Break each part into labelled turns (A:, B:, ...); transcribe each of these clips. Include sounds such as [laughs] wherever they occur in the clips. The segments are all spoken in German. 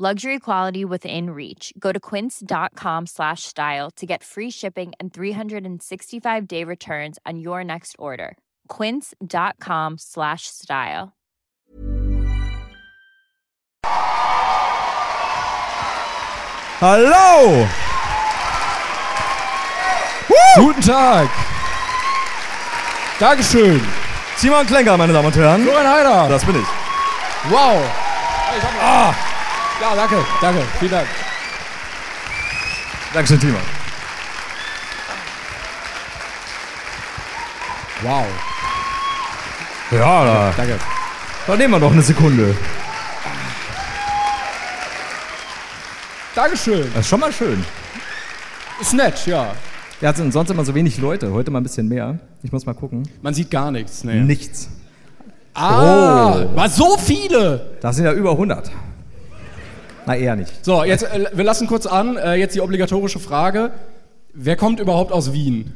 A: Luxury quality within reach. Go to quince.com slash style to get free shipping and 365 day returns on your next order. Quince.com slash style.
B: Hallo!
C: Guten Tag. Dankeschön.
B: Simon Klenker, meine Damen und Herren.
C: Florian Heider.
B: Das bin ich.
C: Wow. Ah. Ja, danke, danke. Vielen Dank.
B: Dankeschön, Simon.
C: Wow.
B: Ja, da,
C: Danke.
B: da nehmen wir noch eine Sekunde.
C: Dankeschön.
B: Das ist schon mal schön.
C: Ist nett, ja.
B: Ja, sind sonst immer so wenig Leute. Heute mal ein bisschen mehr. Ich muss mal gucken.
C: Man sieht gar nichts. Nee.
B: Nichts.
C: Ah,
B: Oh.
C: war so viele.
B: Da sind ja über 100. Na, eher nicht.
C: So, jetzt, äh, wir lassen kurz an. Äh, jetzt die obligatorische Frage. Wer kommt überhaupt aus Wien?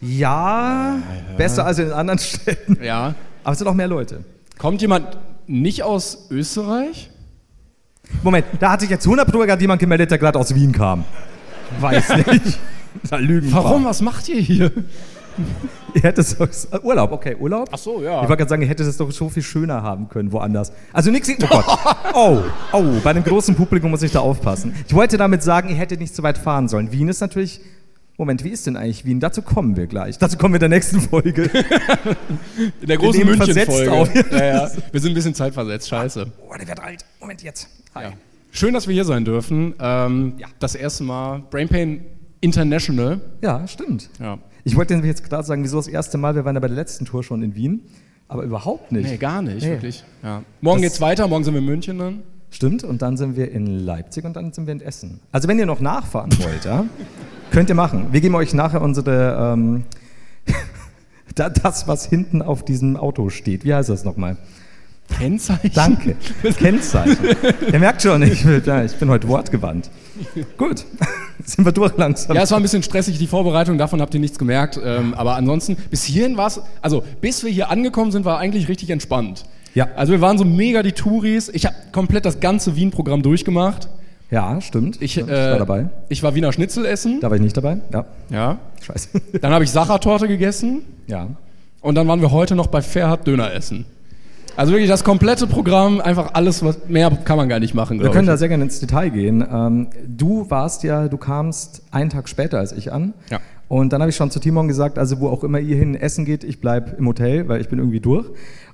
B: Ja, besser als in den anderen [laughs] Städten.
C: Ja.
B: Aber es sind auch mehr Leute.
C: Kommt jemand nicht aus Österreich?
B: Moment, da hat sich jetzt 100 Pro gerade jemand gemeldet, der gerade aus Wien kam. Weiß nicht. da lügen wir.
C: Warum? Was macht ihr hier?
B: Ihr hättet es auch- Urlaub, okay, Urlaub.
C: Ach so, ja.
B: Ich wollte gerade sagen, ihr hättet es doch so viel schöner haben können, woanders. Also nix. Oh Gott. Oh, oh, bei einem großen Publikum muss ich da aufpassen. Ich wollte damit sagen, ihr hättet nicht so weit fahren sollen. Wien ist natürlich. Moment, wie ist denn eigentlich Wien? Dazu kommen wir gleich. Dazu kommen wir in der nächsten
C: [laughs]
B: Folge.
C: In der großen
B: nehmen versetzt
C: München-Folge.
B: auf.
C: [laughs] Ja, ja. Wir sind ein bisschen zeitversetzt, scheiße.
B: Oh, der wird alt. Moment, jetzt. Hi.
C: Ja. Schön, dass wir hier sein dürfen. Ähm,
B: Ja.
C: Das erste Mal Brain Pain International.
B: Ja, stimmt.
C: Ja.
B: Ich wollte nämlich jetzt gerade sagen, wieso das erste Mal, wir waren ja bei der letzten Tour schon in Wien. Aber überhaupt nicht.
C: Nee, gar nicht,
B: Nee.
C: wirklich. Ja. Morgen
B: Das-
C: geht's weiter, morgen sind wir in München dann.
B: Stimmt, und dann sind wir in Leipzig und dann sind wir in Essen. Also wenn ihr noch nachfahren wollt, ja, könnt ihr machen. Wir geben euch nachher unsere, ähm, [laughs] da- das, was hinten auf diesem Auto steht. Wie heißt das nochmal?
C: Kennzeichen? [laughs]
B: Danke. Kennzeichen. Ihr merkt schon, ich, will- ja, ich bin heute wortgewandt. Gut, [laughs] sind wir durch langsam.
C: Ja, es war ein bisschen stressig, die Vorbereitung, davon habt ihr nichts gemerkt. Ähm, aber ansonsten, bis hierhin war es, also bis wir hier angekommen sind, war eigentlich richtig entspannt.
B: Ja.
C: Also wir waren so mega die Touris. Ich habe komplett das ganze Wien-Programm durchgemacht.
B: Ja, stimmt.
C: Ich,
B: Stimmt,
C: äh,
B: war dabei.
C: Ich war Wiener Schnitzel essen.
B: Da war ich nicht dabei. Ja,
C: Ja.
B: scheiße. [laughs]
C: Dann habe ich Sachertorte gegessen.
B: Ja.
C: Und dann waren wir heute noch bei Ferhat Döner essen. Also wirklich das komplette Programm, einfach alles, was mehr kann man gar nicht machen,
B: Wir
C: glaub
B: können da
C: ich.
B: sehr gerne ins Detail gehen. Ähm, du warst ja, du kamst einen Tag später als ich an.
C: Ja.
B: Und dann habe ich schon zu Timon gesagt, also wo auch immer ihr hin essen geht, ich bleib im Hotel, weil ich bin irgendwie durch.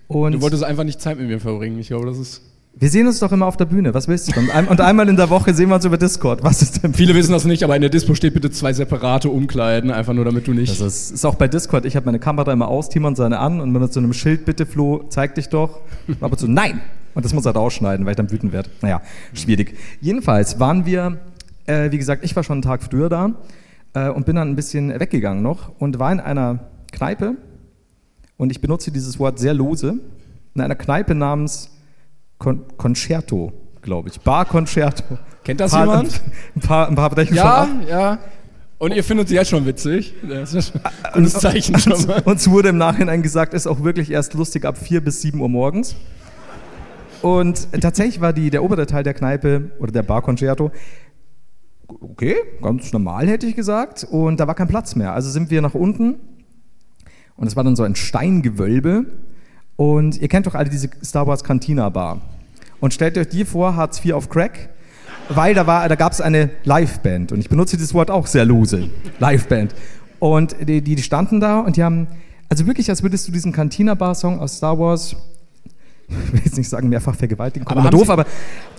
B: Und
C: Du wolltest einfach nicht Zeit mit mir verbringen. Ich glaube, das ist.
B: wir sehen uns doch immer auf der Bühne. Was willst du? denn? Und, ein, und einmal in der Woche sehen wir uns über Discord. Was ist denn?
C: Viele wissen das nicht, aber in der Dispo steht bitte zwei separate Umkleiden, einfach nur damit du nicht.
B: Das Also ist, ist auch bei Discord. Ich habe meine Kamera immer aus, Timon seine an und wenn man zu einem Schild bitte Flo, zeig dich
C: [laughs]
B: doch. Und ab und zu nein. Und das muss er rausschneiden, weil ich dann wütend werde. Naja, schwierig. Jedenfalls waren wir, äh, wie gesagt, ich war schon einen Tag früher da äh, und bin dann ein bisschen weggegangen noch und war in einer Kneipe und ich benutze dieses Wort sehr lose in einer Kneipe namens Con Concerto, glaube ich. Bar Concerto.
C: Kennt das
B: Ein paar-
C: jemand?
B: [laughs] Ein paar, ein paar brechen schon ab.
C: ja, ja. Und ihr findet sie jetzt schon witzig. Das ist ein gutes
B: Äh,
C: Zeichen schon mal.
B: Uns wurde im Nachhinein gesagt, ist auch wirklich erst lustig ab 4 bis 7 Uhr morgens. Und tatsächlich war die, der obere Teil der Kneipe oder der Barconcerto okay, ganz normal hätte ich gesagt. Und da war kein Platz mehr. Also sind wir nach unten und es war dann so ein Steingewölbe. Und ihr kennt doch alle diese Star Wars Cantina Bar. Und stellt euch die vor, Hartz IV auf Crack, weil da, war- da gab es eine Liveband. Und ich benutze dieses Wort auch sehr lose. Liveband. Und die, die standen da und die haben, also wirklich, als würdest du diesen Cantina Bar Song aus Star Wars, ich will jetzt nicht sagen, mehrfach vergewaltigen, kommt
C: Aber
B: aber
C: haben
B: doof,
C: sie-
B: aber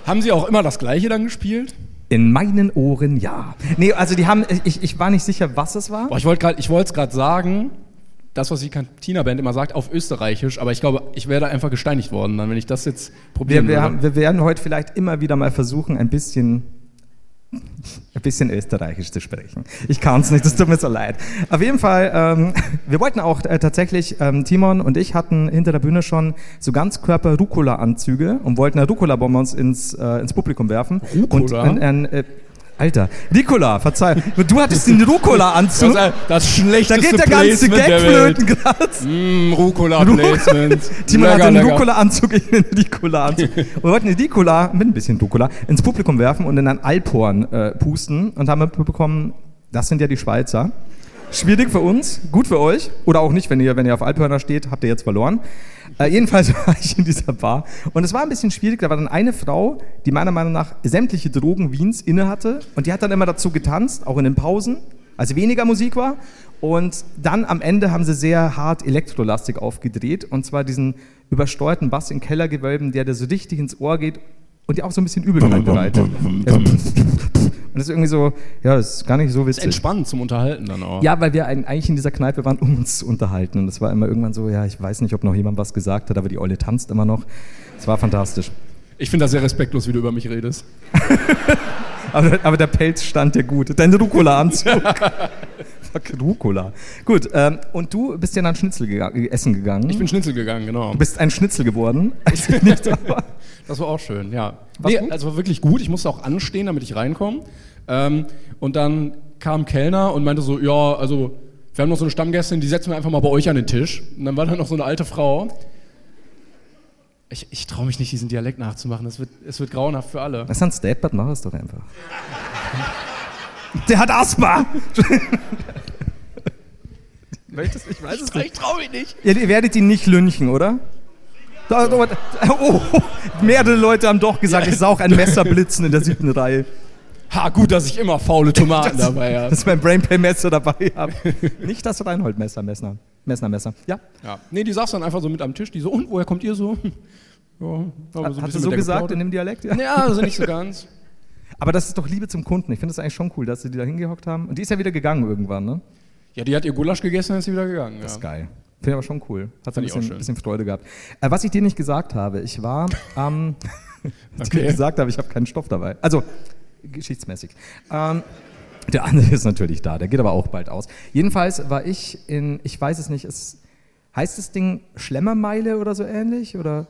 C: Haben sie auch immer das Gleiche dann gespielt?
B: in meinen Ohren ja. Nee, also die haben, ich, ich war nicht sicher, was es war.
C: Boah, ich wollte gerade, ich wollte es gerade sagen, das, was die Cantina-Band immer sagt, auf Österreichisch, aber ich glaube, ich wäre da einfach gesteinigt worden, dann, wenn ich das jetzt probieren
B: Wir, wir,
C: würde.
B: haben, wir werden heute vielleicht immer wieder mal versuchen, ein bisschen ein bisschen österreichisch zu sprechen. Ich kann es nicht, es tut mir so leid. Auf jeden Fall, ähm, [laughs] wir wollten auch äh, tatsächlich, ähm, Timon und ich hatten hinter der Bühne schon so Ganzkörper-Rucola-Anzüge und wollten eine Rucola-Bombe uns ins, äh, ins Publikum werfen.
C: Rucola?
B: Und ein, ein, äh, Alter, Ricola, verzeih. Du hattest den Rucola-Anzug.
C: Das, das
B: Da
C: schlechteste
B: geht der ganze
C: Placement
B: Gag
C: der Welt.
B: flöten gerade.
C: Mm, Rucola-Placement.
B: [laughs] Timon hat
C: Lecker,
B: einen
C: lecker.
B: [laughs] Rucola-Anzug in den
C: [laughs]
B: Ricola-Anzug. Wir wollten den Ricola mit ein bisschen Rucola ins Publikum werfen und in ein Alphorn äh, pusten und haben mitbekommen, das sind ja die Schweizer. Schwierig für uns, gut für euch oder auch nicht, wenn ihr, wenn ihr auf Alphörner steht, habt ihr jetzt verloren. Äh, jedenfalls [laughs] war ich in dieser Bar und es war ein bisschen schwierig. Da war dann eine Frau, die meiner Meinung nach sämtliche Drogen Wiens innehatte und die hat dann immer dazu getanzt, auch in den Pausen, als weniger Musik war. Und dann am Ende haben sie sehr hart Elektrolastik aufgedreht und zwar diesen übersteuerten Bass in Kellergewölben, der dir so richtig ins Ohr geht und dir auch so ein bisschen Übelkeit bereitet. Ja, so Und das ist irgendwie so, ja, das ist gar nicht so witzig.
C: Entspannt zum Unterhalten dann auch.
B: Ja, weil wir ein- eigentlich in dieser Kneipe waren, um uns zu unterhalten. Und es war immer irgendwann so, ja, ich weiß nicht, ob noch jemand was gesagt hat, aber die Olle tanzt immer noch. Es war fantastisch.
C: Ich finde das sehr respektlos, wie du über mich redest.
B: Aber, aber der Pelz stand dir gut. Dein [laughs] Rucola-Anzug. Fuck, Rucola. Gut, ähm, und du bist ja dann Schnitzel gega- essen gegangen.
C: Ich bin Schnitzel gegangen, genau.
B: du bist ein Schnitzel [laughs] geworden. Also
C: [laughs]
B: nicht, aber
C: Das war auch schön, ja.
B: War's
C: Nee,
B: gut?
C: also war wirklich gut. Ich musste auch anstehen, damit ich reinkomme. Ähm, und dann kam ein Kellner und meinte so, ja, also wir haben noch so eine Stammgästin, die setzen wir einfach mal bei euch an den Tisch. Und dann war da noch so eine alte Frau. Ich, ich traue mich nicht, diesen Dialekt nachzumachen. Es wird, es wird grauenhaft für alle.
B: das ist ein Statement, mach es doch einfach. Der hat Asthma! Möchtest du? Ich weiß es nicht.
C: Ich traue mich nicht.
B: Ihr, ihr werdet ihn nicht lynchen, oder? Da, da, oh, [laughs] mehrere Leute haben doch gesagt, ich sah auch ein Messer blitzen in der siebten Reihe,
C: Ha, gut, dass ich immer faule Tomaten
B: [laughs]
C: dabei habe.
B: dass ich mein Brainpay-Messer dabei habe. Nicht das Reinhold-Messer, Messner. Messner, Messer. Ja,
C: Ja. Nee, die saß dann einfach so mit am Tisch. Die so, und woher kommt ihr so? [laughs] Ja, haben wir ein
B: hast du
C: bisschen
B: so
C: mit der
B: gesagt in
C: geplaudert.
B: dem Dialekt? Ja.
C: Ja, also nicht so ganz.
B: Aber das ist doch Liebe zum Kunden. Ich finde das eigentlich schon cool, dass sie die da hingehockt haben. Und die ist ja wieder gegangen irgendwann, ne?
C: Ja, die hat ihr Gulasch gegessen, dann ist sie wieder gegangen.
B: Das
C: Ja.
B: ist geil. Finde ich aber schon cool. Hat so ein
C: Fand ich auch
B: bisschen,
C: schön.
B: bisschen Freude gehabt. Äh, was ich dir nicht gesagt habe, ich war am. was [laughs] ich
C: Okay.
B: dir gesagt habe, ich habe keinen Stoff dabei. Also, geschichtsmäßig. Ähm, der andere ist natürlich da, der geht aber auch bald aus. Jedenfalls war ich in, ich weiß es nicht, es, heißt das Ding Schlemmermeile oder so ähnlich? Oder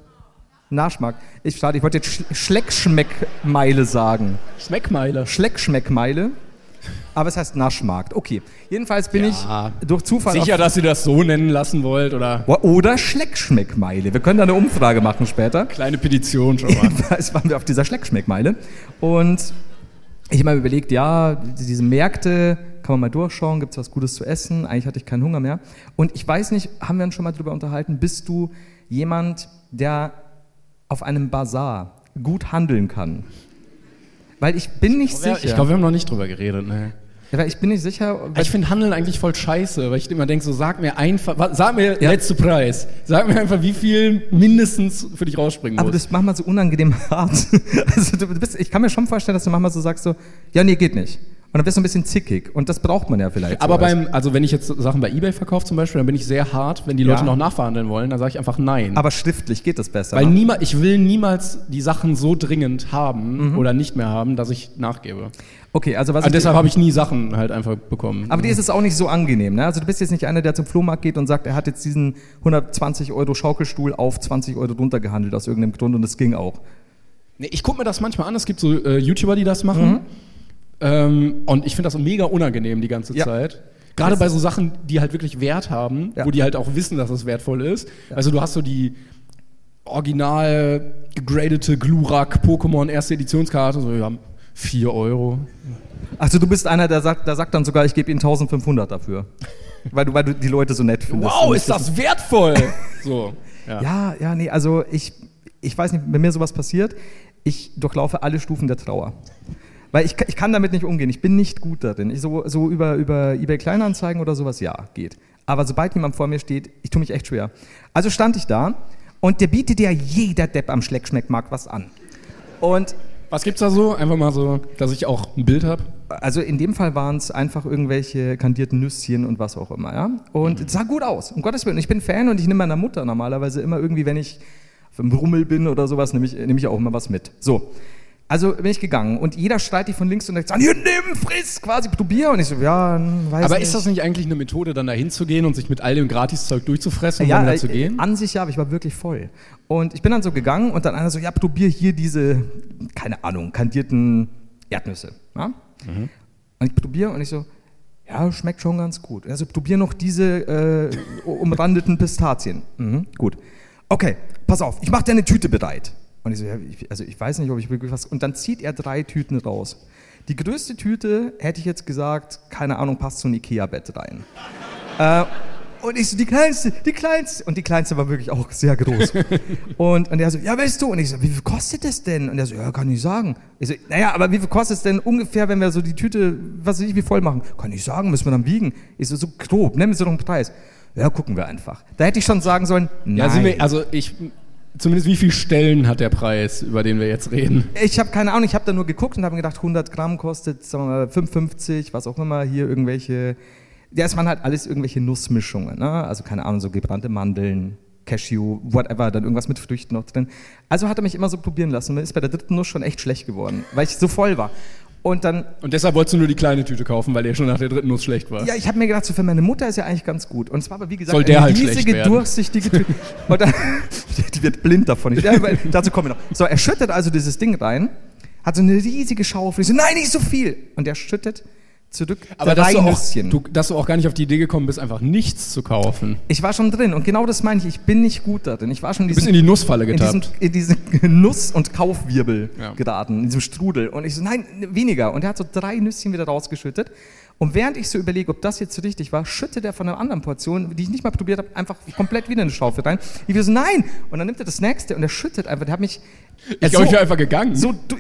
B: Nachschmack? Ich, schade, ich wollte jetzt Sch Schleckschmeckmeile sagen.
C: Schmeckmeiler.
B: Schleckschmeckmeile. Aber es heißt Naschmarkt. Okay. Jedenfalls bin
C: Ja.
B: ich durch Zufall auf
C: Sicher, dass ihr das so nennen lassen wollt oder
B: O- Oder Schleckschmeckmeile. Wir können da eine Umfrage machen später.
C: kleine Petition schon [laughs]
B: [laughs]
C: mal.
B: Jedenfalls waren wir auf dieser Schleckschmeckmeile. Und ich habe mir überlegt, ja, diese Märkte kann man mal durchschauen, gibt es was Gutes zu essen. Eigentlich hatte ich keinen Hunger mehr. Und ich weiß nicht, haben wir uns schon mal drüber unterhalten, bist du jemand, der auf einem Bazar gut handeln kann? Weil ich bin nicht sicher.
C: Ich glaube, wir haben noch nicht drüber geredet. Ne?
B: ja, weil ich bin nicht sicher.
C: Ich finde Handeln eigentlich voll scheiße, weil ich immer denke, so sag mir einfach, wa- sag mir
B: Ja.
C: letzte Preis. Sag mir einfach, wie viel mindestens für dich rausspringen
B: Aber
C: muss.
B: das manchmal so unangenehm [laughs] hart. Also du bist, ich kann mir schon vorstellen, dass du manchmal so sagst so, ja, nee, geht nicht. Und dann bist du ein bisschen zickig. Und das braucht man ja vielleicht.
C: Aber
B: so als-
C: beim, also wenn ich jetzt Sachen bei Ebay verkaufe zum Beispiel, dann bin ich sehr hart, wenn die Leute
B: Ja.
C: noch nachverhandeln wollen, dann sage ich einfach nein.
B: aber schriftlich geht das besser.
C: weil
B: ne?
C: niemals, ich will niemals die Sachen so dringend haben oder nicht mehr haben, dass ich nachgebe.
B: okay, also was
C: Also
B: ich-
C: deshalb habe ich nie Sachen halt einfach bekommen.
B: aber dir ist es auch nicht so angenehm. Ne? Also du bist jetzt nicht einer, der zum Flohmarkt geht und sagt, er hat jetzt diesen 120 Euro Schaukelstuhl auf 20 Euro drunter gehandelt aus irgendeinem Grund und es ging auch.
C: Nee, ich gucke mir das manchmal an. Es gibt so äh, YouTuber, die das machen. Ähm, und ich finde das mega unangenehm die ganze
B: Ja.
C: Zeit. Gerade bei so Sachen, die halt wirklich Wert haben,
B: Ja.
C: wo die halt auch wissen, dass es wertvoll ist. Also du hast so die original gegradete Glurak Pokémon erste Editionskarte, so wir haben 4 Euro.
B: Also du bist einer, der sagt, der sagt dann sogar, ich gebe ihnen 1500 dafür. weil, du, weil du die Leute so nett findest.
C: Wow,
B: Und
C: ist das wertvoll! [laughs] so. Ja.
B: Ja, ja, nee, also ich, ich weiß nicht, wenn mir sowas passiert, ich durchlaufe alle Stufen der Trauer. Weil ich, ka- ich kann damit nicht umgehen, ich bin nicht gut darin. Ich so, so über, über eBay Kleinanzeigen oder sowas, ja, geht. Aber sobald jemand vor mir steht, ich tue mich echt schwer. Also stand ich da und der bietet ja jeder Depp am Schleckschmeckmarkt was an. Und
C: Was gibt's da so? Einfach mal so, dass ich auch ein Bild habe.
B: also in dem Fall waren es einfach irgendwelche kandierten Nüsschen und was auch immer, ja.
C: Mhm.
B: Und es sah gut aus, um Gottes Willen. Ich bin Fan und ich nehme meiner Mutter normalerweise immer irgendwie, wenn ich auf dem Rummel bin oder sowas, nehme ich, nehme ich auch immer was mit. So, Also bin ich gegangen und jeder schreit die von links und rechts an, hier nimm, friss quasi du Bier. Und ich so, ja, hm, weiß
C: Aber
B: nicht.
C: ist das nicht eigentlich eine Methode, dann da hinzugehen und sich mit all dem Gratiszeug durchzufressen und
B: ja,
C: dann wieder
B: äh,
C: zu gehen?
B: an sich ja, aber ich war wirklich voll. Und ich bin dann so gegangen und dann einer so, ja, probier hier diese, keine Ahnung, kandierten Erdnüsse. Ja?
C: Mhm.
B: Und ich probiere und ich so, ja, schmeckt schon ganz gut. Also probier noch diese äh, umrandeten Pistazien. Mhm, gut. Okay, pass auf, ich mache dir eine Tüte bereit. Und ich so, ja, ich, also ich weiß nicht, ob ich wirklich was... Und dann zieht er drei Tüten raus. Die größte Tüte, hätte ich jetzt gesagt, keine Ahnung, passt so ein Ikea-Bett rein. Äh, Und ich so, die kleinste, die kleinste. Und die kleinste war wirklich auch sehr
C: [laughs]
B: groß. und, und er so, ja, willst du? Und ich so, wie viel kostet das denn? Und er so, ja, kann ich sagen. Ich so, naja, aber wie viel kostet es denn ungefähr, wenn wir so die Tüte, was weiß ich, wie voll machen? Kann ich sagen, müssen wir dann wiegen. Ich so, so grob, nennen Sie doch einen Preis. Ja, gucken wir einfach. Da hätte ich schon sagen sollen, äh, nein.
C: Ja, sind wir, also ich, zumindest wie viele Stellen hat der Preis, über den wir jetzt reden?
B: ich habe keine Ahnung, ich habe da nur geguckt und habe mir gedacht, 100 Gramm kostet, sagen wir mal, 5,50, was auch immer, hier irgendwelche. Ja, es waren halt alles irgendwelche Nussmischungen, ne? also keine Ahnung, so gebrannte Mandeln, Cashew, whatever, dann irgendwas mit Früchten noch drin. Also hat er mich immer so probieren lassen und mir ist bei der dritten Nuss schon echt schlecht geworden, weil ich so voll war. Und dann
C: Und deshalb wolltest du nur die kleine Tüte kaufen, weil er schon nach der dritten Nuss schlecht war.
B: ja, ich habe mir gedacht, so für meine Mutter ist ja eigentlich ganz gut. Und es war aber, wie gesagt,
C: Soll der
B: eine
C: halt schlecht
B: riesige,
C: werden.
B: durchsichtige
C: [laughs]
B: Tür. Und dann, [laughs] die wird blind davon. Ich, ja, aber dazu kommen wir noch. So, er schüttet also dieses Ding rein, hat so eine riesige Schaufel. Ich so, nein, nicht so viel. Und er schüttet zurück
C: Aber dass du, auch,
B: Nüsschen.
C: du, dass du auch gar nicht auf die Idee gekommen bist, einfach nichts zu kaufen.
B: Ich war schon drin und genau das meine ich. Ich bin nicht gut darin. Ich war schon in
C: Du bist in die Nussfalle
B: in diesem,
C: getappt.
B: in diesen Nuss- und Kaufwirbel
C: Ja.
B: geraten, in diesem Strudel. Und ich so, nein, weniger. Und er hat so drei Nüsschen wieder rausgeschüttet. Und während ich so überlege, ob das jetzt richtig war, schüttet er von einer anderen Portion, die ich nicht mal probiert habe, einfach komplett wieder eine Schaufel rein. Ich war so, nein! Und dann nimmt er das nächste und er schüttet einfach. Der hat mich.
C: Ich glaube, ich wäre einfach gegangen.
B: So, du,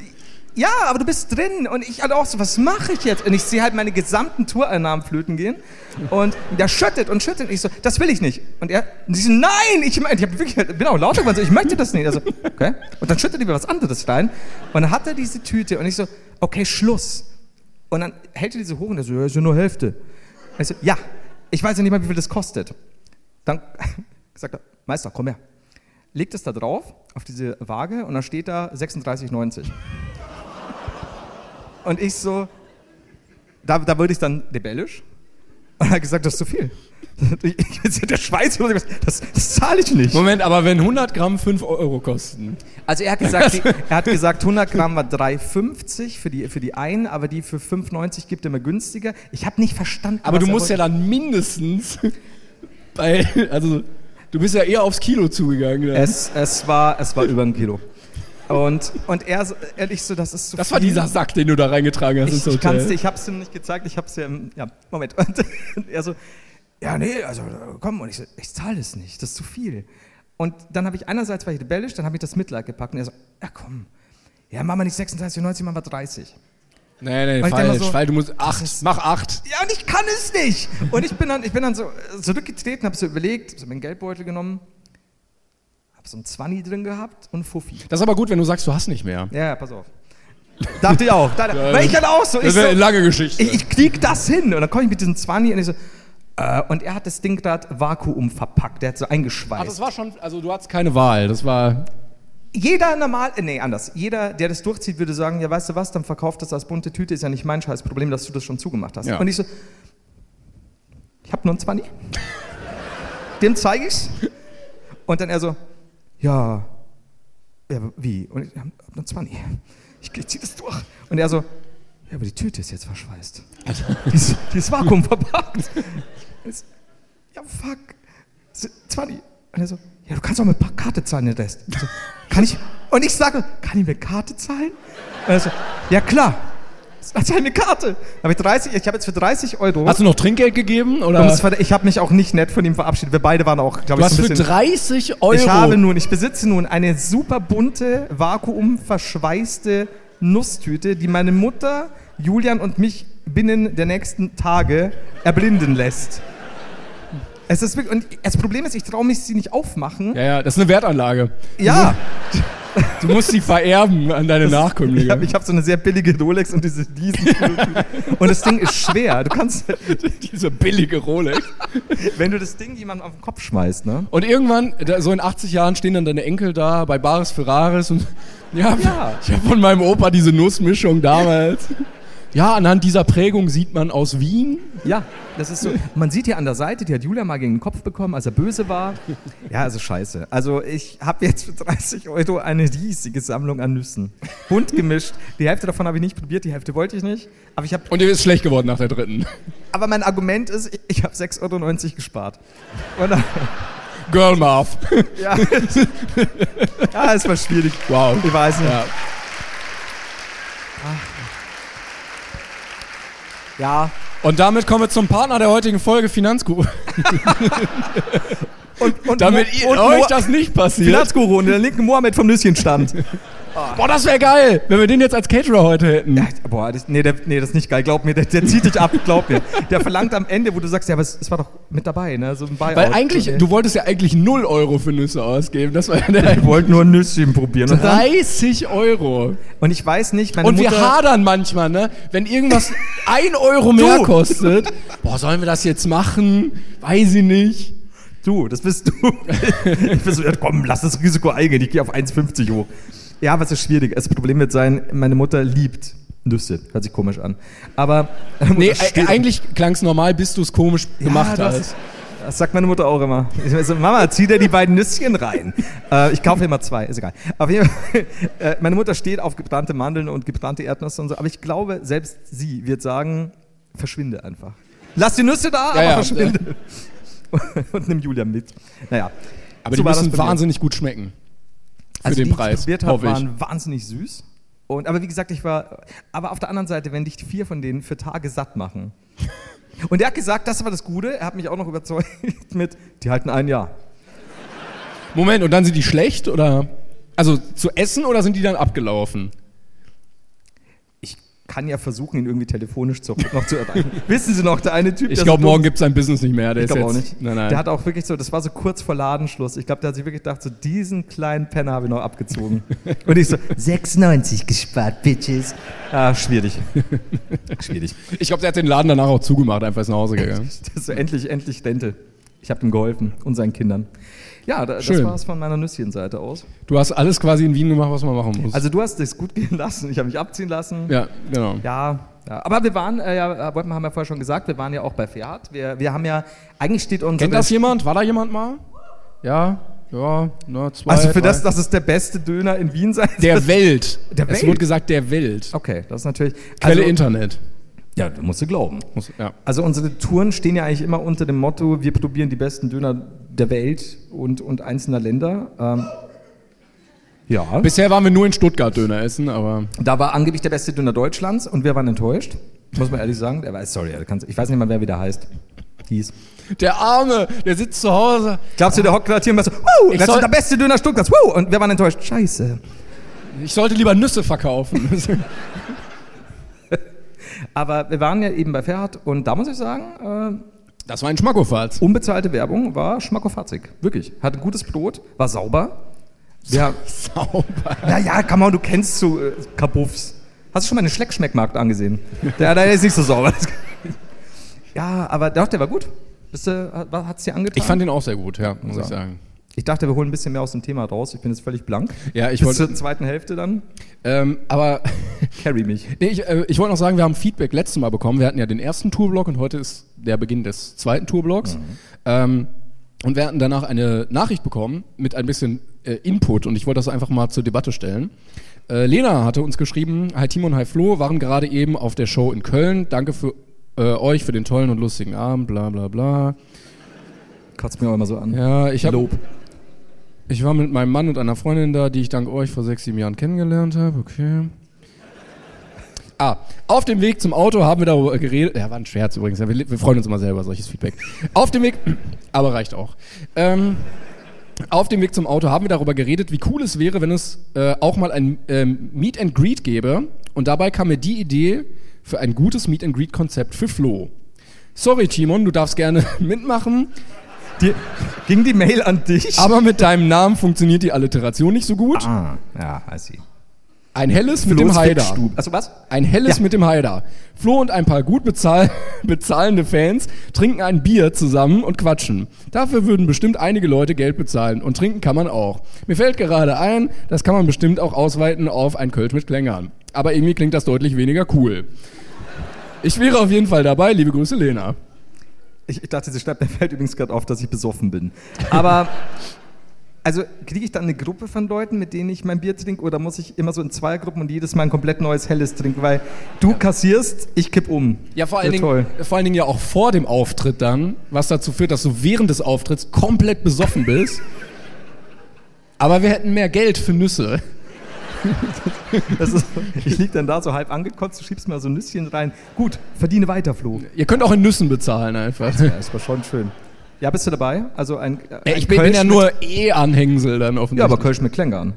B: ja, aber du bist drin und ich hatte auch so, was mache ich jetzt? Und ich sehe halt meine gesamten Toureinnahmen flöten gehen und der schüttet und schüttet und ich so, das will ich nicht. Und er, und sie so, nein, ich, mein, ich hab wirklich, bin auch laut geworden, so, ich möchte das nicht. Also, okay. Und dann schüttet er mir was anderes rein und dann hat er diese Tüte und ich so, okay, Schluss. Und dann hält er diese hoch und er so, ja, ist ja nur Hälfte. Und ich so, ja, ich weiß ja nicht mal, wie viel das kostet. Dann [laughs] sagt er, Meister, komm her. Legt es da drauf, auf diese Waage, und dann steht da 36,90. Und ich so, da, da wurde ich dann rebellisch und hat gesagt, das ist zu viel. Ich- Der Schweiz, das, das zahle ich nicht.
C: Moment, aber wenn 100 Gramm 5 Euro kosten.
B: Also er hat gesagt,
C: [laughs]
B: die, er hat gesagt 100 Gramm war 3,50 für die, für die einen, aber die für 5,90 gibt er mir günstiger. Ich habe nicht verstanden.
C: Aber
B: was
C: du
B: er
C: musst ja
B: wollte.
C: dann mindestens [laughs] bei, also du bist ja eher aufs Kilo zugegangen. dann.
B: Es, es, war, es war über ein Kilo. Und, und er, so- ehrlich so, das ist zu
C: Das
B: viel.
C: war dieser Sack, den du da reingetragen hast
B: Ich,
C: ins
B: ich, kann's dir,
C: Hotel.
B: ich hab's ihm nicht gezeigt, ich hab's ja im, ja, Moment. [laughs] Und, er so, ja, nee, also komm. Und ich so, ich zahle es nicht, das ist zu viel. Und dann habe ich einerseits war ich rebellisch, dann habe ich das Mitleid gepackt und er so, ja komm, ja, machen wir nicht 36,90, machen wir 30.
C: Nee, nee,
B: Weil ich
C: falsch,
B: dann mal so-
C: weil du musst acht, mach acht.
B: Ja, und ich kann es nicht. Und ich bin dann, ich bin dann so äh, zurückgetreten, habe so überlegt, so meinen Geldbeutel genommen, habe so einen 20 drin gehabt und einen Fuffi.
C: Das ist aber gut, wenn du sagst, du hast nicht mehr.
B: Ja, ja, pass auf. Dachte ich auch. Da, da, weil ich dann auch so, ich
C: Das
B: so,
C: wäre eine lange Geschichte.
B: ich, ich krieg das hin. Und dann komme ich mit diesem 20 und ich so, äh, und er hat das Ding gerade Vakuum verpackt, der hat so
C: Ach,
B: eingeschweißt.
C: das war schon, also du hattest keine Wahl. Das war,
B: jeder normal, äh, nee, anders. Jeder, der das durchzieht, würde sagen, ja, weißt du was, dann verkauft das als bunte Tüte, ist ja nicht mein scheiß Problem, dass du das schon zugemacht hast.
C: Ja.
B: Und ich so, ich hab nur einen 20. Dem zeige ich's. Und dann er so, ja, ja wie? Und ich hab hab nur 20. Ich, ich zieh das durch. Und er so, ja, aber die Tüte ist jetzt verschweißt.
C: Also
B: [laughs] Die ist, die ist
C: [laughs]
B: Vakuum verpackt. Und ich so, Ja, fuck. So, 20. Und er so, ja, du kannst auch mit Pa- Karte zahlen den Rest. Ich So, kann ich? Und ich sage, kann ich mit Karte zahlen? Und er so, ja klar. Dann zahl ich mit Karte. Dann Hab ich 30, ich habe jetzt für 30 Euro.
C: hast du noch Trinkgeld gegeben? Oder?
B: Und Um es war, ich habe mich auch nicht nett von ihm verabschiedet. Wir beide waren auch, glaube
C: äh,
B: ich,
C: du hast
B: so ein
C: für
B: bisschen.
C: 30 Euro.
B: Ich habe nun, ich besitze nun eine super bunte, vakuumverschweißte Nusstüte, die meine Mutter, Julian und mich binnen der nächsten Tage erblinden lässt. Es ist wirklich, und das Problem ist, ich traue mich, sie nicht aufmachen.
C: ja, ja, das ist eine Wertanlage.
B: Ja.
C: Du musst sie vererben an deine
B: Ich
C: Nachkömmlinge.
B: habe ich hab so eine sehr billige Rolex und diese diesen. und das Ding ist schwer. Du kannst,
C: [laughs] Diese billige Rolex.
B: wenn du das Ding jemandem auf den Kopf schmeißt, ne?
C: Und irgendwann, da, so in 80 Jahren, stehen dann deine Enkel da bei Bares Ferraris und [laughs] ja,
B: Ja.
C: ich habe von meinem Opa diese Nussmischung [laughs] damals. Ja, anhand dieser Prägung sieht man aus Wien.
B: Ja, das ist so. Man sieht hier an der Seite, die hat Julia mal gegen den Kopf bekommen, als er böse war. Ja, also scheiße. Also ich habe jetzt für 30 Euro eine riesige Sammlung an Nüssen. Bunt gemischt. Die Hälfte davon habe ich nicht probiert, die Hälfte wollte ich nicht. Aber, ich hab,
C: Und ihr ist schlecht geworden nach der dritten.
B: aber mein Argument ist, ich- ich habe 6,90 Euro gespart. Und, [laughs]
C: Girl Marv.
B: ja, ja, es war schwierig.
C: Wow.
B: Ich weiß nicht.
C: Ja.
B: Ja.
C: Und damit kommen wir zum Partner der heutigen Folge, Finanzguru.
B: Und, und
C: Damit
B: Mo-
C: ihr,
B: und
C: euch
B: Mo-
C: das nicht passiert.
B: Finanzguru und in der linken Mohammed vom Nüsschen stand.
C: Boah, das wäre geil, wenn wir den jetzt als Caterer heute hätten.
B: Ja, boah, das, nee, der, nee, das ist nicht geil. Glaub mir, der, der zieht dich ab, glaub mir. Der verlangt am Ende, wo du sagst, ja, aber es, es war doch mit dabei, ne? So ein Buyout.
C: Weil eigentlich,
B: Okay.
C: du wolltest ja eigentlich 0 Euro für Nüsse ausgeben. Das war ja der
B: Ich
C: [laughs]
B: wollte nur ein Nüsschen probieren. Und, dann,
C: 30 Euro.
B: und ich weiß nicht, meine
C: Und wir
B: Mutter...
C: hadern manchmal, ne?
B: [laughs]
C: Wenn irgendwas 1 Euro mehr kostet. Boah, sollen wir das jetzt machen? Weiß ich nicht.
B: Du, das bist du. [laughs] ich bin so, ja, komm, lass das Risiko eingehen. Ich gehe auf 1,50 hoch. Ja, was ist schwierig. Das Problem wird sein, meine Mutter liebt Nüsse. Hört sich komisch an. Aber... meine
C: Nee, äh,
B: Mutter steht-
C: eigentlich klang es normal, bis du es komisch gemacht halt.
B: du
C: hast.
B: hast- Das sagt meine Mutter auch immer. Ich so, Mama, zieh dir die beiden Nüsschen
C: [laughs]
B: rein. Äh, ich kaufe immer zwei, ist egal. Auf jeden Fall, [laughs] äh, meine Mutter steht auf gebrannte Mandeln und gebrannte Erdnüsse und so, aber ich glaube, selbst sie wird sagen, verschwinde einfach. Lass die Nüsse da, aber
C: ja,
B: verschwinde. [laughs] und nimm Julia mit. Naja.
C: Aber
B: so
C: die
B: war das
C: müssen
B: bei mir.
C: wahnsinnig gut schmecken. Für
B: Also
C: den
B: die, Die ich
C: Preis.
B: probiert habe,
C: hoffe ich.
B: waren wahnsinnig süß. Und, aber wie gesagt, ich war. Aber auf der anderen Seite, wenn dich vier von denen für Tage satt machen. Und er hat gesagt, das war das Gute. Er hat mich auch noch überzeugt mit, die halten ein Jahr.
C: Moment, und dann sind die schlecht oder? Also zu essen oder sind die dann abgelaufen?
B: Ich kann ja versuchen, ihn irgendwie telefonisch zu, noch zu
C: [laughs]
B: erreichen. Wissen Sie noch, der eine Typ,
C: Ich
B: der
C: glaube,
B: so dumm-
C: morgen gibt es sein Business nicht mehr. Der
B: Ich
C: ist
B: glaube auch
C: jetzt,
B: nicht.
C: Nein, nein.
B: Der hat auch wirklich so, das war so kurz vor Ladenschluss. Ich glaube, der hat sich wirklich gedacht, so diesen kleinen Penner habe ich noch
C: [laughs]
B: abgezogen. Und ich so,
D: 96 gespart, Bitches.
B: ah, schwierig.
C: [laughs]
B: schwierig.
C: ich glaube, der hat den Laden danach auch zugemacht, einfach ist nach Hause gegangen.
B: [laughs] Das ist so, endlich, endlich Dente. Ich habe ihm geholfen und seinen Kindern. Ja, da, das
C: Schön.
B: war es von meiner Nüsschenseite aus.
C: Du hast alles quasi in Wien gemacht, was man machen muss.
B: Also du hast es gut [laughs] gehen lassen. Ich habe mich abziehen lassen.
C: ja, genau.
B: Ja, ja. aber wir waren, äh, ja, Wolfmann haben ja vorher schon gesagt, wir waren ja auch bei Fiat. Wir, wir haben ja, eigentlich steht uns...
C: Kennt das jemand? War da jemand mal? Ja, ja, ne, zwei.
B: Also für
C: drei.
B: das, dass es der beste Döner in Wien sein
C: Der Welt.
B: Der
C: Es
B: Welt?
C: wurde gesagt, der Welt.
B: [laughs] Okay, das ist natürlich...
C: Quelle
B: also,
C: Internet.
B: ja, da musst du glauben.
C: Muss- Ja.
B: Also unsere Touren stehen ja eigentlich immer unter dem Motto, wir probieren die besten Döner der Welt und, und einzelner Länder. Ähm, ja.
C: Bisher waren wir nur in Stuttgart Döner essen, aber
B: Da war angeblich der beste Döner Deutschlands und wir waren enttäuscht. Muss man ehrlich sagen. Der war, sorry, der kann's- ich weiß nicht mal, wer wieder heißt. Hieß.
C: der Arme, der sitzt zu Hause.
B: Glaubst du, der hockt gerade hier und war so, wow,
C: Ich
B: das
C: soll-
B: ist der beste Döner Stuttgarts, wow, und wir waren enttäuscht. Scheiße.
C: Ich sollte lieber Nüsse
B: [laughs]
C: verkaufen.
B: Aber wir waren ja eben bei Ferhat und da muss ich sagen,
C: Das war ein Schmackofatz.
B: äh, unbezahlte Werbung war schmackofatzig. Wirklich. Hatte gutes Brot, war sauber. [laughs] Ja,
C: Sauber.
B: naja, kann man, du kennst so äh, Kabuffs. Hast du schon mal einen Schleckschmeckmarkt angesehen? Der, der ist nicht so sauber. [laughs] ja, aber doch, der war gut. Bist du, hat, hat's dir angetan?
C: Ich fand den auch sehr gut, ja, muss ich
B: Ja.
C: sagen.
B: Ich dachte, wir holen ein bisschen mehr aus dem Thema raus. Ich bin jetzt völlig blank.
C: Ja, ich
B: Bis
C: wollte-
B: zur zweiten Hälfte dann.
C: Ähm, aber
B: Carry mich.
C: nee, ich, äh, ich wollte noch sagen, wir haben Feedback letztes Mal bekommen. Wir hatten ja den ersten Tourblock und heute ist der Beginn des zweiten Tourblocks. Ähm, und wir hatten danach eine Nachricht bekommen mit ein bisschen äh, Input und ich wollte das einfach mal zur Debatte stellen. Äh, Lena hatte uns geschrieben, hi Timon, hi Flo, waren gerade eben auf der Show in Köln. Danke für äh, euch für den tollen und lustigen Abend, bla bla bla.
B: Kotzt mir auch immer so an.
C: Ja, ich habe
B: Lob.
C: Ich war mit meinem Mann und einer Freundin da, die ich dank euch vor sechs, sieben Jahren kennengelernt habe. Okay. Ah, auf dem Weg zum Auto haben wir darüber geredet. Ja, war ein Scherz übrigens. Ja, Wir, wir freuen uns immer selber über solches Feedback. Auf dem Weg, [clears throat] aber reicht auch. Ähm, auf dem Weg zum Auto haben wir darüber geredet, wie cool es wäre, wenn es äh, auch mal ein ähm, Meet and Greet gäbe. Und dabei kam mir die Idee für ein gutes Meet and Greet Konzept für Flo. Sorry, Timon, du darfst gerne [laughs] mitmachen.
B: Die, ging die Mail an dich?
C: Aber mit deinem Namen funktioniert die Alliteration nicht so gut.
B: ah, ja, I see.
C: Ein helles mit dem
B: Los,
C: Haider.
B: Fickstube. Achso, was?
C: Ein helles
B: Ja.
C: mit dem Haider. Flo und ein paar gut bezahl [laughs] bezahlende Fans trinken ein Bier zusammen und quatschen. Dafür würden bestimmt einige Leute Geld bezahlen. Und trinken kann man auch. Mir fällt gerade ein, das kann man bestimmt auch ausweiten auf ein Kölsch mit Klängern. Aber irgendwie klingt das deutlich weniger cool. Ich wäre auf jeden Fall dabei. Liebe Grüße, Lena.
B: Ich, ich dachte, sie schreibt, mir fällt übrigens gerade auf, dass ich besoffen bin. Aber, also kriege ich dann eine Gruppe von Leuten, mit denen ich mein Bier trinke, oder muss ich immer so in zwei Gruppen und jedes Mal ein komplett neues Helles trinken? Weil du kassierst, ich kipp um.
C: Ja, vor allen,
B: toll.
C: Dingen, vor allen Dingen ja auch vor dem Auftritt dann, was dazu führt, dass du während des Auftritts komplett besoffen bist. Aber wir hätten mehr Geld für Nüsse.
B: Das ist, [laughs] ich lieg dann da so halb angekotzt, du schiebst mir so ein Nüsschen rein. Gut, verdiene weiter, Flo.
C: Ihr könnt auch in Nüssen bezahlen einfach.
B: das war schon schön. Ja, bist du dabei? Also ein,
C: Ja,
B: ein
C: ich bin, bin
B: Kölsch
C: ja
B: mit-
C: nur E-Anhängsel dann
B: Ja, aber
C: offensichtlich.
B: Kölsch mit Klängern.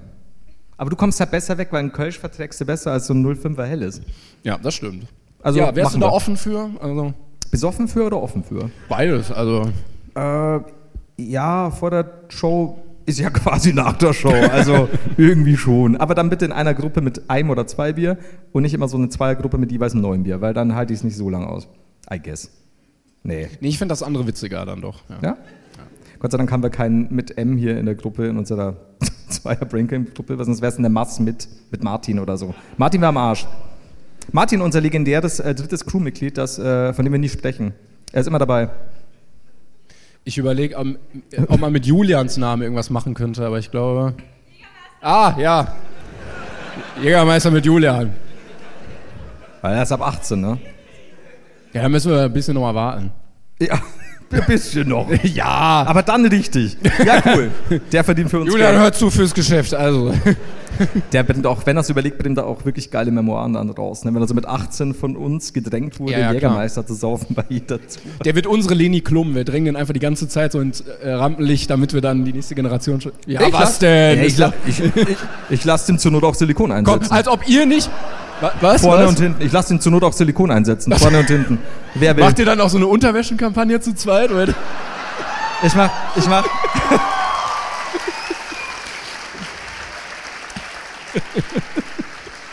B: Aber du kommst halt besser weg, weil ein Kölsch verträgst du besser als so ein 05er Helles.
C: Ja, das stimmt.
B: Also,
C: ja, wärst du
B: machen
C: da
B: wir.
C: offen für? Also,
B: Besoffen für oder offen für?
C: beides, also.
B: Äh, ja, vor der Show ist ja [laughs] quasi nach der Show, [laughs] also irgendwie schon. Aber dann bitte in einer Gruppe mit einem oder zwei Bier und nicht immer so eine Zweiergruppe mit jeweils einem neuen Bier, weil dann halte ich es nicht so lange aus. I guess. Nee.
C: Nee, ich finde das andere witziger dann doch. Ja.
B: Ja? Gott sei Dank haben wir keinen mit M hier in der Gruppe, in unserer [laughs] zweier braingamp gruppe weil sonst wäre es in der Mass mit, mit Martin oder so. Martin war am Arsch. Martin, unser legendäres äh, drittes Crewmitglied, das, äh, von dem wir nie sprechen. Er ist immer dabei.
C: Ich überlege, ob, ob man mit Julians Namen irgendwas machen könnte, aber ich glaube. Ah, ja. Jägermeister mit Julian.
B: Weil er ist ab 18, ne?
C: Ja, da müssen wir ein bisschen nochmal warten.
B: Ja, [laughs] ein bisschen noch. [laughs]
C: Ja.
B: Aber dann richtig. Ja, cool. Der verdient für uns
C: Julian,
B: Geld.
C: hör zu fürs Geschäft, also.
B: Der bringt auch, wenn er es überlegt, bringt er auch wirklich geile Memoiren dann raus. Ne? Wenn er so mit 18 von uns gedrängt wurde,
C: Ja, ja,
B: Jägermeister zu saufen bei jeder zu.
C: [laughs] Der wird unsere Leni Klum. Wir drängen den einfach die ganze Zeit so ins äh, Rampenlicht, damit wir dann die nächste Generation schon. Ja,
B: Ich lass- Ja, ich,
C: Ist doch-
B: la ich, ich, ich lasse ihm zur Not auch Silikon
C: Komm, halt
B: einsetzen.
C: als ob ihr nicht. Wa- Was?
B: Vorne
C: was?
B: und hinten. Ich lasse ihm zur Not auch Silikon einsetzen. Vorne und hinten. Wer will?
C: Macht ihr dann auch so eine Unterwäschenkampagne zu zweit? Oder?
B: Ich mach, ich
C: [laughs]
B: mach.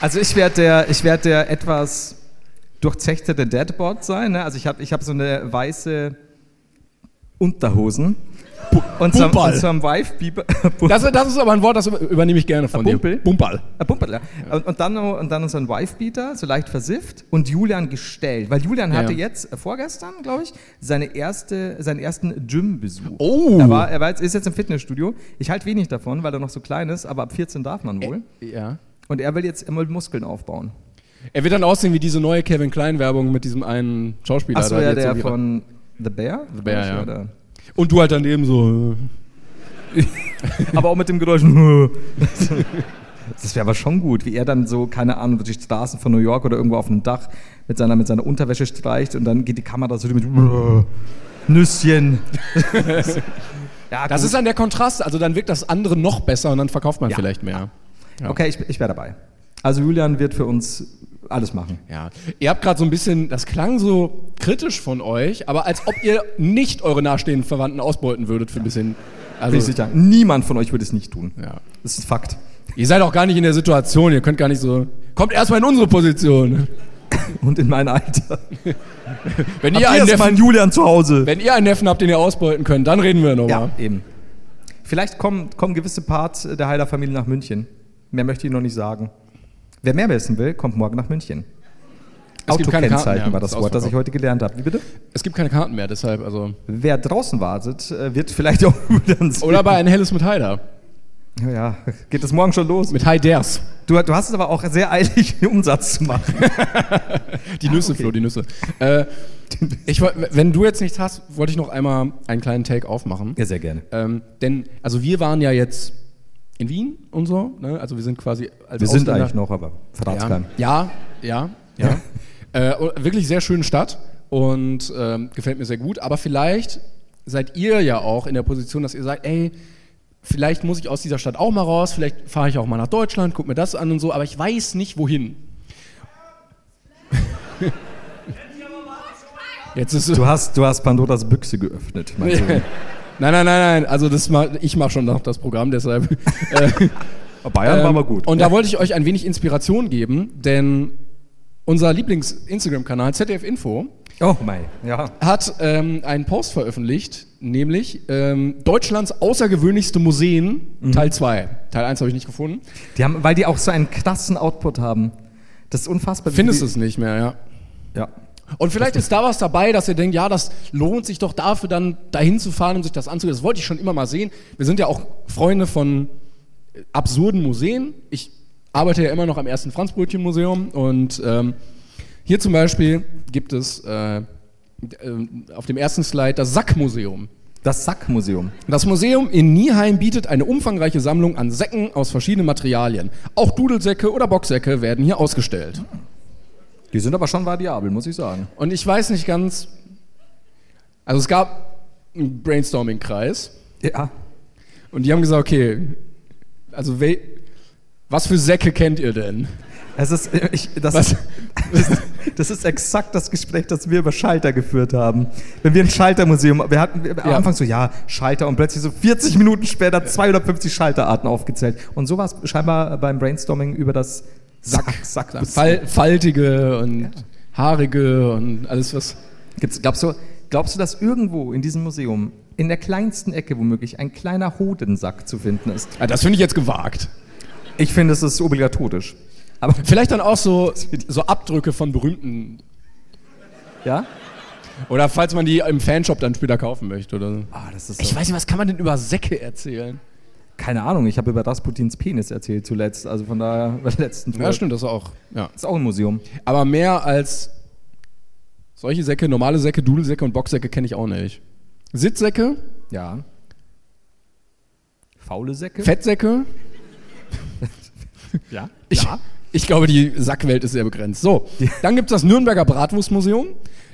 B: Also ich werde der, ich werde der etwas durchzechtete Deadboard sein. Ne? Also ich habe, ich habe so eine weiße Unterhosen und so,
C: Bumperl.
B: und so ein Wife Bieber.
C: Das, das ist aber ein Wort, das über- übernehme ich gerne von
B: Bumpel?
C: dir. Bumpal.
B: Äh, Pumperl, ja. Und, und dann noch- und dann so ein Wifebeater, so leicht versifft und Julian gestellt, weil Julian hatte
C: ja.
B: jetzt äh, vorgestern, glaube ich, seine erste, seinen ersten Gym-Besuch.
C: Oh.
B: Er war, er war jetzt, ist jetzt im Fitnessstudio. Ich halte wenig davon, weil er noch so klein ist, aber ab 14 darf man wohl.
C: Ja.
B: Und er will jetzt immer Muskeln aufbauen.
C: Er wird dann aussehen wie diese neue Kevin Klein-Werbung mit diesem einen Schauspieler.
B: Achso,
C: da,
B: ja,
C: jetzt
B: der
C: irgendwie-
B: von The Bear? The
C: Bear, ja. Und du halt dann eben so.
B: Aber auch mit dem Geräusch. [laughs] Das wäre aber schon gut, wie er dann so, keine Ahnung, durch die Straßen von New York oder irgendwo auf dem Dach mit seiner, mit seiner Unterwäsche streicht und dann geht die Kamera so mit Nüsschen. ja,
C: Das
B: gut.
C: ist dann der Kontrast. Also dann wirkt das andere noch besser und dann verkauft man
B: Ja.
C: vielleicht mehr.
B: Okay, ich, ich wäre dabei. Also Julian wird für uns alles machen.
C: Ja, ihr habt gerade so ein bisschen, das klang so kritisch von euch, aber als ob ihr nicht eure nahestehenden Verwandten ausbeuten würdet für ein bisschen. Also,
B: Bin ich sicher. Niemand von euch würde es nicht tun.
C: Ja.
B: Das ist ein Fakt.
C: Ihr seid auch gar nicht in der Situation, ihr könnt gar nicht so. Kommt erstmal in unsere Position.
B: Und in mein Alter.
C: Wenn
B: Habt
C: ihr,
B: erst
C: einen
B: mal
C: Neffen,
B: einen Julian zu Hause.
C: wenn ihr einen Neffen habt, den ihr ausbeuten könnt, dann reden wir
B: Ja,
C: nochmal.
B: eben. Vielleicht kommen, kommen gewisse Parts der Heiler Familie nach München. Mehr möchte ich noch nicht sagen. Wer mehr wissen will, kommt morgen nach München.
C: Es gibt keine
B: Autokennzeichen
C: Karten, ja,
B: war das
C: ist
B: Wort, das ich
C: ausverkauft.
B: heute gelernt habe. Wie bitte?
C: Es gibt keine Karten mehr, deshalb,
B: [laughs]
C: also.
B: Wer draußen wartet, äh, wird vielleicht auch Julian sehen.
C: Oder bei ein helles mit Haider.
B: Ja, ja, geht es morgen schon los.
C: Mit Haiders.
B: Du, du hast es aber auch sehr eilig, [laughs] den Umsatz zu machen.
C: Die
B: Ah,
C: Nüsse, Flo, die
B: [laughs]
C: Nüsse. Äh, ich, woll- wenn du jetzt nichts hast, wollte ich noch einmal einen kleinen Take aufmachen.
B: Ja, sehr gerne.
C: Ähm, denn, also wir waren ja jetzt in Wien und so, ne? also wir sind quasi als
B: Wir sind
C: Ausländer-
B: eigentlich noch, aber verrat's
C: ja,
B: keinen.
C: ja, ja, ja. äh, und wirklich sehr schöne Stadt und ähm, gefällt mir sehr gut, aber vielleicht seid ihr ja auch in der Position, dass ihr sagt, ey, vielleicht muss ich aus dieser Stadt auch mal raus, vielleicht fahre ich auch mal nach Deutschland, guck mir das an und so, aber ich weiß nicht wohin. [laughs] Jetzt ist [laughs]
B: Du hast, du hast Pandoras Büchse geöffnet, mein Sohn.
C: Also, Nein, nein, nein, nein. Also das mach, ich mache schon noch das Programm, deshalb. äh,
B: [laughs] Bayern war
C: Ähm,
B: mal gut.
C: Und da wollte ich euch ein wenig Inspiration geben, denn unser Lieblings-Instagram-Kanal ZDF Info
B: oh mein, ja.
C: hat ähm, einen Post veröffentlicht, nämlich ähm, Deutschlands außergewöhnlichste Museen,
B: Mhm.
C: Teil 2. Teil 1 habe ich nicht gefunden.
B: Die haben, weil die auch so einen krassen Output haben. Das ist unfassbar. wie
C: Findest
B: die-
C: du es nicht mehr, ja.
B: Ja.
C: Und vielleicht ist da was dabei, dass ihr denkt, ja, das lohnt sich doch dafür, dann dahin zu fahren, um sich das anzusehen. Das wollte ich schon immer mal sehen. Wir sind ja auch Freunde von äh, absurden Museen. Ich arbeite ja immer noch am ersten Franzbrötchen-Museum und ähm, hier zum Beispiel gibt es äh, d- ähm, auf dem ersten Slide das Sackmuseum.
B: Das Sackmuseum.
C: Das Museum in Nieheim bietet eine umfangreiche Sammlung an Säcken aus verschiedenen Materialien. Auch Dudelsäcke oder Boxsäcke werden hier ausgestellt.
B: Die sind aber schon variabel, muss ich sagen.
C: Und ich weiß nicht ganz. Also es gab einen Brainstorming-Kreis
B: Ja.
C: und die haben gesagt, okay, also we was für Säcke kennt ihr denn?
B: Es ist, äh, ich, das,
C: Was?
B: ist, das, ist- [laughs] das ist exakt das Gespräch, das wir über Schalter geführt haben. Wenn wir ein Schaltermuseum, wir hatten wir- am
C: Ja.
B: Anfang so, ja, Schalter und plötzlich so 40 Minuten später 250 Schalterarten aufgezählt. Und so war es scheinbar beim Brainstorming über das Sack. Sack,
C: Fal faltige und haarige und alles was.
B: Gibt's, glaubst, du, glaubst du, dass irgendwo in diesem Museum, in der kleinsten Ecke womöglich, ein kleiner Hodensack zu finden ist?
C: Ah, das finde ich jetzt gewagt.
B: Ich finde, es ist obligatorisch. Aber,
C: Vielleicht dann auch so, so Abdrücke von berühmten.
B: ja?
C: Oder falls man die im Fanshop dann später kaufen möchte oder so.
B: Ah, das ist
C: Ich weiß nicht, was kann man denn über Säcke erzählen?
B: Keine Ahnung, ich habe über Rasputins Penis erzählt zuletzt, also von daher [laughs] bei der letzten Tour.
C: Ja, stimmt, das auch. Ja.
B: Ist auch ein Museum.
C: Aber mehr als solche Säcke, normale Säcke, Dudelsäcke und Boxsäcke kenne ich auch nicht. Sitzsäcke,
B: Ja. Faule Säcke?
C: Fettsäcke.
B: Ja.
C: Ich, ich glaube, die Sackwelt ist sehr begrenzt. So, dann gibt es das Nürnberger Bratwurstmuseum.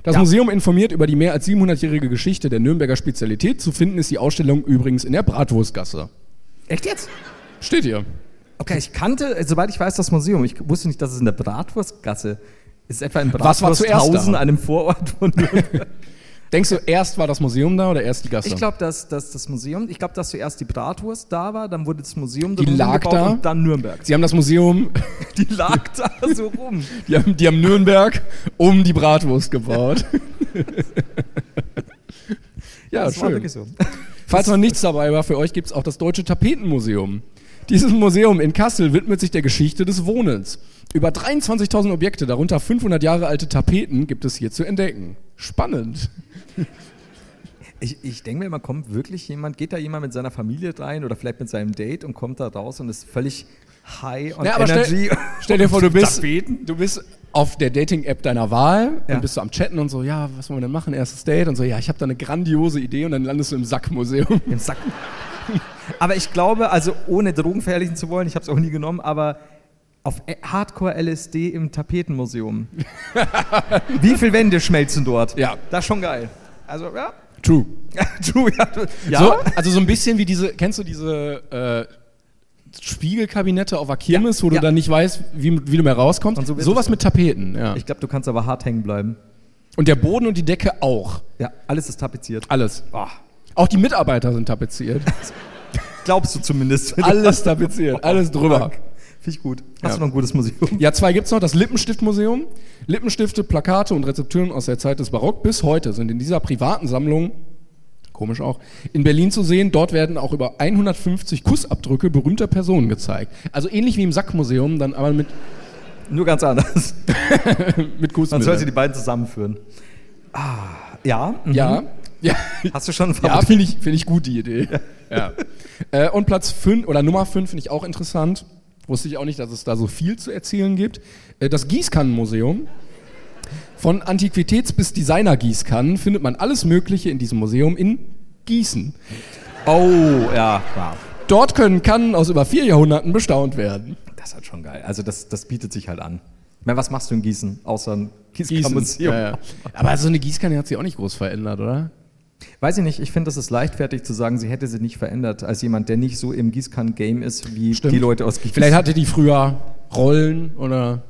C: Das
B: Ja.
C: Museum informiert über die mehr als 700-jährige Geschichte der Nürnberger Spezialität. Zu finden ist die Ausstellung übrigens in der Bratwurstgasse.
B: Echt jetzt?
C: Steht hier.
B: Okay, ich kannte, äh, soweit ich weiß, das Museum. Ich wusste nicht, dass es in der Bratwurstgasse ist. Es etwa in
C: Was war zuerst da?
B: Bratwursthausen, einem Vorort von [laughs] Nürnberg.
C: Denkst du, erst war das Museum da oder erst die Gasse?
B: Ich glaube, dass, dass das Museum, ich glaube, dass zuerst die Bratwurst da war, dann wurde das Museum
C: Die lag
B: gebaut
C: da?
B: und dann
C: [laughs]
B: Nürnberg.
C: Sie haben das Museum,
B: Die lag da [laughs] so rum.
C: die haben, die haben Nürnberg um die Bratwurst gebaut.
B: [laughs]
C: ja,
B: das
C: schön.
B: war wirklich so.
C: Falls noch nichts dabei war für euch, gibt es auch das Deutsche Tapetenmuseum. Dieses Museum in Kassel widmet sich der Geschichte des Wohnens. Über 23.000 Objekte, darunter 500 Jahre alte Tapeten, gibt es hier zu entdecken. Spannend.
B: Ich, ich denke mir immer, kommt wirklich jemand, geht da jemand mit seiner Familie rein oder vielleicht mit seinem Date und kommt da raus und ist völlig high on
C: Ja, aber
B: energy.
C: stell, stell dir vor, du bist,
B: Tapeten?
C: du bist auf der Dating-App deiner Wahl
B: Ja.
C: und bist so am Chatten und so, ja, was wollen wir denn machen? Erstes Date und so, ja, ich habe da eine grandiose Idee und dann landest du im Sackmuseum.
B: [laughs] Im Sack. aber ich glaube, also ohne Drogen verherrlichen zu wollen, ich habe es auch nie genommen, aber auf E- Hardcore LSD im
C: [laughs]
B: Tapetenmuseum. Wie viel Wände schmelzen dort?
C: Ja.
B: Das ist schon geil. Also, ja.
C: True.
B: [laughs] True, ja. ja.
C: So, also so ein bisschen wie diese, kennst du diese äh, Spiegelkabinette auf der Kirmes, wo du
B: ja.
C: dann nicht weißt, wie, wie du mehr rauskommst?
B: Und so wird
C: Sowas mit Tapeten, ja.
B: Ich glaube, du kannst aber hart hängen bleiben.
C: Und der Boden und die Decke auch.
B: Ja, alles ist tapeziert.
C: Alles.
B: Ah.
C: Auch die Mitarbeiter sind
B: [laughs]
C: tapeziert.
B: Glaubst du
C: [laughs]
B: zumindest.
C: Alles tapeziert, alles drüber.
B: Finde ich gut. Hast
C: Ja.
B: du noch ein gutes Museum?
C: Ja, zwei gibt's noch. Das Lippenstiftmuseum. Lippenstifte, Plakate und Rezepturen aus der Zeit des Barock bis heute sind in dieser privaten Sammlung, komisch auch, in Berlin zu sehen. Dort werden auch über 150 Kussabdrücke berühmter Personen gezeigt. Also ähnlich wie im Sackmuseum, dann aber mit, [laughs]
B: Nur ganz anders.
C: mit
B: Man sollte die
C: Kussmitteln.
B: beiden zusammenführen. Ah, ja. mhm.
C: Ja, ja,
B: Hast du schon einen
C: ja
B: Favorit?
C: finde ich, find ich gut die Idee. Ja. Äh, und Platz 5 oder Nummer 5 finde ich auch interessant. Wusste ich auch nicht, dass es da so viel zu erzählen gibt. Äh, das Gießkannenmuseum. Von Antiquitäts- bis Designer-Gießkannen findet man alles Mögliche in diesem Museum in Gießen.
B: Oh, ja. ja.
C: Dort können Kannen aus über vier Jahrhunderten bestaunt werden.
B: Das ist halt schon geil. Also das, das bietet sich halt an. Ich meine, was machst du in Gießen, außer ein
C: Gießen.
B: Gießkammermuseum?
C: Ja, ja. Aber so eine Gießkanne hat sich auch nicht groß verändert, oder?
B: Weiß ich nicht, ich finde, das ist leichtfertig zu sagen, sie hätte sie nicht verändert, als jemand, der nicht so im Gießkann-Game ist, wie die Leute aus Gießen.
C: Vielleicht hatte die früher Rollen oder.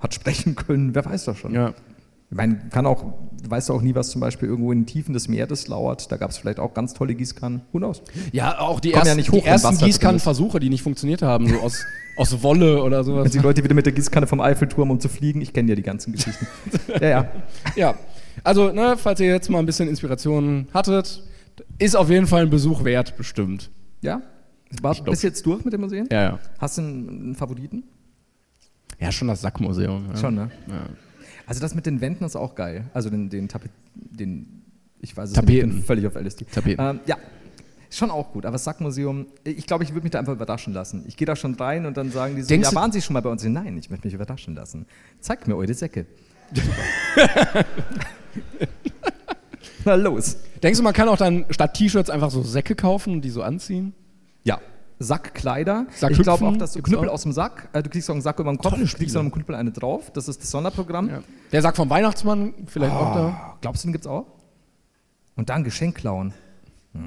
B: hat sprechen können, wer weiß das schon.
C: Ja.
B: Ich meine, kann auch, du weißt du auch nie, was zum Beispiel irgendwo in den Tiefen des Meeres lauert. Da gab es vielleicht auch ganz tolle Gießkannen. Who
C: [laughs]
B: knows?
C: Ja, auch die
B: Kommen ja
C: ersten,
B: nicht hoch,
C: die
B: wenn
C: ersten
B: Wasser drin ist.
C: Gießkannenversuche, die nicht funktioniert haben, so aus, [laughs] aus Wolle oder sowas.
B: Wenn die Leute wieder mit der Gießkanne vom Eiffelturm, um zu fliegen, ich kenne ja die ganzen
C: [laughs]
B: Geschichten. ja, ja.
C: Ja, also, ne, falls ihr jetzt mal ein bisschen Inspiration hattet, ist auf jeden Fall ein Besuch wert, bestimmt.
B: Ja? War,
C: glaub-
B: bist du jetzt durch mit den Museen?
C: Ja, ja.
B: Hast du einen, einen Favoriten?
C: Ja, schon das Sackmuseum. Ja.
B: Schon, ne?
C: Ja.
B: Also das mit den Wänden ist auch geil. Also den, den Tapet, den, ich weiß es nicht,
C: Tapeten.
B: ich bin völlig auf LSD.
C: Tapeten.
B: Ähm, ja, schon auch gut. Aber das Sackmuseum, ich glaube, ich würde mich da einfach überraschen lassen. Ich gehe da schon rein und dann sagen die so,
C: Denkst
B: ja,
C: du-
B: waren Sie schon mal bei uns? Ich, Nein, ich möchte mich überraschen lassen. Zeig mir eure
C: [laughs]
B: Säcke. Na los.
C: Denkst du, man kann auch dann statt T-Shirts einfach so Säcke kaufen und die so anziehen?
B: Ja. Sackkleider. ich
C: Sackhüpfen
B: glaube auch, dass du
C: gibt's
B: Knüppel
C: auch.
B: aus dem Sack, äh, du kriegst auch einen Sack über den Kopf,
C: Tolle
B: du kriegst
C: Spiele.
B: auch einen Knüppel eine drauf. Das ist das Sonderprogramm.
C: Ja. Der Sack vom Weihnachtsmann vielleicht auch da?
B: Ah, Glaubst du, den gibt's auch? Und dann Geschenk klauen.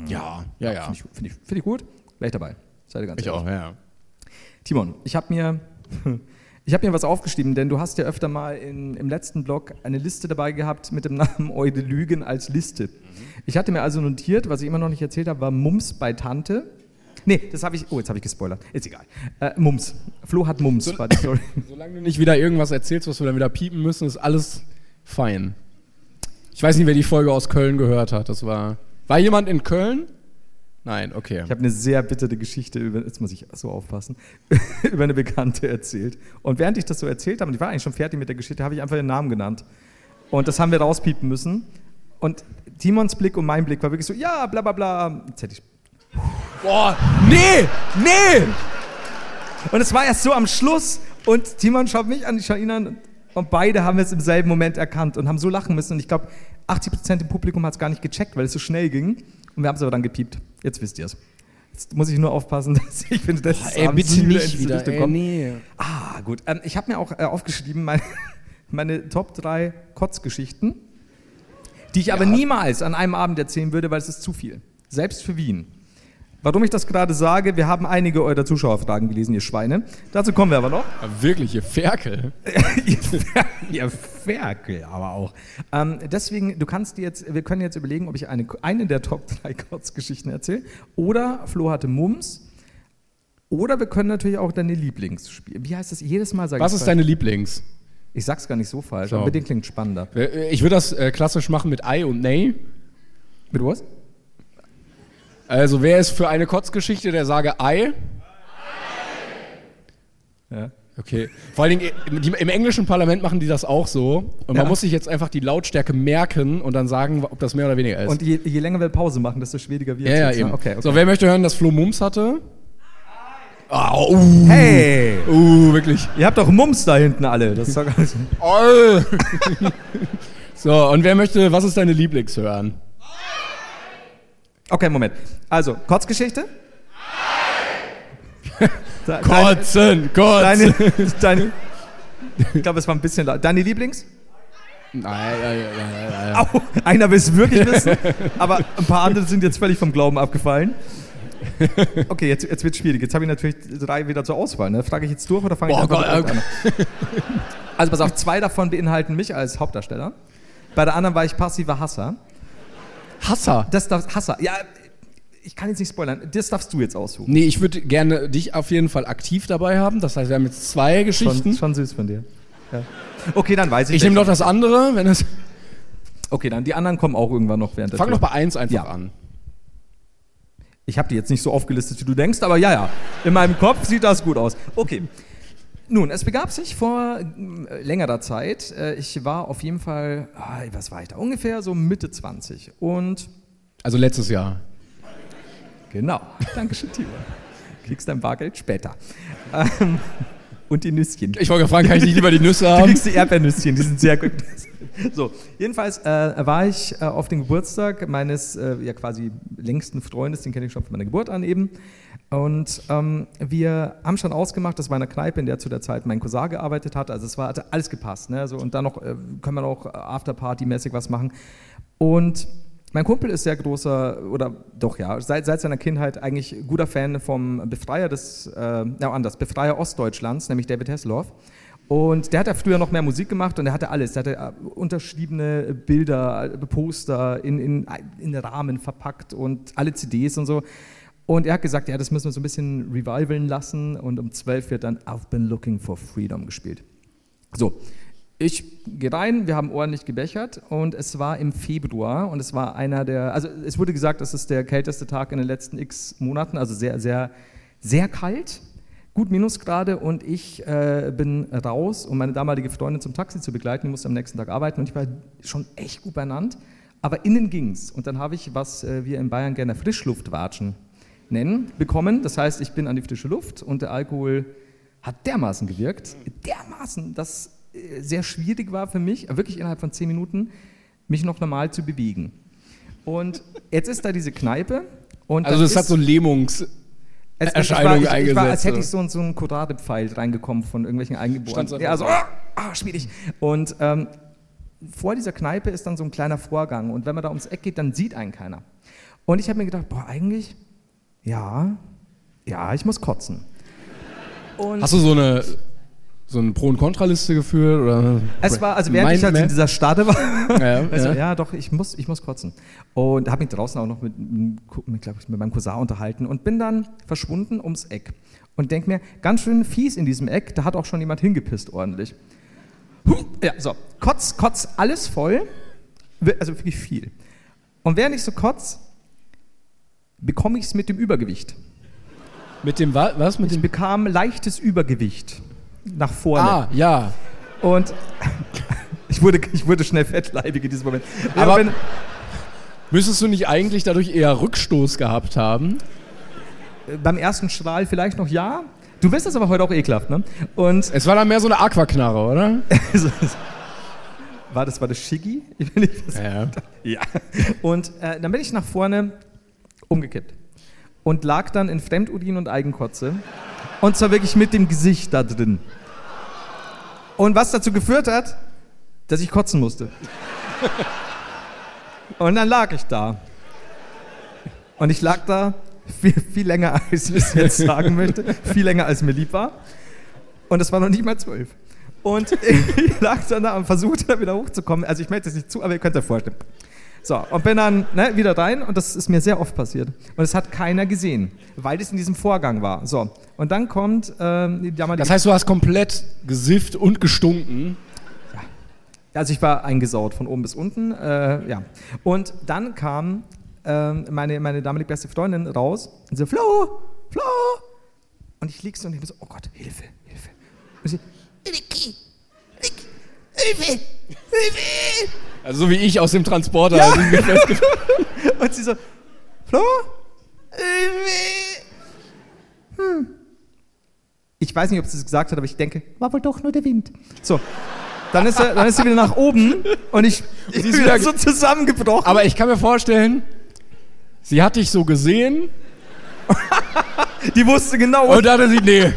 C: Ja, ja, ja.
B: Finde ich, find ich, find ich gut. Wäre ich dabei. Seid ihr ganz
C: Ich
B: ehrlich.
C: auch, ja.
B: Timon, ich habe mir, [laughs] ich hab mir was aufgeschrieben, denn du hast ja öfter mal in, im letzten Blog eine Liste dabei gehabt mit dem [laughs] Namen Eude Lügen als Liste. Ich hatte mir also notiert, was ich immer noch nicht erzählt habe, war Mums bei Tante. Nee, das habe ich. Oh, jetzt habe ich gespoilert. Ist egal. Äh, Mums. Flo hat Mums. war die Story.
C: Solange du nicht wieder irgendwas erzählst, was wir dann wieder piepen müssen, ist alles fein. Ich weiß nicht, wer die Folge aus Köln gehört hat. Das war. War jemand in Köln? Nein, okay.
B: Ich habe eine sehr bittere Geschichte über, jetzt muss ich so aufpassen, [laughs] über eine Bekannte erzählt. Und während ich das so erzählt habe, und ich war eigentlich schon fertig mit der Geschichte, habe ich einfach den Namen genannt. Und das haben wir rauspiepen müssen. Und Timons Blick und mein Blick war wirklich so, ja, bla bla bla. Jetzt hätte ich
C: Boah, nee!
B: Nee! Und es war erst so am Schluss und Timon schaut mich an, ich schaue ihn an und beide haben es im selben Moment erkannt und haben so lachen müssen und ich glaube, 80% im Publikum hat es gar nicht gecheckt, weil es so schnell ging und wir haben es aber dann gepiept. Jetzt wisst ihr es. Jetzt muss ich nur aufpassen, [laughs] dass ich finde, dass es abends nie in diese Richtung kommt.
C: nee.
B: Ah, gut. Ähm, ich habe mir auch äh, aufgeschrieben, meine, [laughs] meine Top 3 Kotzgeschichten, die ich aber niemals an einem Abend erzählen würde, weil es ist zu viel. Selbst für Wien. Warum ich das gerade sage, wir haben einige eurer Zuschauerfragen gelesen, ihr Schweine. Dazu kommen wir aber noch.
C: Aber wirklich, ihr Ferkel.
B: [laughs] ihr, Fer ihr Ferkel aber auch. Ähm, deswegen, du kannst dir jetzt, wir können jetzt überlegen, ob ich eine, eine der Top 3 Kurzgeschichten erzähle. Oder Flo hatte Mums. Oder wir können natürlich auch deine Lieblingsspiele. Wie heißt das? Jedes Mal sage
C: Was
B: ich
C: ist
B: falsch.
C: deine Lieblings?
B: Ich sag's gar nicht so falsch,
C: Schau.
B: aber mit dem klingt spannender.
C: Äh, Ich würde das äh, klassisch machen mit Ei und Nay.
B: Mit was?
C: Also, wer ist für eine Kotzgeschichte, der sage Ei?
B: Ja.
C: Okay. Vor allen Dingen, äh, die, im englischen Parlament machen die das auch so. Und
B: Ja.
C: man muss sich jetzt einfach die Lautstärke merken und dann sagen, ob das mehr oder weniger ist.
B: Und je, je länger wir Pause machen, desto schwieriger wird
C: ja, ja,
B: jetzt, ne?
C: eben.
B: Okay, okay.
C: So, wer möchte hören, dass Flo Mums hatte? Ah, uh,
B: hey!
C: uh, wirklich.
B: Ihr habt doch Mums da hinten alle. Das ist doch gar nicht.
C: Oh. [laughs] so, und wer möchte, was ist deine Lieblings hören?
B: Okay, Moment. Also, Kotzgeschichte? De- deine-
C: Kotzen, kotzen.
B: Deine, deine, ich glaube, es war ein bisschen laut. Deine Lieblings?
C: Nein, nein, nein, nein, nein.
B: Au, einer will es wirklich wissen, aber ein paar andere sind jetzt völlig vom Glauben abgefallen. Okay, jetzt, jetzt wird schwierig. Jetzt habe ich natürlich drei wieder zur Auswahl. Ne? Frage ich jetzt durch oder fange ich
C: Boah,
B: einfach
C: Gott, äh,
B: direkt
C: okay.
B: an? Also pass auf, zwei davon beinhalten mich als Hauptdarsteller. Bei der anderen war ich passiver Hasser.
C: Hasser.
B: Das darf Hasser. Ja, ich kann jetzt nicht spoilern. Das darfst du jetzt aussuchen.
C: Nee, ich würde gerne dich auf jeden Fall aktiv dabei haben. Das heißt, wir haben jetzt zwei Geschichten.
B: schon süß von dir. Ja. Okay, dann weiß ich.
C: Ich nehme doch
B: welche.
C: das andere. Wenn es
B: Okay, dann die anderen kommen auch irgendwann noch während der
C: Fang
B: Tour.
C: doch bei eins einfach
B: Ja.
C: an.
B: Ich habe die jetzt nicht so aufgelistet, wie du denkst, aber ja, ja. In meinem Kopf sieht das gut aus. Okay. Nun, es begab sich vor äh, längerer Zeit. Äh, Ich war auf jeden Fall, ah, was war ich da? Ungefähr so Mitte 20. Und
C: Also letztes Jahr.
B: genau, [laughs] Dankeschön, Timo. Kriegst dein Bargeld später. Ähm, [laughs] Und die Nüsschen.
C: Ich wollte gerade fragen, kann ich nicht lieber
B: [laughs]
C: die Nüsse
B: Du
C: haben?
B: kriegst die Erdbeernüsschen, die sind sehr gut. [laughs] So, jedenfalls äh, war ich äh, auf den Geburtstag meines äh, ja quasi längsten Freundes, den kenne ich schon von meiner Geburt an eben. Und ähm, wir haben schon ausgemacht, dass meine Kneipe, in der zu der Zeit mein Cousin gearbeitet hat, also es war, hatte alles gepasst. Ne? So, und dann noch, äh, können wir auch äh, Afterparty-mäßig was machen. Und mein Kumpel ist sehr großer, oder doch ja, seit, seit seiner Kindheit eigentlich guter Fan vom Befreier des, äh, na anders, Befreier Ostdeutschlands, nämlich David Hasselhoff. Und der hat ja früher noch mehr Musik gemacht und der hatte alles. Der hatte äh, unterschriebene Bilder, äh, Poster in, in, in Rahmen verpackt und alle CDs und so. Und er hat gesagt, ja, das müssen wir so ein bisschen revivalen lassen. Und um 12 wird dann I've Been Looking for Freedom gespielt. So, ich gehe rein, wir haben ordentlich gebechert und es war im Februar und es war einer der, also es wurde gesagt, es ist der kälteste Tag in den letzten x Monaten, also sehr, sehr, sehr kalt, gut Minusgrade und ich äh, bin raus, um meine damalige Freundin zum Taxi zu begleiten, die musste am nächsten Tag arbeiten und ich war schon echt gut benannt, aber innen ging's und dann habe ich, was äh, wir in Bayern gerne Frischluftwatschen nennen, bekommen, das heißt, ich bin an die frische Luft und der Alkohol hat dermaßen gewirkt, dermaßen, dass äh, sehr schwierig war für mich, wirklich innerhalb von zehn Minuten, mich noch normal zu bewegen. Und jetzt ist da diese Kneipe. Und
C: Also
B: das
C: es hat
B: ist-
C: so Lähmungs...
B: es,
C: Erscheinung
B: ich war, ich, ich war, als
C: eingesetzt,
B: hätte
C: so.
B: ich so, ein- so einen Quadratpfeil reingekommen von irgendwelchen
C: Stand's
B: Eingeborenen.
C: einfach
B: Ja, also,
C: so.
B: ah, ah, schwierig. Und ähm, vor dieser Kneipe ist dann so ein kleiner Vorgang. Und wenn man da ums Eck geht, dann sieht einen keiner. Und ich habe mir gedacht, boah, eigentlich, ja, ja, ich muss kotzen. Und
C: Hast du so eine, so eine Pro- und Kontraliste geführt? Oder?
B: es war, also während ich halt in
C: Mindmap?
B: dieser Stade war,
C: Ja,
B: [laughs] Also,
C: ja.
B: ja. doch, ich muss, ich muss kotzen. Und habe mich draußen auch noch mit, mit, glaub ich, mit meinem Cousin unterhalten und bin dann verschwunden ums Eck. Und denke mir, ganz schön fies in diesem Eck, da hat auch schon jemand hingepisst ordentlich. Huh, ja, so, kotz, kotz, alles voll. Wir- Also wirklich viel. Und während ich so kotz, bekomme ich es mit dem Übergewicht.
C: Mit dem wa- was? Mit
B: Ich
C: dem
B: bekam leichtes Übergewicht nach vorne.
C: Ah, ja.
B: Und [laughs] ich wurde, ich wurde schnell fettleibig in diesem Moment.
C: Aber-
B: wenn-
C: Müsstest du nicht eigentlich dadurch eher Rückstoß gehabt haben?
B: beim ersten Strahl vielleicht noch ja. Du wirst das aber heute auch ekelhaft, ne?
C: [laughs]
B: Und also,
C: Es war dann mehr so eine Aquaknarre,
B: [laughs]
C: oder?
B: war das war das Shiggy? [laughs] Ich will nicht-
C: Ja.
B: Ja. Und äh, dann bin ich nach vorne umgekippt und lag dann in Fremdudin und Eigenkotze und zwar wirklich mit dem Gesicht da drin. Und was dazu geführt hat, dass ich kotzen musste. Und dann lag ich da. Und ich lag da viel, viel länger, [laughs] als ich es jetzt sagen möchte, viel länger, als mir lieb war. Und es war noch nicht mal zwölf. Und [laughs] ich lag dann da und versuchte da wieder hochzukommen. Also ich melde es nicht zu, aber ihr könnt es euch vorstellen. So, und bin dann ne, wieder rein und das ist mir sehr oft passiert. Und es hat keiner gesehen, weil es in diesem Vorgang war. So, und dann kommt ähm, die damalige
C: Das heißt, du hast komplett gesifft und gestunken.
B: Also ich war eingesaut von oben bis unten, äh, ja. Und dann kam ähm, meine, meine damalige beste Freundin raus und so, Flo, Flo. Und ich lieg so und ich bin so, oh Gott, Hilfe, Hilfe. Und sie,
D: Ricky, Ricky, Hilfe, Hilfe.
C: Also so wie ich aus dem Transporter. Ja.
B: und sie so, Flo, Hilfe. Hm. Ich weiß nicht, ob sie es gesagt hat, aber ich denke, war wohl doch nur der Wind. So. Dann ist, er, dann ist sie wieder nach oben und
C: [laughs]
B: ich, ich bin
C: ist wieder
B: wieder so zusammengebrochen.
C: [laughs] Aber ich kann mir vorstellen, sie hat dich so gesehen
B: die wusste genau,
C: und dachte sie, nee, nee,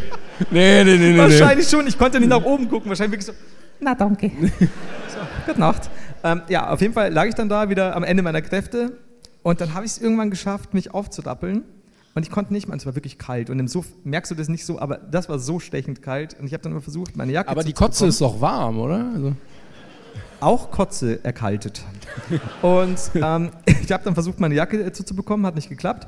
C: nee, nee, nee. nee.
B: Wahrscheinlich schon. Ich konnte nicht nach oben gucken. Wahrscheinlich wirklich so. Na, danke. so, gute Nacht. Ähm, ja, auf jeden Fall lag ich dann da wieder am Ende meiner Kräfte. Und dann habe ich es irgendwann geschafft, mich aufzudappeln. Und ich konnte nicht mal, es war wirklich kalt. Und im Suff merkst du das nicht so, aber das war so stechend kalt. Und ich habe dann immer versucht, meine Jacke
C: Aber
B: zu
C: die Kotze
B: bekommen.
C: ist doch warm, oder? Also,
B: Auch Kotze erkaltet. Und ähm, [laughs] ich habe dann versucht, meine Jacke dazu zu bekommen, hat nicht geklappt.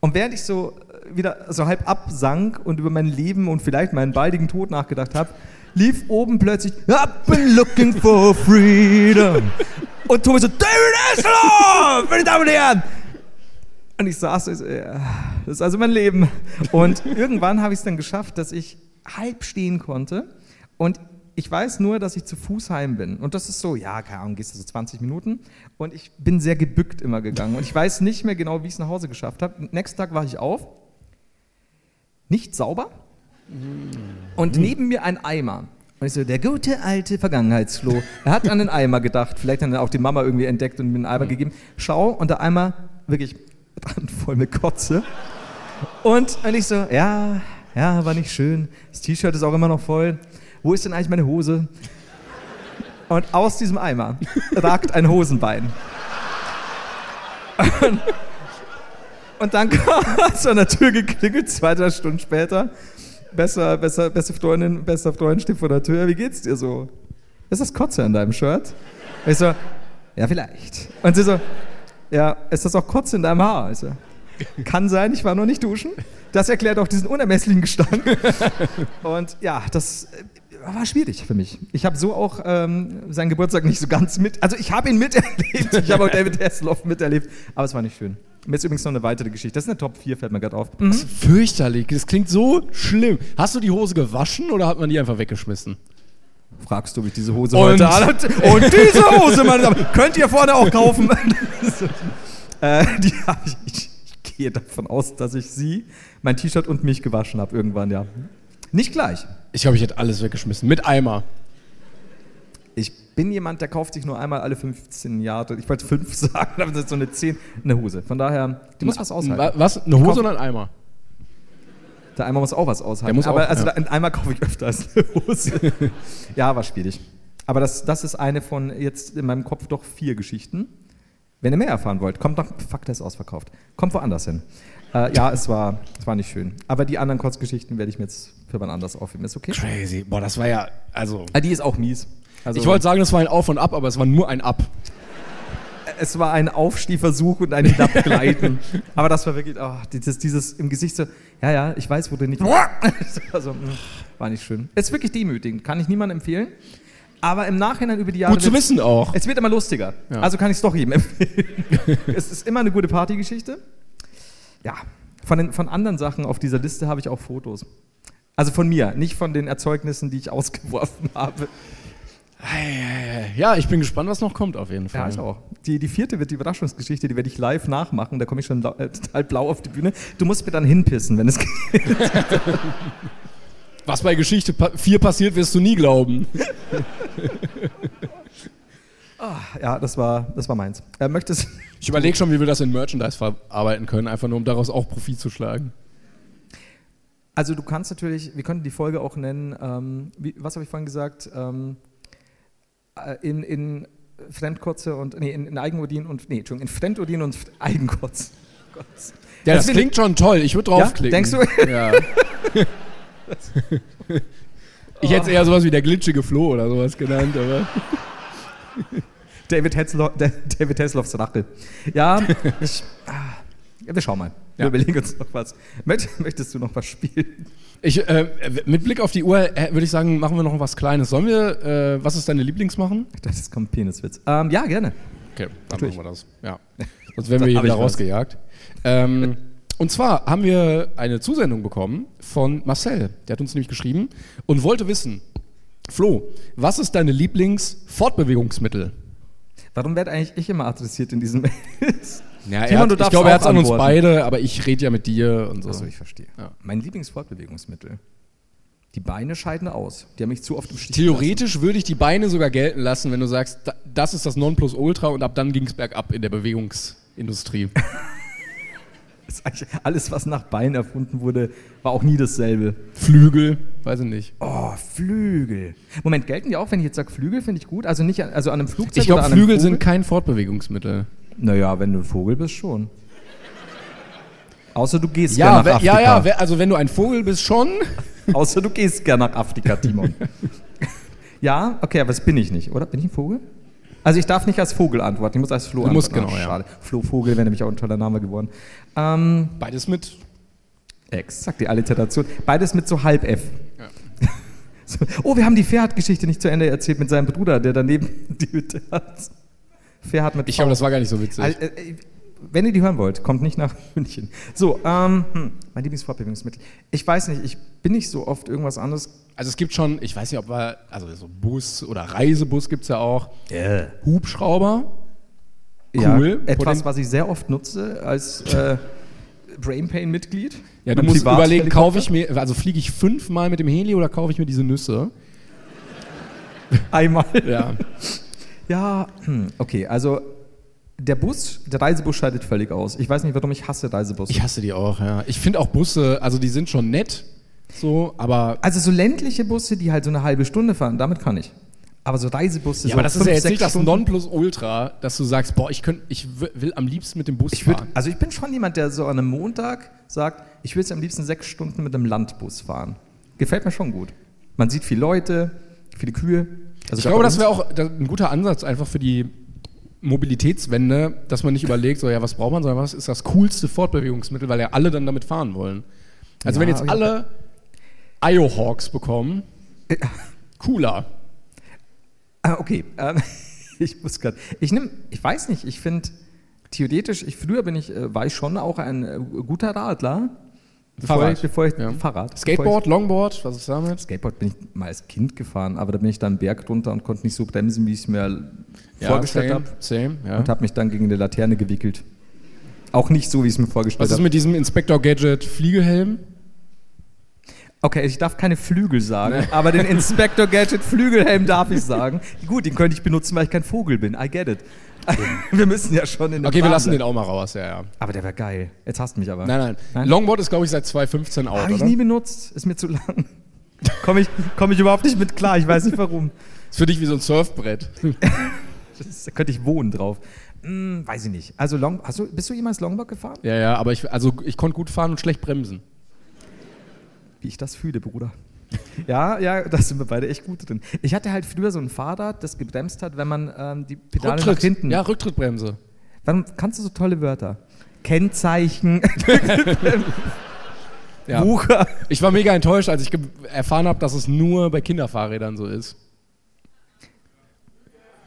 B: Und während ich so äh, wieder so halb absank und über mein Leben und vielleicht meinen baldigen Tod nachgedacht habe, lief oben plötzlich I've been looking for freedom. Und Thomas so, David Hasselhoff, meine Damen und Herren. Und ich saß, so, ich so, ja, das ist also mein Leben. Und irgendwann habe ich es dann geschafft, dass ich halb stehen konnte. Und ich weiß nur, dass ich zu Fuß heim bin. Und das ist so, ja, keine Ahnung, gehst du so 20 Minuten. Und ich bin sehr gebückt immer gegangen. Und ich weiß nicht mehr genau, wie ich es nach Hause geschafft habe. Nächsten Tag wache ich auf. Nicht sauber. Und neben mir ein Eimer. Und ich so, der gute alte Vergangenheitsfloh. Er hat an den Eimer gedacht. Vielleicht hat er auch die Mama irgendwie entdeckt und mir einen Eimer gegeben. Schau, und der Eimer wirklich randvoll mit Kotze. Und, und ich so, ja, ja, war nicht schön. Das T-Shirt ist auch immer noch voll. Wo ist denn eigentlich meine Hose? Und aus diesem Eimer ragt ein Hosenbein. Und, [laughs] und dann kam es an der Tür geklingelt, zwei, drei Stunden später. Besser, besser, beste Freundin, bester Freund steht vor der Tür. Wie geht's dir so? Ist das Kotze in deinem Shirt? Und ich so, ja, vielleicht. Und sie so, ja, ist das auch Kotze in deinem Haar? Ich so, kann sein, ich war noch nicht duschen. Das erklärt auch diesen unermesslichen Gestank. Und ja, das äh, war schwierig für mich. Ich habe so auch ähm, seinen Geburtstag nicht so ganz mit. Also ich habe ihn miterlebt. Ich habe auch David Hasselhoff miterlebt. Aber es war nicht schön. Mir ist übrigens noch eine weitere Geschichte. Das ist eine Top 4, fällt mir gerade auf.
C: Fürchterlich. Das klingt so schlimm. Hast du die Hose gewaschen oder hat man die einfach weggeschmissen?
B: Fragst du, ob ich diese Hose
C: Und-
B: heute anhat? Und diese Hose, meine Damen, könnt ihr vorne auch kaufen. äh, die habe ich, ich, ich gehe davon aus, dass ich sie, mein T-Shirt und mich gewaschen habe irgendwann, ja. Nicht gleich.
C: Ich glaube, ich hätte alles weggeschmissen. Mit Eimer.
B: Ich bin jemand, der kauft sich nur einmal alle 15 Jahre, ich wollte fünf [laughs] sagen, aber das ist so eine 10, eine Hose. Von daher, die muss was aushalten.
C: Wa- Was? Eine
B: Kauf-
C: Hose oder ein Eimer?
B: Der Eimer muss auch was aushalten.
C: Der muss
B: aber
C: auch,
B: also
C: ja.
B: ein Eimer kaufe ich öfter als eine [laughs] Hose. ja, war schwierig. Aber das, das ist eine von jetzt in meinem Kopf doch vier Geschichten. Wenn ihr mehr erfahren wollt, kommt nach. Fuck, der ist ausverkauft. Kommt woanders hin. Äh, ja, es war, es war nicht schön. Aber die anderen Kurzgeschichten werde ich mir jetzt für wann anders aufheben. Ist okay?
C: Crazy. Boah, das war ja. Also.
B: Ah, die ist auch mies. Also,
C: Ich wollte sagen, das war ein Auf und Ab, aber es war nur ein Ab.
B: es war ein Aufstehversuch und ein
C: [laughs]
B: Hinabgleiten. Aber das war wirklich, ah, dieses, dieses im Gesicht so, ja, ja, ich weiß, wo du nicht. [laughs] also, mh, war nicht schön. Ist wirklich demütigend, kann ich niemandem empfehlen. Aber im Nachhinein über die Jahre.
C: Gut zu
B: wird's-
C: wissen auch.
B: Es wird immer lustiger.
C: Ja.
B: Also kann ich es doch jedem [laughs] empfehlen. es ist immer eine gute Partygeschichte. Ja, von, den, von anderen Sachen auf dieser Liste habe ich auch Fotos. Also von mir, nicht von den Erzeugnissen, die ich [laughs] ausgeworfen habe.
C: Ja, ich bin gespannt, was noch kommt auf jeden Fall.
B: Ja, ich auch. Die, die vierte wird die Überraschungsgeschichte, die werde ich live nachmachen. Da komme ich schon lau- äh, [laughs] total blau auf die Bühne. Du musst mir dann hinpissen, wenn es geht. [laughs]
C: Was bei Geschichte 4 passiert, wirst du nie glauben.
B: Ja, das war, das war meins. Äh, möchtest
C: Ich überlege schon, wie wir das in Merchandise verarbeiten können, einfach nur um daraus auch Profit zu schlagen.
B: [laughs] Also du kannst natürlich, wir könnten die Folge auch nennen, ähm, wie, was habe ich vorhin gesagt? Ähm, äh, in, in Fremdkotze und, nee, in, in Eigenodin und, nee, Entschuldigung, in Fremdodin und Eigenkotze. Gott.
C: Ja, das,
B: Das
C: klingt schon toll. Ich würde draufklicken.
B: Ja? Denkst du?
C: Ja. [laughs] ich hätte es eher sowas wie der glitschige Flo oder sowas genannt, aber.
B: David, Hetzlo, Da- David Hasselhoffs Rache. Ja, ich, ah, ja, wir schauen mal. Wir
C: Ja.
B: überlegen uns noch was. Möcht, möchtest du noch was spielen?
C: Ich, äh, mit Blick auf die Uhr äh, würde ich sagen, machen wir noch was Kleines. Sollen wir, äh, was ist deine Lieblings machen?
B: Das kommt Peniswitz. Ähm, ja, gerne.
C: Okay, dann
B: Natürlich.
C: machen wir das. Ja. [laughs] Sonst werden wir hier
B: hab
C: wieder
B: ich was.
C: rausgejagt. Ähm, und zwar haben wir eine Zusendung bekommen von Marcel. Der hat uns nämlich geschrieben und wollte wissen, Flo, was ist deine Lieblings-Fortbewegungsmittel?
B: Warum werde eigentlich ich immer adressiert in diesem Mails?
C: Ja,
B: Timon, du
C: ich
B: darfst
C: glaube, er
B: auch
C: hat an uns
B: antworten.
C: beide, aber ich rede ja mit dir und so.
B: Achso, ich verstehe.
C: Ja.
B: Mein Lieblingsfortbewegungsmittel. Die Beine scheiden aus. Die haben mich zu oft im Stich
C: Theoretisch würde ich die Beine sogar gelten lassen, wenn du sagst, da- das ist das Nonplusultra und ab dann ging es bergab in der [laughs] Bewegungsindustrie.
B: gelassen. Ist eigentlich Alles, was nach Bein erfunden wurde, war auch nie dasselbe.
C: Flügel, weiß ich nicht.
B: Oh, Flügel. Moment, gelten die auch, wenn ich jetzt sage Flügel, finde ich gut? Also nicht an, also an einem Flugzeug
C: Ich glaube,
B: oder an
C: Flügel
B: einem
C: sind kein Fortbewegungsmittel.
B: Naja, wenn du ein Vogel bist,
C: [laughs]
B: schon. Außer du gehst
C: Ja,
B: gern
C: we-
B: nach
C: ja,
B: Afrika.
C: ja, we- also wenn du ein Vogel bist, schon.
B: Außer du gehst gern nach Afrika,
C: [laughs]
B: Timon. ja, okay, aber das bin ich nicht, oder? Bin ich ein Vogel? Also ich darf nicht als Vogel antworten, ich muss als Flo
C: Du
B: antworten.
C: musst,
B: Ah,
C: genau, ja.
B: schade. Flo Vogel wäre nämlich auch ein toller Name geworden. Ähm,
C: Beides mit.
B: exakt, die Alliteration. Beides mit so halb F. [laughs] so, oh, wir haben die Ferhat-Geschichte nicht zu Ende erzählt mit seinem Bruder, der daneben [laughs] die Hütte hat. Ferhat mit
C: Ich
B: V.
C: glaube, das war gar nicht so witzig.
B: Also, äh, äh, wenn ihr die hören wollt, kommt nicht nach München. So, ähm, hm, mein Lieblingsfortbewegungsmittel. Ich weiß nicht, ich bin nicht so oft irgendwas anderes
C: Also es gibt schon, ich weiß nicht, ob wir, also so Bus oder Reisebus gibt es ja auch. Hubschrauber. Cool.
B: Ja, etwas,
C: Poten-
B: was ich sehr oft nutze als äh, Brain Pain-Mitglied.
C: Ja, du
B: Mein
C: musst
B: Privat-
C: überlegen, kaufe ich mir, also fliege ich fünfmal mit dem Heli oder kaufe ich mir diese Nüsse?
B: einmal.
C: Ja.
B: Ja, hm, okay, also der Bus, der Reisebus scheidet völlig aus. Ich weiß nicht, warum ich hasse Reisebusse.
C: Ich hasse die auch, ja. Ich finde auch Busse, also die sind schon nett, so, aber.
B: also so ländliche Busse, die halt so eine halbe Stunde fahren, damit kann ich. Aber so Reisebusse,
C: Ja,
B: so
C: aber das ist ja
B: fünf,
C: jetzt
B: sechs
C: nicht das
B: Stunden-
C: Nonplusultra, dass du sagst, boah, ich, könnt, ich w- will am liebsten mit dem Bus
B: Ich würd,
C: fahren.
B: also ich bin schon jemand, der so an einem Montag sagt, ich will jetzt am liebsten sechs Stunden mit einem Landbus fahren. Gefällt mir schon gut. Man sieht viele Leute, viele Kühe. Also
C: Ich glaube, das
B: das
C: wäre auch da- ein guter Ansatz einfach für die Mobilitätswende, dass man nicht überlegt, so ja, was braucht man, sondern was ist das coolste Fortbewegungsmittel, weil ja alle dann damit fahren wollen. Also
B: Ja,
C: wenn jetzt
B: aber
C: alle Iohawks bekommen, cooler.
B: Ah, okay. Ähm, [laughs] ich muss gerade. Ich nehme, ich weiß nicht, ich finde theoretisch, ich früher bin ich, äh, war ich schon auch ein äh, guter Radler. Bevor
C: Fahrrad.
B: ich, bevor ich
C: Ja.
B: Fahrrad. Bevor
C: Skateboard, Longboard, was ist damit?
B: ich, Skateboard bin ich mal als Kind gefahren, aber da bin ich dann einen Berg runter und konnte nicht so bremsen, wie ich es mir vorgestellt
C: same,
B: habe.
C: Same, ja.
B: Und habe mich dann gegen eine Laterne gewickelt. Auch nicht so, wie ich es mir vorgestellt
C: Was ist
B: habe.
C: mit diesem Inspector Gadget Fliegehelm?
B: Okay, ich darf keine Flügel sagen, aber
C: [laughs]
B: den Inspector Gadget Flügelhelm darf ich sagen. Gut, den könnte ich benutzen, weil ich kein Vogel bin. I get it. [laughs] wir müssen ja schon in den
C: Okay, wir
B: Plan
C: lassen
B: bleiben.
C: den auch mal raus, ja, ja.
B: Aber der war geil. Jetzt hasst mich aber.
C: Nein, nein. Longboard ist, glaube ich, seit 2015 out,
B: Habe ich
C: oder?
B: nie benutzt. Ist mir zu lang. [laughs] Komme ich, komm ich überhaupt nicht mit klar. Ich weiß nicht warum.
C: Ist für dich wie so
B: [laughs]
C: ein Surfbrett.
B: Das, ist- da könnte ich wohnen drauf. Hm, weiß ich nicht. Also Long, hast du, bist du jemals Longboard gefahren?
C: ja, ja, aber ich, also, ich konnte gut fahren und schlecht bremsen.
B: Wie ich das fühle,
C: [laughs]
B: Bruder. Ja, ja, da sind wir beide echt gut drin. Ich hatte halt früher so ein Fahrrad, das gebremst hat, wenn man ähm, die Pedale nach hinten.
C: Ja, Rücktrittbremse.
B: Warum kannst du so tolle Wörter? Kennzeichen, [laughs]
C: Ja.
B: Bucher.
C: Ich war mega enttäuscht, als ich ge- erfahren habe, dass es nur bei Kinderfahrrädern so ist.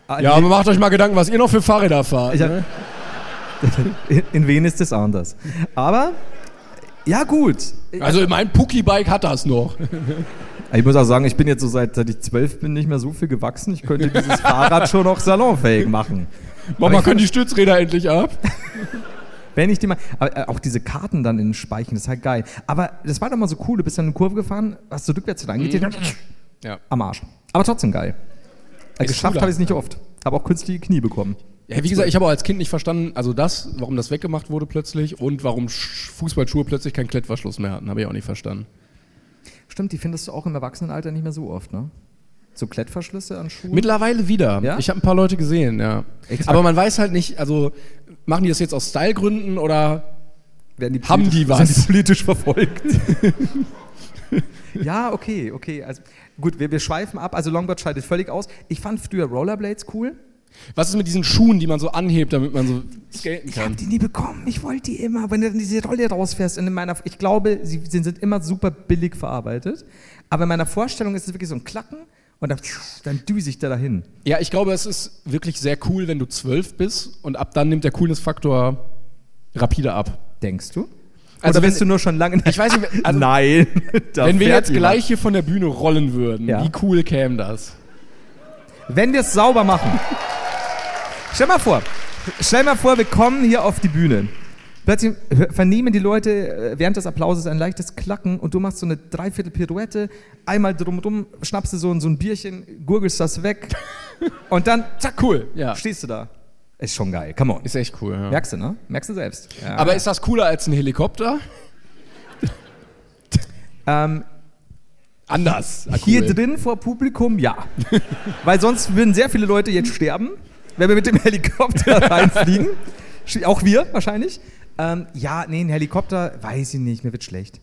B: Also
C: Ja, aber macht euch mal Gedanken, was ihr noch für Fahrräder fahrt.
B: Ah, Ich hab-
C: ne?
B: [laughs] in, in Wien ist das anders. Aber, ja gut.
C: Also mein Pucki-Bike hat das noch.
B: Ich muss auch sagen, ich bin jetzt so seit, seit ich zwölf bin nicht mehr so viel gewachsen. Ich könnte [laughs] dieses Fahrrad schon noch salonfähig machen. Aber
C: Mama,
B: ich
C: können die Stützräder endlich ab?
B: Wenn ich die mal, aber, äh, auch diese Karten dann in den Speichen, das ist halt geil. Aber das war doch mal so cool. Du bist dann in eine Kurve gefahren, hast du rückwärts reingetreten, Mhm.
C: Ja.
B: am Arsch. Aber trotzdem geil. Äh,
C: Ist
B: Geschafft
C: cooler.
B: habe ich es nicht oft. Habe auch künstliche Knie bekommen.
C: Ja, wie gesagt, ich habe auch als Kind nicht verstanden, also das, warum das weggemacht wurde plötzlich und warum Sch- Fußballschuhe plötzlich keinen Klettverschluss mehr hatten, habe ich auch nicht verstanden.
B: Stimmt, die findest du auch im Erwachsenenalter nicht mehr so oft, ne? So Klettverschlüsse an Schuhen.
C: Mittlerweile wieder.
B: Ja?
C: Ich habe ein paar Leute gesehen, ja.
B: Echt?
C: Aber man weiß halt nicht, also machen die das jetzt aus Stylegründen oder
B: [laughs] werden die
C: haben
B: politisch-
C: die was?
B: Sind die politisch
C: [laughs]
B: verfolgt? ja, okay, okay. Also, gut, wir, wir schweifen ab. Also Longboard scheidet völlig aus. Ich fand früher Rollerblades cool.
C: was ist mit diesen Schuhen, die man so anhebt, damit man so skaten
B: Ich habe
C: kann?
B: die nie bekommen. Ich wollte die immer. Wenn du dann diese Rolle rausfährst, und in meiner, ich glaube, sie, sie sind immer super billig verarbeitet. Aber in meiner Vorstellung ist es wirklich so ein Klacken und dann, dann düse ich da dahin.
C: Ja, ich glaube, es ist wirklich sehr cool, wenn du zwölf bist und ab dann nimmt der Coolness-Faktor rapide ab.
B: Denkst du?
C: Also
B: Oder
C: wenn-
B: bist du nur schon lange in der
C: Ich weiß
B: [laughs]
C: nicht, wenn- also,
B: Nein. da
C: wenn wir
B: fährt
C: jetzt
B: jemand.
C: gleich hier von der Bühne rollen würden,
B: Ja.
C: wie cool käme das?
B: Wenn wir es sauber machen. Stell mal vor, stell mal vor, wir kommen hier auf die Bühne. Plötzlich hö- vernehmen die Leute äh, während des Applauses ein leichtes Klacken und du machst so eine Dreiviertel Pirouette, einmal drumrum, schnappst dir so, ein- so ein Bierchen, gurgelst das weg und dann zack,
C: Cool, ja.
B: stehst du da. Ist schon geil, come on.
C: Ist echt cool, ja.
B: Merkst du, ne? Merkst du selbst. Ja.
C: Aber ist das cooler als ein Helikopter?
B: ähm,
C: Anders. Ah,
B: hier
C: cool.
B: drin vor Publikum, ja. [laughs] Weil sonst würden sehr viele Leute jetzt sterben, wenn wir mit dem [laughs]
C: [laughs]
B: Helikopter reinfliegen. Sch- Auch wir wahrscheinlich. Ähm, ja, nee, ein Helikopter, weiß ich nicht, mir wird schlecht.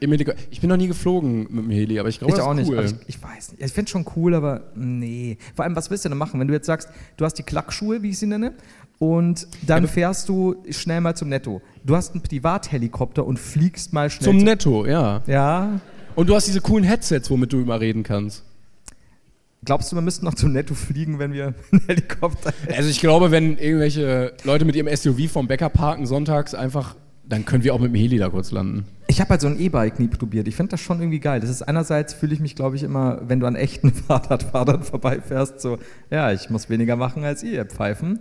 C: Im Heliko- Ich bin noch nie geflogen mit dem Heli, aber ich glaube,
B: ich
C: das
B: auch
C: ist
B: nicht. Also,
C: cool.
B: aber Ich, ich weiß nicht. Ich finde schon cool, aber nee. Vor allem, was willst du denn machen, wenn du jetzt sagst, du hast die Klackschuhe, wie ich sie nenne, und dann fährst du schnell mal zum Netto. Du hast einen Privathelikopter und fliegst mal schnell
C: Zum Netto, ja.
B: Ja.
C: Und du hast diese coolen Headsets, womit du immer reden kannst.
B: Glaubst du, wir müssten noch zum Netto fliegen, wenn wir [laughs] einen Helikopter hätten?
C: Also ich glaube, wenn irgendwelche Leute mit ihrem SUV vom Bäcker parken sonntags einfach, dann können wir auch mit dem Heli da kurz landen.
B: Ich habe halt so ein E-Bike nie probiert. Ich finde das schon irgendwie geil. Das ist einerseits fühle ich mich, glaube ich, immer, wenn du an echten [laughs] Fahrradfahrern vorbeifährst, so, ja, ich muss weniger machen als ihr, ihr Pfeifen.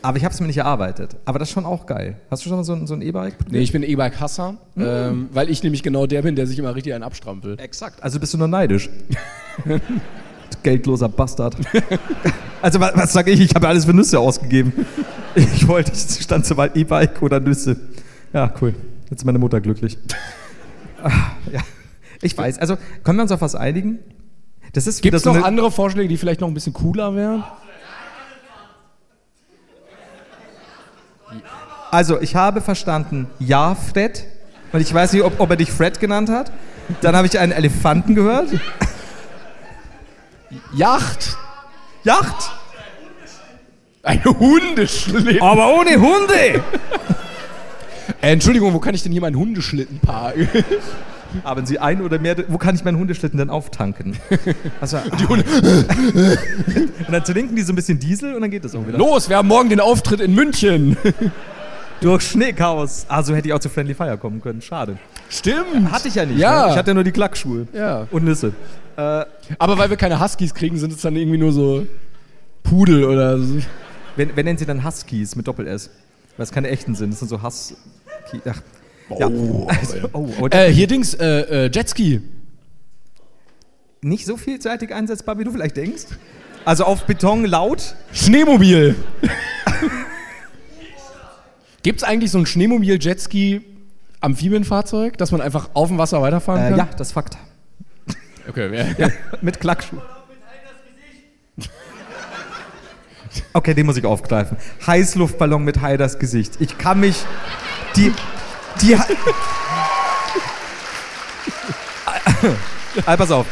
B: Aber ich habe es mir nicht erarbeitet. Aber das ist schon auch geil. Hast du schon mal so ein, so ein E-Bike probiert?
C: Nee, ich bin E-Bike-Hasser,
B: Mm.
C: ähm, weil ich nämlich genau der bin, der sich immer richtig einen abstrampelt.
B: Exakt. Also bist du nur neidisch. [laughs] Du Geldloser Bastard. [laughs] Also was, was sage ich? Ich habe alles für Nüsse ausgegeben. [laughs] Ich wollte, ich stand zur Wahl E-Bike oder Nüsse. Ja, cool. Jetzt ist meine Mutter glücklich. [laughs] Ah, ja. Ich weiß. Also können wir uns auf was einigen? Das ist
C: Gibt es
B: wieder
C: noch
B: so eine-
C: andere Vorschläge, die vielleicht noch ein bisschen cooler wären?
B: Also ich habe verstanden, ja, Fred. Und ich weiß nicht, ob, ob er dich Fred genannt hat. Dann habe ich einen Elefanten gehört.
C: Yacht.
B: Yacht,
C: Eine Hundeschlitten.
B: aber ohne Hunde.
C: Äh, Entschuldigung, wo kann ich denn hier meinen Hundeschlitten parken? [laughs]
B: Haben Sie ein oder mehr? Wo kann ich meinen Hundeschlitten denn
C: [laughs]
B: auftanken? Also, [laughs] und dann zu linken die so ein bisschen Diesel und dann geht das auch wieder.
C: Los, wir haben morgen den Auftritt in München. [laughs]
B: Durch Schneechaos. Also hätte ich auch zu Friendly Fire kommen können. Schade.
C: Stimmt.
B: Hatte ich ja nicht.
C: Ja.
B: Ne? Ich hatte ja nur die Klackschuhe.
C: Ja.
B: Und Nüsse.
C: Aber weil wir keine Huskies kriegen, sind es dann irgendwie nur so Pudel oder so.
B: Wenn, wenn nennen sie dann Huskies mit Doppel-S? Weil es keine echten sind. Das sind so Hus... Ach. [laughs]
C: Oh,
B: Also, oh, oh,
C: Äh, hier Dings, äh, äh, Jetski.
B: nicht so vielseitig einsetzbar, wie du vielleicht denkst. Also auf Beton laut.
C: Schneemobil. Gibt's eigentlich so ein Schneemobil-Jetski-Amphibienfahrzeug, dass man einfach auf dem Wasser weiterfahren
B: Äh,
C: kann?
B: ja, das ist Fakt.
C: Okay, ja.
B: Mit Klackschuh. Okay, den muss ich aufgreifen. Heißluftballon mit Haiders Gesicht. Ich kann mich. Die. Die. Ha- Al, Äh, pass auf.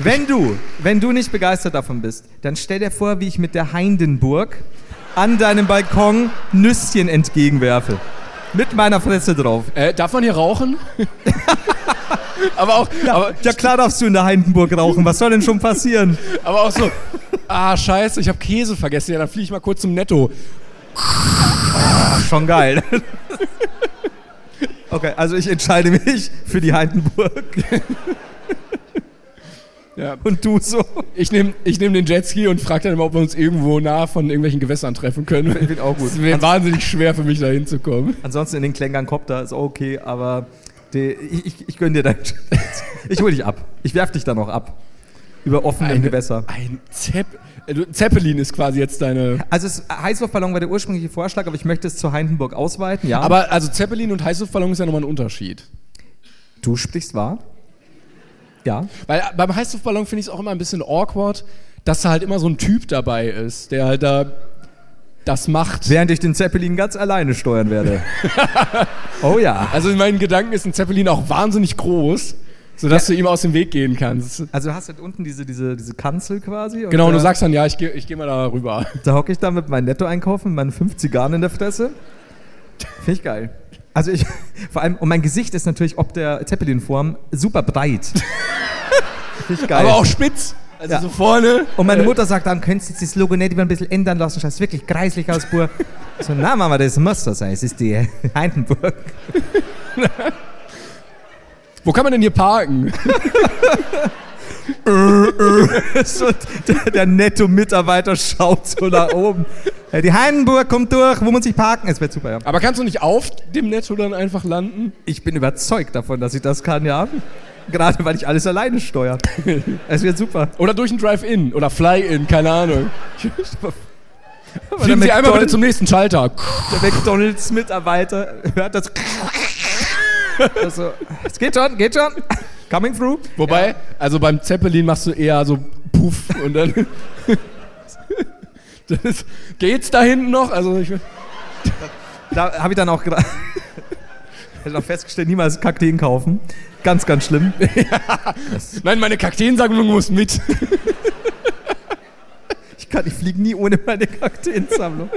B: Wenn du, wenn du nicht begeistert davon bist, dann stell dir vor, wie ich mit der Heindenburg an deinem Balkon Nüsschen entgegenwerfe. Mit meiner Fresse drauf.
C: Äh, darf man
B: [laughs]
C: hier rauchen? aber, auch, aber,
B: Ja klar darfst du in der Heindenburg rauchen. Was soll denn schon passieren?
C: aber auch so, ah, scheiße, ich habe Käse vergessen. Ja, dann fliege ich mal kurz zum Netto.
B: Schon geil. [laughs] Okay, also ich entscheide mich für die Heidenburg
C: Ja.
B: und du so.
C: Ich nehme ich nehm den Jetski und frage dann immer, ob wir uns irgendwo nah von irgendwelchen Gewässern treffen können. Ich
B: bin auch gut.
C: Es wäre wahnsinnig schwer für mich, da hinzukommen.
B: Ansonsten in den Klängern Copter ist auch okay, aber die, ich, ich, ich gönn dir deinen Scheiß. [laughs] Ich hol dich ab. Ich werf dich dann auch ab. Über offene Gewässer.
C: Ein Zepp äh, du- Zeppelin ist quasi jetzt deine.
B: Also es, Heißluftballon war der ursprüngliche Vorschlag, aber ich möchte es zur Heidenburg ausweiten, ja.
C: Aber also Zeppelin und Heißluftballon ist ja nochmal ein Unterschied.
B: du sprichst wahr. Ja.
C: Weil äh, beim Heißluftballon finde ich es auch immer ein bisschen awkward, dass da halt immer so ein Typ dabei ist, der halt da das macht.
B: Während ich den Zeppelin ganz alleine steuern
C: [laughs]
B: werde. oh ja.
C: Also in meinen Gedanken ist ein Zeppelin auch wahnsinnig groß, sodass du ihm aus dem Weg gehen kannst.
B: Also du hast halt unten diese, diese, diese Kanzel quasi. und
C: Genau, und du
B: da-
C: sagst dann, ja, ich gehe ich geh mal da rüber.
B: Da hocke ich da mit meinem Netto-Einkaufen, meinen 5 Zigarren in der Fresse. Finde ich geil. Also ich, [laughs] vor allem, und mein Gesicht ist natürlich ob der Zeppelin-Form super breit. Finde ich geil.
C: Aber auch spitz. Also
B: Ja.
C: so vorne.
B: und meine Mutter sagt dann, könntest du jetzt das Logo nicht immer ein bisschen ändern lassen, schaut wirklich kreislich aus, pur. So, na Mama, das muss so sein, es ist die [laughs] Heindenburg.
C: Wo kann man denn hier parken?
B: So, der der Netto-Mitarbeiter schaut so nach oben. Ja, Die Heindenburg kommt durch, wo muss ich parken? Es wird super, ja.
C: Aber kannst du nicht auf dem Netto dann einfach landen?
B: Ich bin überzeugt davon, dass ich das kann, ja. Gerade weil ich alles alleine steuere. Es wird super.
C: Oder durch ein Drive-In oder Fly-In, keine Ahnung. Fliegen
B: der
C: Sie einmal
B: McDonald-
C: bitte zum nächsten Schalter.
B: Der McDonalds-Mitarbeiter hört das. Also, es geht schon, geht schon. Coming through.
C: Wobei, also beim Zeppelin machst du eher so Puff und dann. [laughs] das ist, geht's da hinten noch? Also ich,
B: Da habe ich dann auch gedacht. Hätte noch festgestellt, niemals Kakteen kaufen. Ganz, ganz schlimm.
C: nein, meine Kakteensammlung muss mit.
B: Ich, kann- ich fliege nie ohne meine Kakteensammlung.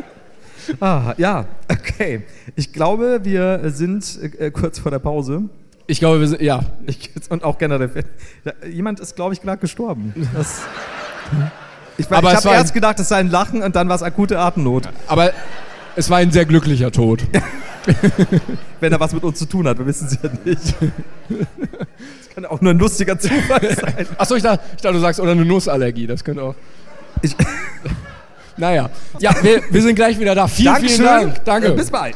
B: Ah, ja, okay. Ich glaube, wir sind äh, kurz vor der Pause.
C: Ich glaube, wir sind, ja.
B: Ich, und auch generell. Ja, Jemand ist, glaube ich, gerade gestorben. Das, ich war-
C: Aber
B: ich
C: es
B: habe
C: war ein-
B: erst gedacht, es sei ein Lachen und dann war es akute Atemnot,
C: Aber es war ein sehr
B: [laughs]
C: glücklicher Tod.
B: wenn er was mit uns zu tun hat. Wir wissen es ja nicht. Das kann auch nur ein lustiger Zufall sein.
C: Achso, ich dachte, ich dachte, du sagst, oder eine Nussallergie, das könnte auch.
B: Ich-
C: [laughs] naja. Ja, wir, wir sind gleich wieder da. Vielen, vielen Dank.
B: Äh, Bis bald.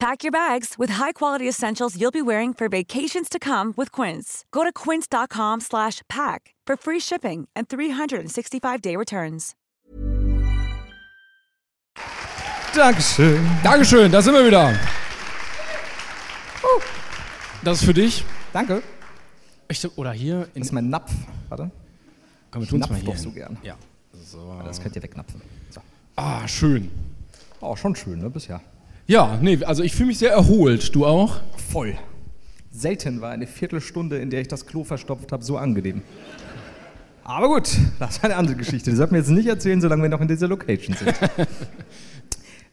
E: Pack your bags with high-quality essentials you'll be wearing for vacations to come with Quince. Go to quince.com slash pack for free shipping and 365-day returns.
B: Dankeschön.
C: Dankeschön, da sind wir wieder. Das ist für dich.
B: Danke.
C: Ich so, oder hier. In,
B: Das ist mein Napf. Warte.
C: komm, wir
B: Napf doch
C: hin.
B: so gern.
C: Ja. So.
B: Das könnt ihr wegnapfen. So.
C: Ah, schön.
B: Oh, schon schön, ne? Bisher.
C: Ja, nee, also ich fühle mich sehr erholt. Du auch?
B: Voll. Selten war eine Viertelstunde, in der ich das Klo verstopft habe, so angenehm. Aber gut, das ist eine andere Geschichte. Die sollten wir jetzt nicht erzählen, solange wir noch in dieser Location sind.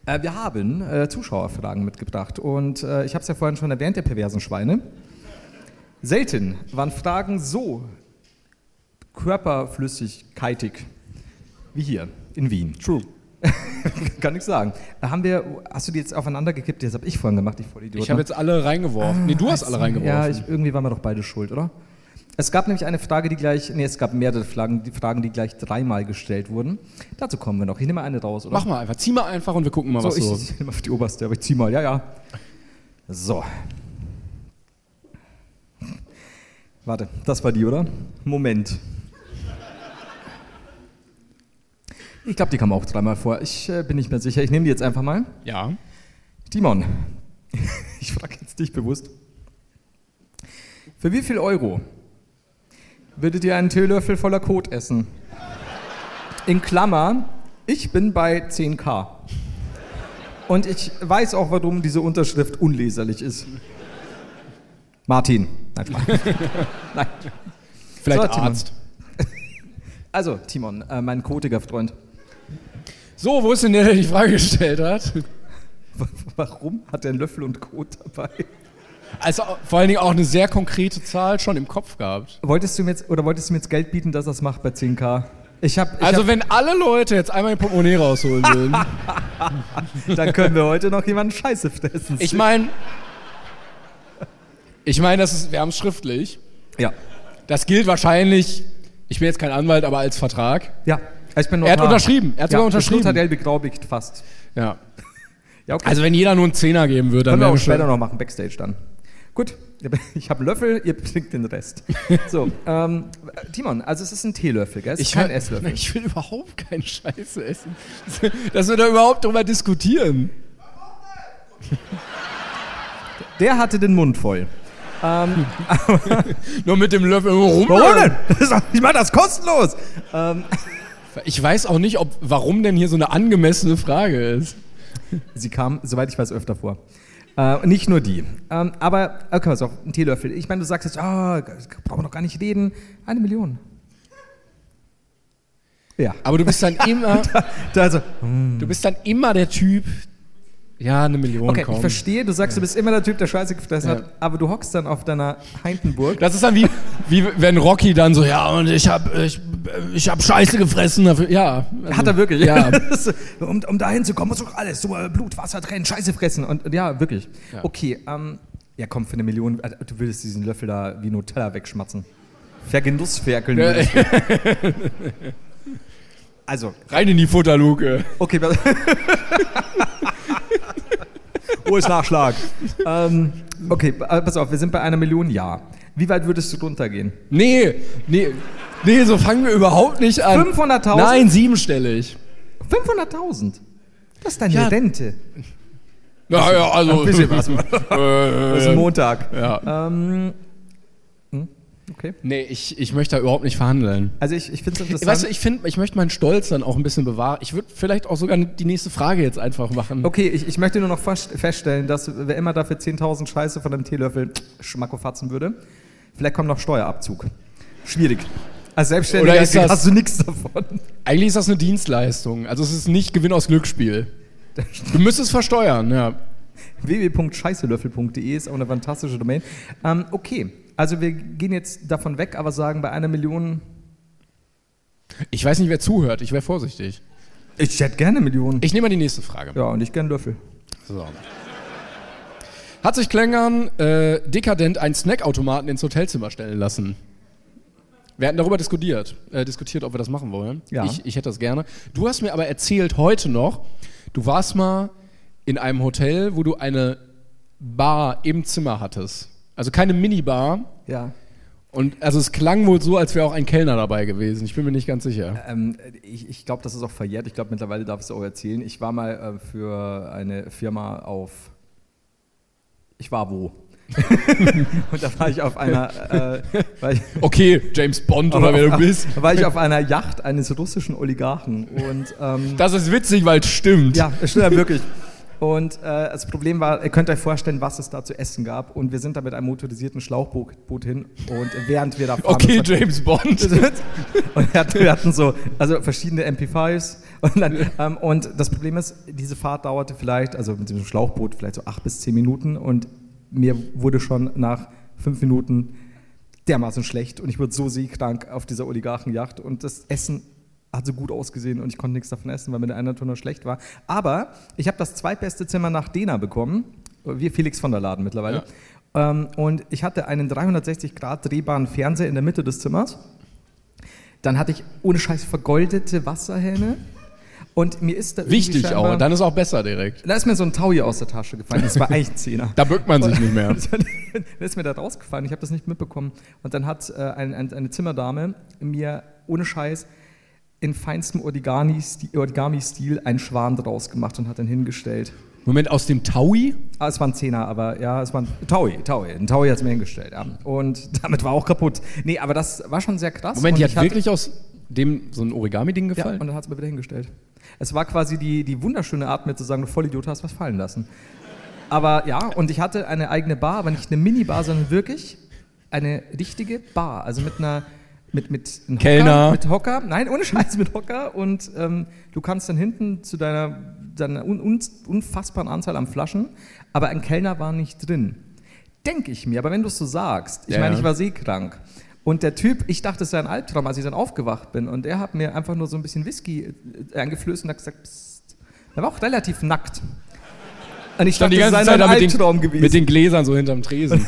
B: äh, wir haben äh, Zuschauerfragen mitgebracht und äh, ich habe es ja vorhin schon erwähnt, der perversen Schweine. Selten waren Fragen so körperflüssigkeitig wie hier in Wien. True. [laughs] Kann ich sagen. Da haben wir, hast du die jetzt aufeinander gekippt? Das habe ich vorhin gemacht, ich Vollidiot.
C: Ich habe
B: ne?
C: jetzt alle reingeworfen. Nee, du hast alle
B: also, Ja,
C: reingeworfen.
B: ich, irgendwie waren wir doch beide schuld, oder? Es gab nämlich eine Frage, die gleich, nee, es gab mehrere Fragen, die Fragen, die gleich dreimal gestellt wurden. Dazu kommen wir noch. Ich nehme mal eine raus, oder?
C: Mach mal einfach. Zieh mal einfach und wir gucken mal,
B: so,
C: was
B: ich,
C: so.
B: ich nehme auf die oberste, aber ich zieh mal, ja, ja. So. Warte, das war die, oder? Moment. Ich glaube, die kam auch dreimal vor. Ich äh, bin nicht mehr sicher. Ich nehme die jetzt einfach mal.
C: Ja.
B: Timon, [laughs] ich frage jetzt dich bewusst. Für wie viel Euro würdet ihr einen Teelöffel voller Kot essen? In Klammer, ich bin bei 10k. Und ich weiß auch, warum diese Unterschrift unleserlich ist. Martin. Nein, Spaß. Nein.
C: Vielleicht
B: So, Timon.
C: Arzt.
B: Also, Timon, äh, mein kotiger Freund. [laughs]
C: So, wo ist denn der, der die Frage gestellt hat?
B: w- Warum hat er einen Löffel und Kot dabei?
C: Also vor allen Dingen auch eine sehr konkrete Zahl schon im Kopf gehabt.
B: Wolltest du mir jetzt, oder wolltest du mir jetzt Geld bieten, dass er es macht bei 10k? Ich hab, ich
C: Also
B: hab-
C: wenn alle Leute jetzt einmal ihr Portemonnaie rausholen
B: [laughs]
C: würden.
B: Dann können wir heute noch jemanden Scheiße fressen.
C: Ich meine, ich meine, das ist, wir haben es schriftlich.
B: ja.
C: Das gilt wahrscheinlich, ich bin jetzt kein Anwalt, aber als Vertrag.
B: Ja. Ich bin
C: Er hat
B: Notar.
C: unterschrieben. Er hat
B: ja,
C: sogar
B: das Blut
C: unterschrieben.
B: hat er begraubigt fast.
C: Ja.
B: Ja, okay.
C: Also wenn jeder nur einen Zehner geben würde,
B: können
C: dann
B: wir
C: wäre
B: auch
C: es
B: später
C: schon.
B: noch machen, Backstage dann. Gut, [laughs] ich habe einen Löffel, ihr trinkt den
C: [laughs]
B: Rest. So, ähm, Timon, also es ist ein Teelöffel, gell? Es ist kein
C: kann-
B: Esslöffel.
C: [laughs] Ich will überhaupt keinen Scheiß essen. [laughs] Dass wir da überhaupt drüber diskutieren.
B: Der hatte den Mund voll.
C: Nur mit dem Löffel rum.
B: denn? [laughs] Ich mache das kostenlos.
C: Ich weiß auch nicht, ob, warum denn hier so eine angemessene Frage ist.
B: Sie kam, soweit ich weiß, öfter vor. Äh, nicht nur die. Ähm, aber, okay, pass auf, ein Teelöffel. Ich meine, du sagst jetzt, ah, brauchen wir noch gar nicht reden. Eine Million. Ja.
C: Aber du [laughs] bist dann immer,
B: Also,
C: du bist dann immer der Typ, ja, eine Million
B: okay, ich
C: kommen.
B: verstehe, du sagst, du bist immer der Typ, der Scheiße gefressen
C: Ja.
B: hat, aber du hockst dann auf deiner Heintenburg.
C: Das ist dann wie, wie wenn Rocky dann so, ja, und ich hab, ich, ich hab Scheiße gefressen dafür. Ja. also-
B: hat er wirklich,
C: Ja.
B: Das ist- [laughs] um, um da hinzukommen, muss doch alles, so äh, Blut, Wasser trennen, Scheiße fressen. Und und ja, wirklich. Okay, ähm, ja komm, für eine Million, äh, du würdest diesen Löffel da wie Nutella wegschmatzen. Vergenussferkeln.
C: [laughs]
B: würdest
C: äh,
B: du. Also,
C: Rein in die Futterluke.
B: Okay, was- oh, ist Nachschlag. ähm, okay, pa- pass auf, wir sind bei einer Million, ja. Wie weit würdest du runtergehen?
C: Nee, nee, nee, so fangen wir überhaupt nicht an.
B: 500.000?
C: Nein, siebenstellig.
B: 500.000. Das ist deine
C: Ja.
B: Rente.
C: Ja, ja, also.
B: Ein bisschen
C: [laughs]
B: was. Das ist
C: äh,
B: Montag.
C: ja.
B: Ähm, Okay.
C: Nee, ich, ich möchte da überhaupt nicht verhandeln.
B: Also ich, ich finde es interessant.
C: Weißt du, ich finde, ich möchte meinen Stolz dann auch ein bisschen bewahren. Ich würde vielleicht auch sogar die nächste Frage jetzt einfach machen.
B: okay, ich, ich möchte nur noch fast- feststellen, dass wer immer dafür 10.000 Scheiße von einem Teelöffel schmackofatzen würde, vielleicht kommt noch Steuerabzug. Schwierig. Als Selbstständiger
C: Oder ist das-
B: hast du nichts davon.
C: Eigentlich ist das eine Dienstleistung. Also es ist nicht Gewinn aus Glücksspiel. Du müsstest versteuern, ja.
B: www.scheißelöffel.de ist auch eine fantastische Domain. Ähm, okay, also wir gehen jetzt davon weg, aber sagen bei einer Million.
C: Ich weiß nicht, wer zuhört. Ich wäre vorsichtig.
B: Ich hätte gerne Millionen.
C: Ich nehme mal die nächste Frage.
B: ja, und ich gerne Löffel.
C: So. Hat sich Klängern äh, dekadent einen Snackautomaten ins Hotelzimmer stellen lassen? Wir hatten darüber diskutiert, äh, diskutiert, ob wir das machen wollen.
B: Ja.
C: Ich, ich hätte das gerne. Du hast mir aber erzählt heute noch, du warst mal in einem Hotel, wo du eine Bar im Zimmer hattest. Also keine Minibar.
B: Ja.
C: Und also es klang wohl so, als wäre auch ein Kellner dabei gewesen. Ich bin mir nicht ganz sicher.
B: Ähm, ich ich glaube, das ist auch verjährt. Ich glaube, mittlerweile darf ich es auch erzählen. Ich war mal äh, für eine Firma auf. Ich war wo? [laughs] Und da war ich auf einer. Äh, war ich,
C: Okay, James Bond oder
B: [laughs]
C: wer du bist.
B: Da war ich auf einer Yacht eines russischen Oligarchen. Und. Ähm,
C: Das ist witzig, weil es stimmt.
B: Ja, es stimmt ja wirklich. [laughs] Und äh, das Problem war, ihr könnt euch vorstellen, was es da zu essen gab. Und wir sind da mit einem motorisierten Schlauchboot Boot hin. Und während wir da fahren,
C: Okay,
B: das war-
C: James Bond.
B: [laughs] und wir hatten, wir hatten so also verschiedene MP5s. Und, dann, ähm, und das Problem ist, diese Fahrt dauerte vielleicht, also mit dem Schlauchboot, vielleicht so acht bis zehn Minuten. Und mir wurde schon nach fünf Minuten dermaßen schlecht. Und ich wurde so seekrank auf dieser Oligarchenjacht. Und das Essen hat so gut ausgesehen und ich konnte nichts davon essen, weil mir der eine Toner schlecht war. Aber ich habe das zweitbeste Zimmer nach Dena bekommen. Wir Felix von der Laden mittlerweile. Ähm, und ich hatte einen 360-Grad-drehbaren Fernseher in der Mitte des Zimmers. Dann hatte ich ohne Scheiß vergoldete Wasserhähne. Und mir ist da irgendwie
C: Wichtig
B: scheinbar-
C: auch, dann ist auch besser direkt.
B: da ist mir so ein Taui aus der Tasche gefallen.
C: [laughs]
B: Das war eigentlich ein Zehner.
C: Da bückt man sich
B: [laughs]
C: nicht mehr.
B: dann ist mir da rausgefallen. Ich habe das nicht mitbekommen. Und dann hat äh, ein, ein, eine Zimmerdame mir ohne Scheiß in feinstem Origami-Stil Origami-Stil einen Schwan draus gemacht und hat den hingestellt.
C: Moment, aus dem Taui?
B: Ah, es war ein Zehner, aber ja, es war ein Taui, Taui. Ein Taui hat es mir hingestellt. Ja. Und [laughs] damit war auch kaputt. Nee, aber das war schon sehr krass.
C: Moment,
B: und
C: die
B: ich
C: hat
B: hatte-
C: wirklich aus dem so ein Origami-Ding
B: Ja,
C: gefallen?
B: und dann hat es mir wieder hingestellt. Es war quasi die, die wunderschöne Art, mir zu sagen, du Vollidiot hast was fallen lassen. Aber ja, und ich hatte eine eigene Bar, aber nicht eine Minibar, sondern wirklich eine richtige Bar. Also mit einer. Mit, mit einem
C: Kellner.
B: Hocker, mit Hocker. Nein, ohne Scheiß, mit Hocker. Und ähm, du kannst dann hinten zu deiner, deiner un, un, unfassbaren Anzahl an Flaschen, aber ein Kellner war nicht drin. Denke ich mir, aber wenn du es so sagst, ich
C: Ja.
B: meine, ich war seekrank. Und der Typ, ich dachte, es sei ein Albtraum, als ich dann aufgewacht bin. Und er hat mir einfach nur so ein bisschen Whisky äh, eingeflößt und hat gesagt, Psst. Er war auch relativ nackt. Und ich
C: Stand
B: dachte, es sei nur ein
C: da mit
B: Albtraum
C: den,
B: gewesen.
C: mit den Gläsern so
B: [laughs]
C: hinterm Tresen.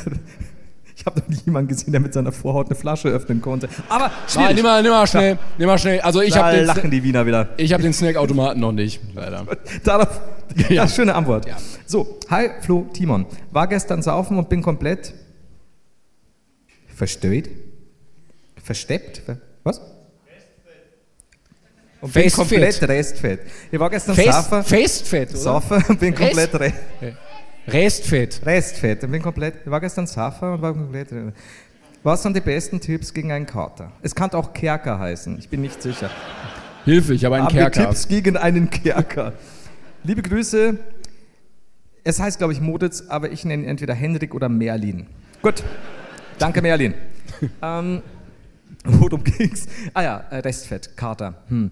B: ich habe noch nie jemanden gesehen, der mit seiner Vorhaut eine Flasche öffnen konnte. Aber
C: Nein,
B: schwierig.
C: nimm mal, nimm mal schnell, nimm mal schnell. Also ich
B: da
C: habe den,
B: lachen die Wiener wieder.
C: ich hab den Snackautomaten noch nicht,
B: [laughs]
C: leider.
B: Darauf,
C: Ja.
B: das ist schöne Antwort.
C: Ja.
B: So, hi, Flo, Timon. War gestern saufen und bin komplett verstört, versteppt, ver- was? Und bin
C: Festfett.
B: komplett restfett. Ich war gestern saufen,
C: Festfett,
B: saufen [laughs] und bin komplett re
C: Restfett.
B: restfett. Und bin komplett, ich war gestern saufen und war komplett re- Was sind die besten Tipps gegen einen Kater? Es kann auch Kerker heißen, ich bin nicht sicher.
C: Hilfe, ich habe einen
B: Haben wir
C: Kerker.
B: Tipps gegen einen Kerker. Liebe Grüße. Es heißt, glaube ich, Moditz, aber ich nenne ihn entweder Henrik oder Merlin. Gut. Danke, Merlin.
C: [laughs]
B: ähm, worum ging's? Ah ja, äh, Restfett, Kater. Hm.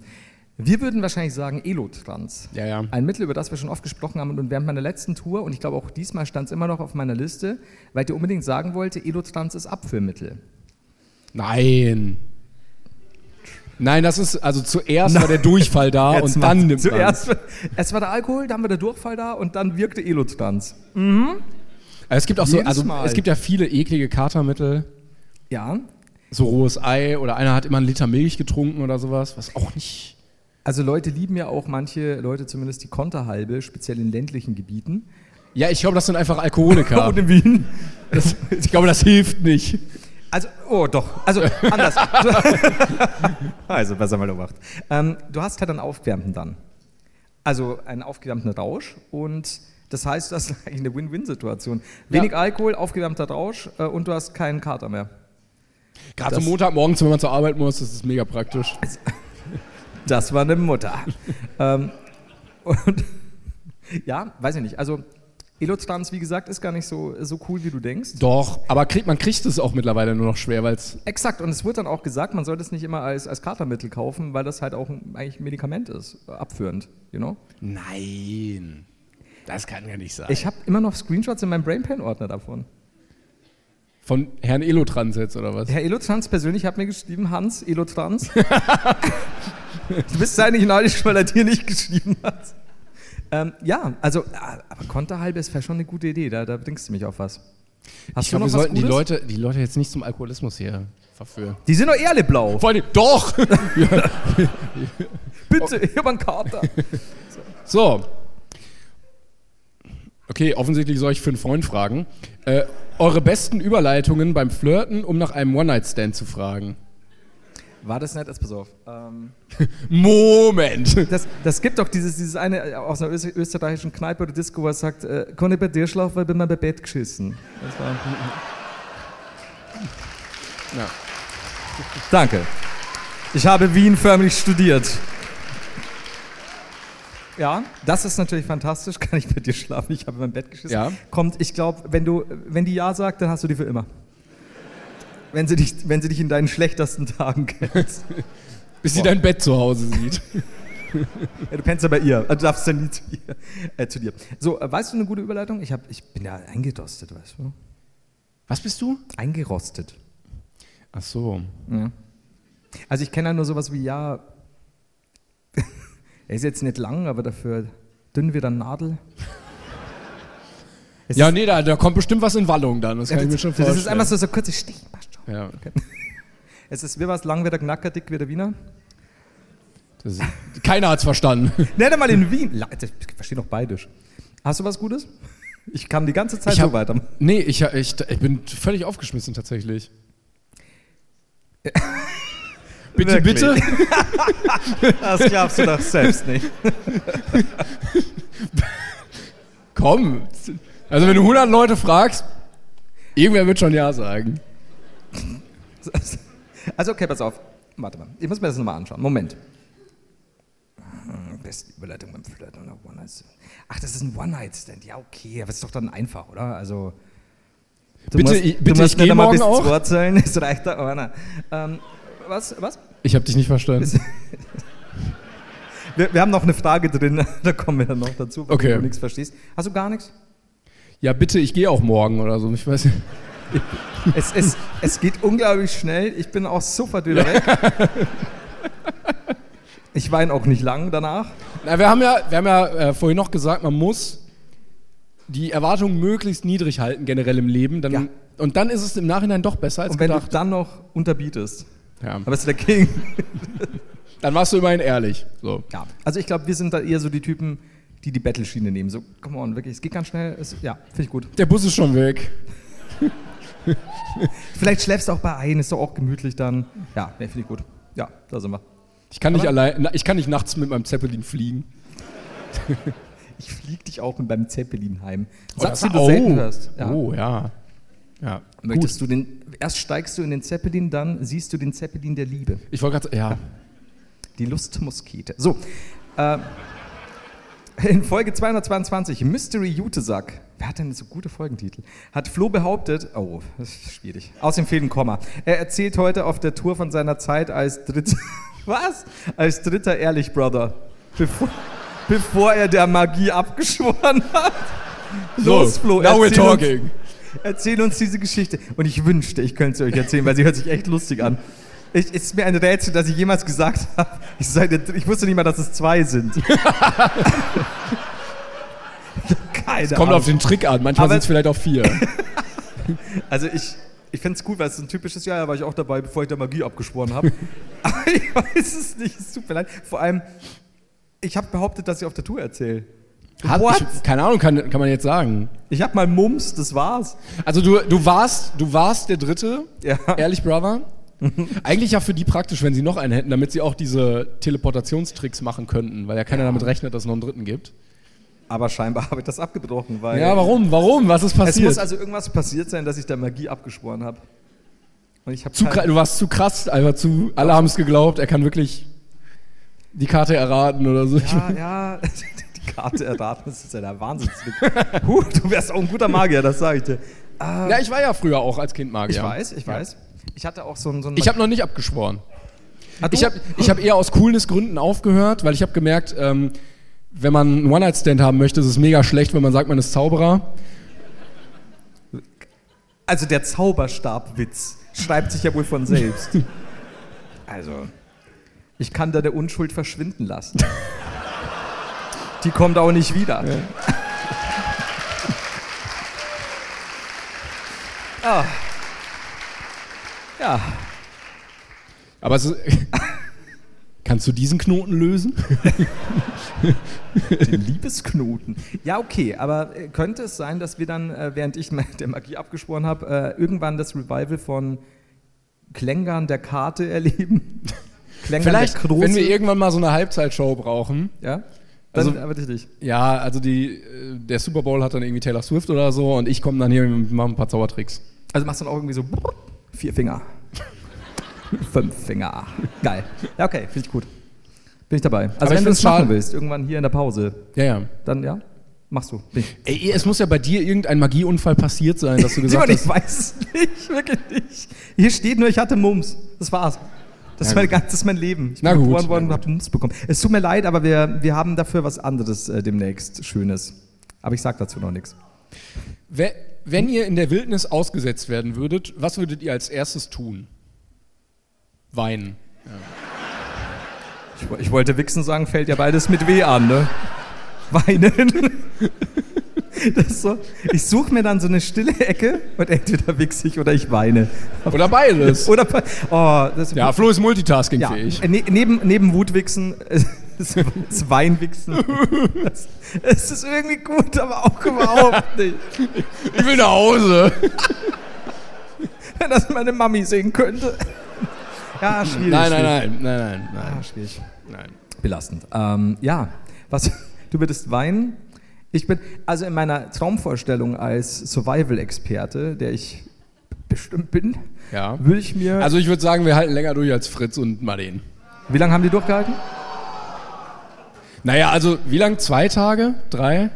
B: Wir würden wahrscheinlich sagen Elotrans.
C: Ja, ja.
B: Ein Mittel, über das wir schon oft gesprochen haben und während meiner letzten Tour, und ich glaube auch diesmal stand es immer noch auf meiner Liste, weil ich dir unbedingt sagen wollte, Elotrans ist Abführmittel.
C: Nein. Nein, das ist, also zuerst
B: [laughs]
C: war der Durchfall da
B: Jetzt
C: Ah, und
B: mal
C: dann nimmt
B: [laughs]
C: man
B: zuerst. Es war der Alkohol, dann war der Durchfall da und dann wirkte Elotrans.
C: Es gibt auch so,
B: Jedes
C: also
B: Mal.
C: es gibt ja viele eklige Katermittel.
B: Ja.
C: So rohes Ei oder einer hat immer einen Liter Milch getrunken oder sowas, was auch nicht.
B: Also Leute lieben ja auch manche Leute zumindest die Konterhalbe, speziell in ländlichen Gebieten.
C: Ja, ich glaube, das sind einfach [laughs] Alkoholiker.
B: in Wien.
C: Das, ich glaube, das hilft nicht.
B: Also, oh doch, also anders. also besser mal gemacht. Ähm, du hast halt einen aufwärmten dann. Also einen aufgewärmten Rausch und das heißt, das ist [laughs] eigentlich eine Win-Win-Situation. Wenig Alkohol, aufgewärmter Rausch äh, und du hast keinen Kater mehr.
C: Gerade so
B: Das-
C: Montagmorgens, wenn man zur Arbeit muss, das ist mega praktisch.
B: Das war eine Mutter. [laughs] ähm, und ja, weiß ich nicht. Also Elotrans, wie gesagt, ist gar nicht so, so cool, wie du denkst.
C: Doch, aber kriegt, man kriegt es auch mittlerweile nur noch schwer, weil es.
B: Exakt, und es wird dann auch gesagt, man sollte es nicht immer als, als Katermittel kaufen, weil das halt auch ein- eigentlich ein Medikament ist, äh, abführend, you know?
C: Nein. Das kann ja nicht sein.
B: Ich habe immer noch Screenshots in meinem Brainpan-Ordner davon.
C: Von Herrn Elotrans jetzt, oder was?
B: Herr Elotrans persönlich hat mir geschrieben, Hans Elotrans. [laughs] du bist eigentlich neidisch, weil er dir nicht geschrieben hat. Ähm, ja, also, ah, aber Konterhalbe ist vielleicht schon eine gute Idee, da, da bringst du mich auf was. Hast
C: Ich glaube, wir
B: was
C: sollten die
B: Gutes?
C: Leute, die Leute jetzt nicht zum Alkoholismus hier verführen.
B: Die sind doch eh alle
C: [laughs]
B: blau.
C: Vor allem, doch!
B: Bitte, ich hab einen Kater.
C: so. Okay, offensichtlich soll ich für einen Freund fragen. Äh, eure besten Überleitungen beim Flirten, um nach einem One-Night-Stand zu fragen.
B: War das nicht? Jetzt pass auf. Ähm,
C: Moment!
B: Das, das gibt doch dieses, dieses eine äh, aus einer Öse- österreichischen Kneipe oder Disco, was sagt, äh, kann ich bei dir schlafen, weil ich bin mal bei Bett geschissen. Das war
C: [laughs] Ja.
B: Danke. Ich habe Wien förmlich studiert. Ja, das ist natürlich fantastisch. [laughs] Kann ich bei dir schlafen? Ich habe mein Bett geschissen.
C: Ja.
B: Kommt, ich glaube, wenn du, wenn die Ja sagt, dann hast du die für immer. Wenn sie dich, wenn sie dich in deinen schlechtesten Tagen kennt.
C: Bis sie dein Bett zu Hause sieht.
B: Ja, du pennst ja bei ihr. Du darfst ja nie zu, ihr, äh, zu dir. So, äh, weißt du eine gute Überleitung? Ich, hab, ich bin ja eingedostet, weißt du?
C: Was bist du?
B: Eingerostet.
C: Ach so.
B: Also ich kenne ja nur sowas wie, ja, [laughs] er ist jetzt nicht lang, aber dafür dünn wie der Nadel. Es
C: Ja,
B: ist,
C: nee, da, da kommt bestimmt was in Wallung dann. Das kann ich mir schon
B: das
C: vorstellen.
B: ist einfach so, so kurze Stich. passt schon.
C: Ja.
B: Es ist, wie was, lang wie der Knacker, dick wie der Wiener.
C: Das ist, keiner hat's verstanden. [laughs]
B: Nenn mal in Wien. La- Ich verstehe noch beidisch. Hast du was Gutes? Ich kam die ganze Zeit
C: Ich hab-
B: so
C: [laughs]
B: weiter.
C: Nee, ich, ich, ich bin völlig aufgeschmissen tatsächlich. bitte,
B: Wirklich?
C: bitte.
B: Das glaubst du doch selbst nicht.
C: Komm. Also wenn du 100 Leute fragst, irgendwer wird schon Ja sagen.
B: [laughs] Also, okay, pass auf. Warte mal. Ich muss mir das nochmal anschauen. Moment. Hm, Beste Überleitung beim Flirten oder One-Night-Stand. Ach, das ist ein One-Night-Stand. Ja, okay. Aber ist doch dann einfach, oder? Also. Du
C: Bitte, ich- bitte,
B: du musst
C: ich
B: nicht
C: geh
B: einmal
C: morgen
B: bis
C: auch.
B: zwei zählen. [laughs] Es reicht doch einer. Ähm, was? Was?
C: Ich habe dich nicht verstanden.
B: Wir, wir haben noch eine Frage drin. [laughs] Da kommen wir dann noch dazu, weil
C: Okay.
B: du nichts verstehst. Hast du gar [laughs] nichts?
C: Ja, bitte, ich gehe auch morgen oder so. Ich weiß nicht.
B: Es, es, es geht unglaublich schnell. Ich bin auch sofort wieder weg. [laughs] Ich weine auch nicht lang danach.
C: Na, wir haben ja, wir haben ja äh, vorhin noch gesagt, man muss die Erwartungen möglichst niedrig halten generell im Leben. Dann,
B: Ja.
C: Und dann ist es im Nachhinein doch besser als
B: Und wenn du
C: gedacht.
B: dann noch unterbietest,
C: ja.
B: dann bist du der King.
C: Dann warst du immerhin ehrlich. So.
B: [laughs] Ja. Also ich glaube, wir sind da eher so die Typen, die die Battleschiene nehmen. So, come on, wirklich, es geht ganz schnell. Es, ja, finde ich gut.
C: Der Bus ist schon weg.
B: Vielleicht schläfst du auch bei ein, ist doch auch gemütlich dann. Ja, nee, finde ich gut. Ja, da sind wir.
C: Ich kann, nicht
B: Aber-
C: allein, na, ich kann nicht nachts mit meinem Zeppelin fliegen.
B: Ich flieg dich auch mit meinem Zeppelin heim.
C: Oh,
B: Satz,
C: das-
B: den du
C: oh.
B: selten hörst. Ja.
C: Oh, ja. Ja.
B: Möchtest du den, erst steigst du in den Zeppelin, dann siehst du den Zeppelin der Liebe.
C: Ich wollte gerade ja.
B: Die Lustmuskete. So. Äh, in Folge 222, Mystery Jutesack. Wer hat denn so gute Folgentitel? Hat Flo behauptet, oh, das ist schwierig. Aus dem Film Komma. Er erzählt heute auf der Tour von seiner Zeit als dritter, [laughs] was? Als dritter Ehrlich Brother. Bevor, bevor er der Magie abgeschworen hat. Los, Flo,
C: now we're
B: erzähl uns-
C: talking.
B: Erzähl uns diese Geschichte. Und ich wünschte, ich könnte sie euch erzählen, weil sie hört sich echt lustig an. Ich, es ist mir ein Rätsel, dass ich jemals gesagt habe, ich, sei der Dr- ich wusste nicht mal, dass es zwei
C: [laughs]
B: sind. Keine
C: Kommt
B: Ahnung.
C: auf den Trick an. Manchmal
B: Aber-
C: sind es vielleicht
B: [laughs]
C: auch vier.
B: Also ich, ich finde es gut, weil es ist ein typisches Jahr, da war ich auch dabei, bevor ich der Magie abgeschworen
C: [laughs]
B: habe. Aber ich weiß es nicht, es tut mir leid. Vor allem, ich habe behauptet, dass ich auf der Tour erzähle.
C: Hab
B: What?
C: ich, keine Ahnung, kann, kann man jetzt sagen.
B: Ich habe mal Mums, das war's.
C: Also du, du warst, du warst der Dritte.
B: Ja.
C: Ehrlich, Brother.
B: [laughs]
C: Eigentlich ja für die praktisch, wenn sie noch einen hätten, damit sie auch diese Teleportationstricks machen könnten, weil ja keiner damit rechnet, dass es noch einen Dritten gibt.
B: Aber scheinbar habe ich das abgebrochen, weil...
C: Ja, warum? Warum? Was ist
B: Es
C: passiert?
B: muss also irgendwas passiert sein, dass ich der Magie abgeschworen habe. Und ich habe
C: zu kra- du warst zu krass, einfach zu. Alle haben es geglaubt, er kann wirklich die Karte erraten oder so. Ich
B: Ja, ja. [laughs] Die Karte erraten, das ist ja der Wahnsinn. Huh, du wärst auch ein guter Magier, das sage ich dir.
C: Ja, ich war ja früher auch als Kind Magier.
B: Ich weiß, ich weiß. Ich hatte auch so einen. So einen
C: Ich habe noch nicht abgeschworen.
B: Ah, du?
C: Ich habe ich hab eher aus Coolness-Gründen aufgehört, weil ich habe gemerkt, ähm, wenn man einen One-Night-Stand haben möchte, ist es mega schlecht, wenn man sagt, man ist Zauberer.
B: also der Zauberstabwitz schreibt sich ja wohl von
C: [laughs]
B: selbst. also. Ich kann da der Unschuld verschwinden lassen. Die kommt auch nicht wieder. ah. Ja.
C: Aber es ist, [laughs] Kannst du diesen Knoten lösen?
B: Den Liebesknoten. Ja, okay, aber äh, könnte es sein, dass wir dann, äh, während ich mit der Magie abgeschworen habe, äh, irgendwann das Revival von Klängern der Karte
C: [laughs]
B: erleben? Klängern
C: Vielleicht,
B: der Krose?
C: wenn wir irgendwann mal so eine Halbzeitshow brauchen.
B: ja? Dann
C: Also-
B: also, aber richtig.
C: Ja, also die, äh, der Super Bowl hat dann irgendwie Taylor Swift oder so und ich komme dann hier und mache ein paar Zaubertricks.
B: Also machst du dann auch irgendwie so vier Finger. Fünf Finger. Geil. Ja, okay, finde ich gut. Bin ich dabei. Also wenn du
C: ich
B: es
C: find's schade-
B: machen willst, irgendwann hier in der Pause,
C: Ja, ja.
B: dann ja, machst du. [laughs] Bin ich.
C: Ey, es muss ja bei dir irgendein Magieunfall passiert sein, dass [laughs] du gesagt
B: Simon, ich
C: hast.
B: weiß es nicht, wirklich nicht. Hier steht nur, ich hatte Mums. Das war's. Das, ist mein, ganz- das ist mein Leben. Ich
C: Na gut,
B: geboren worden
C: na
B: und habe Mums bekommen. Es tut mir leid, aber wir, wir haben dafür was anderes äh, demnächst Schönes. Aber ich sag dazu noch nichts.
C: Wenn, wenn ihr in der Wildnis ausgesetzt werden würdet, was würdet ihr als erstes tun? Weinen.
B: Ich, wo- ich wollte Wichsen sagen, fällt ja beides mit W an, ne? Weinen. [laughs] Das ist so. Ich suche mir dann so eine stille Ecke und entweder wichse ich oder ich weine.
C: Oder beides.
B: Oder oh, das
C: Ja, Flo ist multitaskingfähig.
B: ja, ne, neben, neben [laughs] Wutwichsen ist ist Weinwichsen. Das- Es ist irgendwie gut, aber auch überhaupt nicht.
C: Ich will nach Hause.
B: Wenn das meine Mami sehen könnte. Ja, schwierig.
C: Nein, nein,
B: schwierig.
C: nein, nein, nein,
B: Ah,
C: nein,
B: schwierig.
C: nein.
B: Belastend. Ähm, ja, was, [laughs] du würdest weinen. Ich bin, also in meiner Traumvorstellung als Survival-Experte, der ich bestimmt bin,
C: Ja.
B: würde ich mir.
C: Also ich würde sagen, wir halten länger durch als Fritz und Marleen.
B: wie lange haben die durchgehalten?
C: Naja, also wie lang? Zwei Tage? Drei?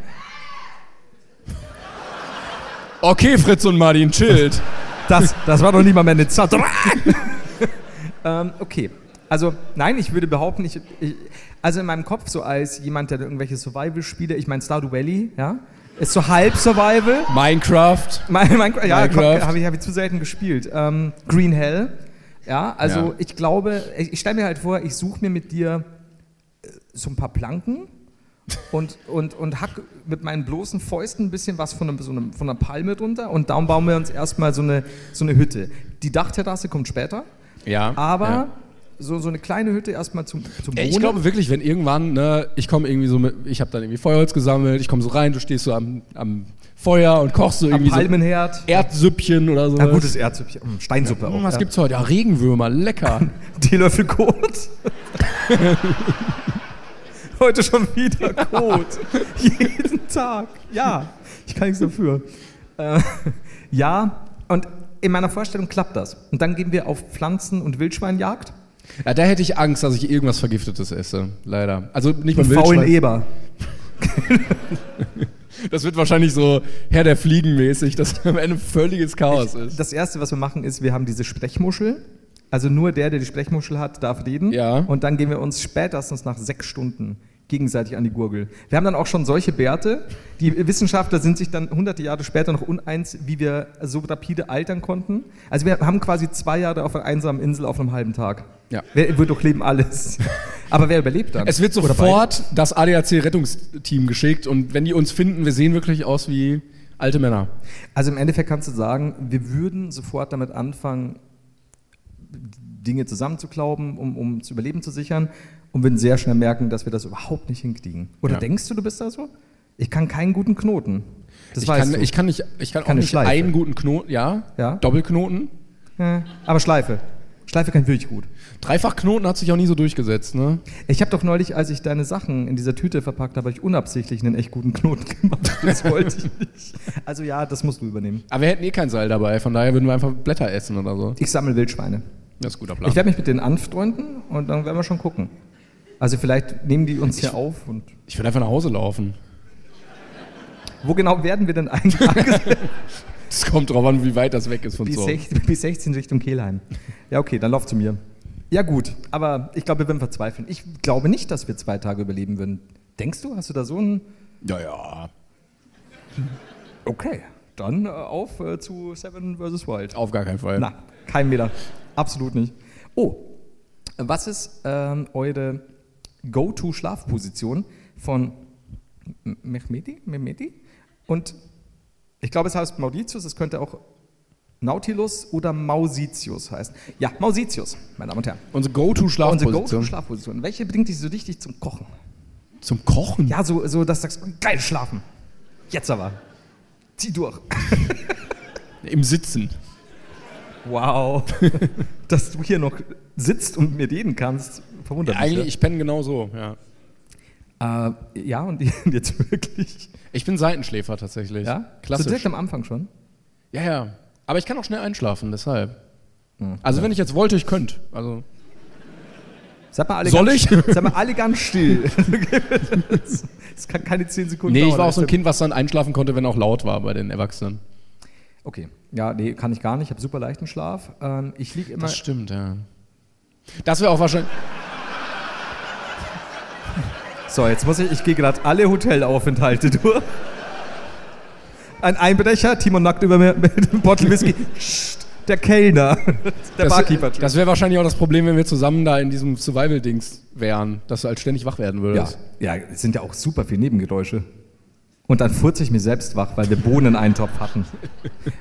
C: Okay, Fritz und Martin, chillt.
B: Das, das war doch nicht mal meine Zeit. [laughs] ähm, okay. Also, nein, ich würde behaupten, ich, ich, also in meinem Kopf, so als jemand, der irgendwelche Survival-Spiele, ich meine Stardew Valley, ja, ist so halb Survival.
C: Minecraft.
B: Mein, mein, ja,
C: Minecraft.
B: habe ich, hab ich zu selten gespielt. Ähm, Green Hell. Ja, also
C: Ja.
B: ich glaube, ich, ich stelle mir halt vor, ich suche mir mit dir äh, so ein paar Planken und, und, und hack mit meinen bloßen Fäusten ein bisschen was von, einem, so einem, von einer Palme drunter und darum bauen wir uns erstmal so eine, so eine Hütte. Die Dachterrasse kommt später,
C: Ja.
B: aber
C: ja.
B: so, so eine kleine Hütte erstmal zum, zum
C: Ey,
B: Wohnen.
C: Ich glaube wirklich, wenn irgendwann, ne, ich komme irgendwie so mit, ich habe dann irgendwie Feuerholz gesammelt, ich komme so rein, du stehst so am, am Feuer und kochst so
B: am
C: irgendwie so
B: Palmenherd.
C: Erdsüppchen oder so.
B: Ja, gutes Erdsüppchen, Mm, Steinsuppe auch.
C: Hm, was
B: ja.
C: gibt's heute? Ja, Regenwürmer, lecker.
B: [laughs] Teelöffel Kot. Heute schon wieder Kot. Jeden Tag. Ja, ich kann nichts dafür. Äh, ja, und in meiner Vorstellung klappt das. Und dann gehen wir auf Pflanzen- und Wildschweinjagd.
C: [laughs] ja, da hätte ich Angst, dass ich irgendwas Vergiftetes esse, leider. Also nicht mal
B: Einen faulen
C: Wildschwein.
B: Eber.
C: Das wird wahrscheinlich so Herr der Fliegen mäßig, dass am Ende völliges Chaos ist.
B: Das Erste, was wir machen, ist, wir haben diese Sprechmuschel. Also nur der, der die Sprechmuschel hat, darf reden.
C: Ja.
B: Und dann gehen wir uns spätestens nach sechs Stunden gegenseitig an die Gurgel. Wir haben dann auch schon solche Bärte. Die Wissenschaftler sind sich dann hunderte Jahre später noch uneins, wie wir so rapide altern konnten. Also wir haben quasi zwei Jahre auf einer einsamen Insel auf einem halben Tag.
C: Ja.
B: Wer, wir durchleben alles. [laughs] Aber wer überlebt dann?
C: Es wird
B: Oder beide.
C: sofort das ADAC-Rettungsteam geschickt und wenn die uns finden, wir sehen wirklich aus wie alte Männer.
B: Also im Endeffekt kannst du sagen, wir würden sofort damit anfangen, Dinge zusammenzuklauben, um, um zu überleben zu sichern und würden sehr schnell merken, dass wir das überhaupt nicht hinkriegen. Oder
C: Ja.
B: denkst du, du bist da so? Ich kann keinen guten Knoten. Das
C: Ich
B: weißt
C: kann,
B: du.
C: ich kann nicht, ich
B: Kann
C: kann, auch
B: eine
C: nicht
B: Schleife.
C: einen guten Knoten, ja,
B: Ja.
C: Doppelknoten.
B: Ja, Aber Schleife. Schleife kann ich wirklich gut.
C: Dreifachknoten hat sich auch nie so durchgesetzt, ne?
B: Ich habe doch neulich, als ich deine Sachen in dieser Tüte verpackt habe, hab ich unabsichtlich einen echt guten Knoten [laughs] gemacht. Das wollte ich nicht. Also ja, das musst du übernehmen.
C: Aber wir hätten eh kein Seil dabei, von daher würden wir einfach Blätter essen oder so.
B: Ich sammle Wildschweine.
C: Das ist ein guter Plan.
B: Ich werde mich mit denen anfreunden und dann werden wir schon gucken. Also vielleicht nehmen die uns hier auf und
C: Ich würde einfach nach Hause laufen.
B: Wo genau werden wir denn eigentlich angesetzt?
C: Es kommt drauf an, wie weit das weg ist von
B: bis,
C: so.
B: 16, bis 16 Richtung Kehlheim. Ja, okay, dann lauf zu mir. Ja, gut, aber ich glaube, wir werden verzweifeln. Ich glaube nicht, dass wir zwei Tage überleben würden. Denkst du, hast du da so einen.
C: Ja, ja.
B: Okay, dann äh, auf äh, zu Seven vs. Wild.
C: Auf gar keinen Fall.
B: Na, kein Meter. Absolut nicht. Oh, was ist ähm, eure Go-To-Schlafposition von M- Mehmedi? Mehmedi? Und ich glaube, es heißt Mauritius, es könnte auch Nautilus oder Mausitius heißt. Ja, Mausitius, meine Damen und Herren.
C: Unsere
B: Unsere
C: Go-To-Schlafposition.
B: Go-To-Schlafposition. Welche bringt dich so richtig zum Kochen?
C: Zum Kochen?
B: Ja, so, so dass du sagst, geil schlafen. Jetzt aber. Zieh durch.
C: Im Sitzen.
B: Wow. [laughs] dass du hier noch sitzt und mir reden kannst, verwundert mich.
C: Eigentlich, ich penne genau so, ja.
B: ja. Äh, ja, und [laughs] jetzt wirklich.
C: Ich bin Seitenschläfer tatsächlich.
B: Ja? So
C: Klassisch.
B: direkt am Anfang schon.
C: ja, ja. Aber ich kann auch schnell einschlafen, deshalb.
B: Hm.
C: Also wenn ich jetzt wollte, ich könnte. Also
B: Sag mal alle
C: Soll
B: ganz,
C: ich?
B: Sag mal alle ganz still. [laughs] das, das kann keine 10 Sekunden
C: nee,
B: dauern.
C: ich war auch so ein Kind, was dann einschlafen konnte, wenn auch laut war bei den Erwachsenen.
B: Okay. Ja, nee, kann ich gar nicht. Ich habe super leichten Schlaf. Ähm, ich liege immer.
C: Das stimmt, ja. Das wäre auch wahrscheinlich.
B: So, jetzt muss ich, ich gehe gerade alle Hotelaufenthalte [laughs] durch. Ein Einbrecher, Timon nackt über mir mit einem Bottle
C: [laughs]
B: Whisky. Psst, der Kellner, [laughs] der Barkeeper.
C: Das wäre wahrscheinlich auch das Problem, wenn wir zusammen da in diesem Survival-Dings wären, dass du halt ständig wach werden
B: ja,
C: würdest.
B: ja, es sind ja auch super viele Nebengeräusche. Und dann furze ich mir selbst wach, weil wir Bohneneintopf
C: [laughs]
B: hatten.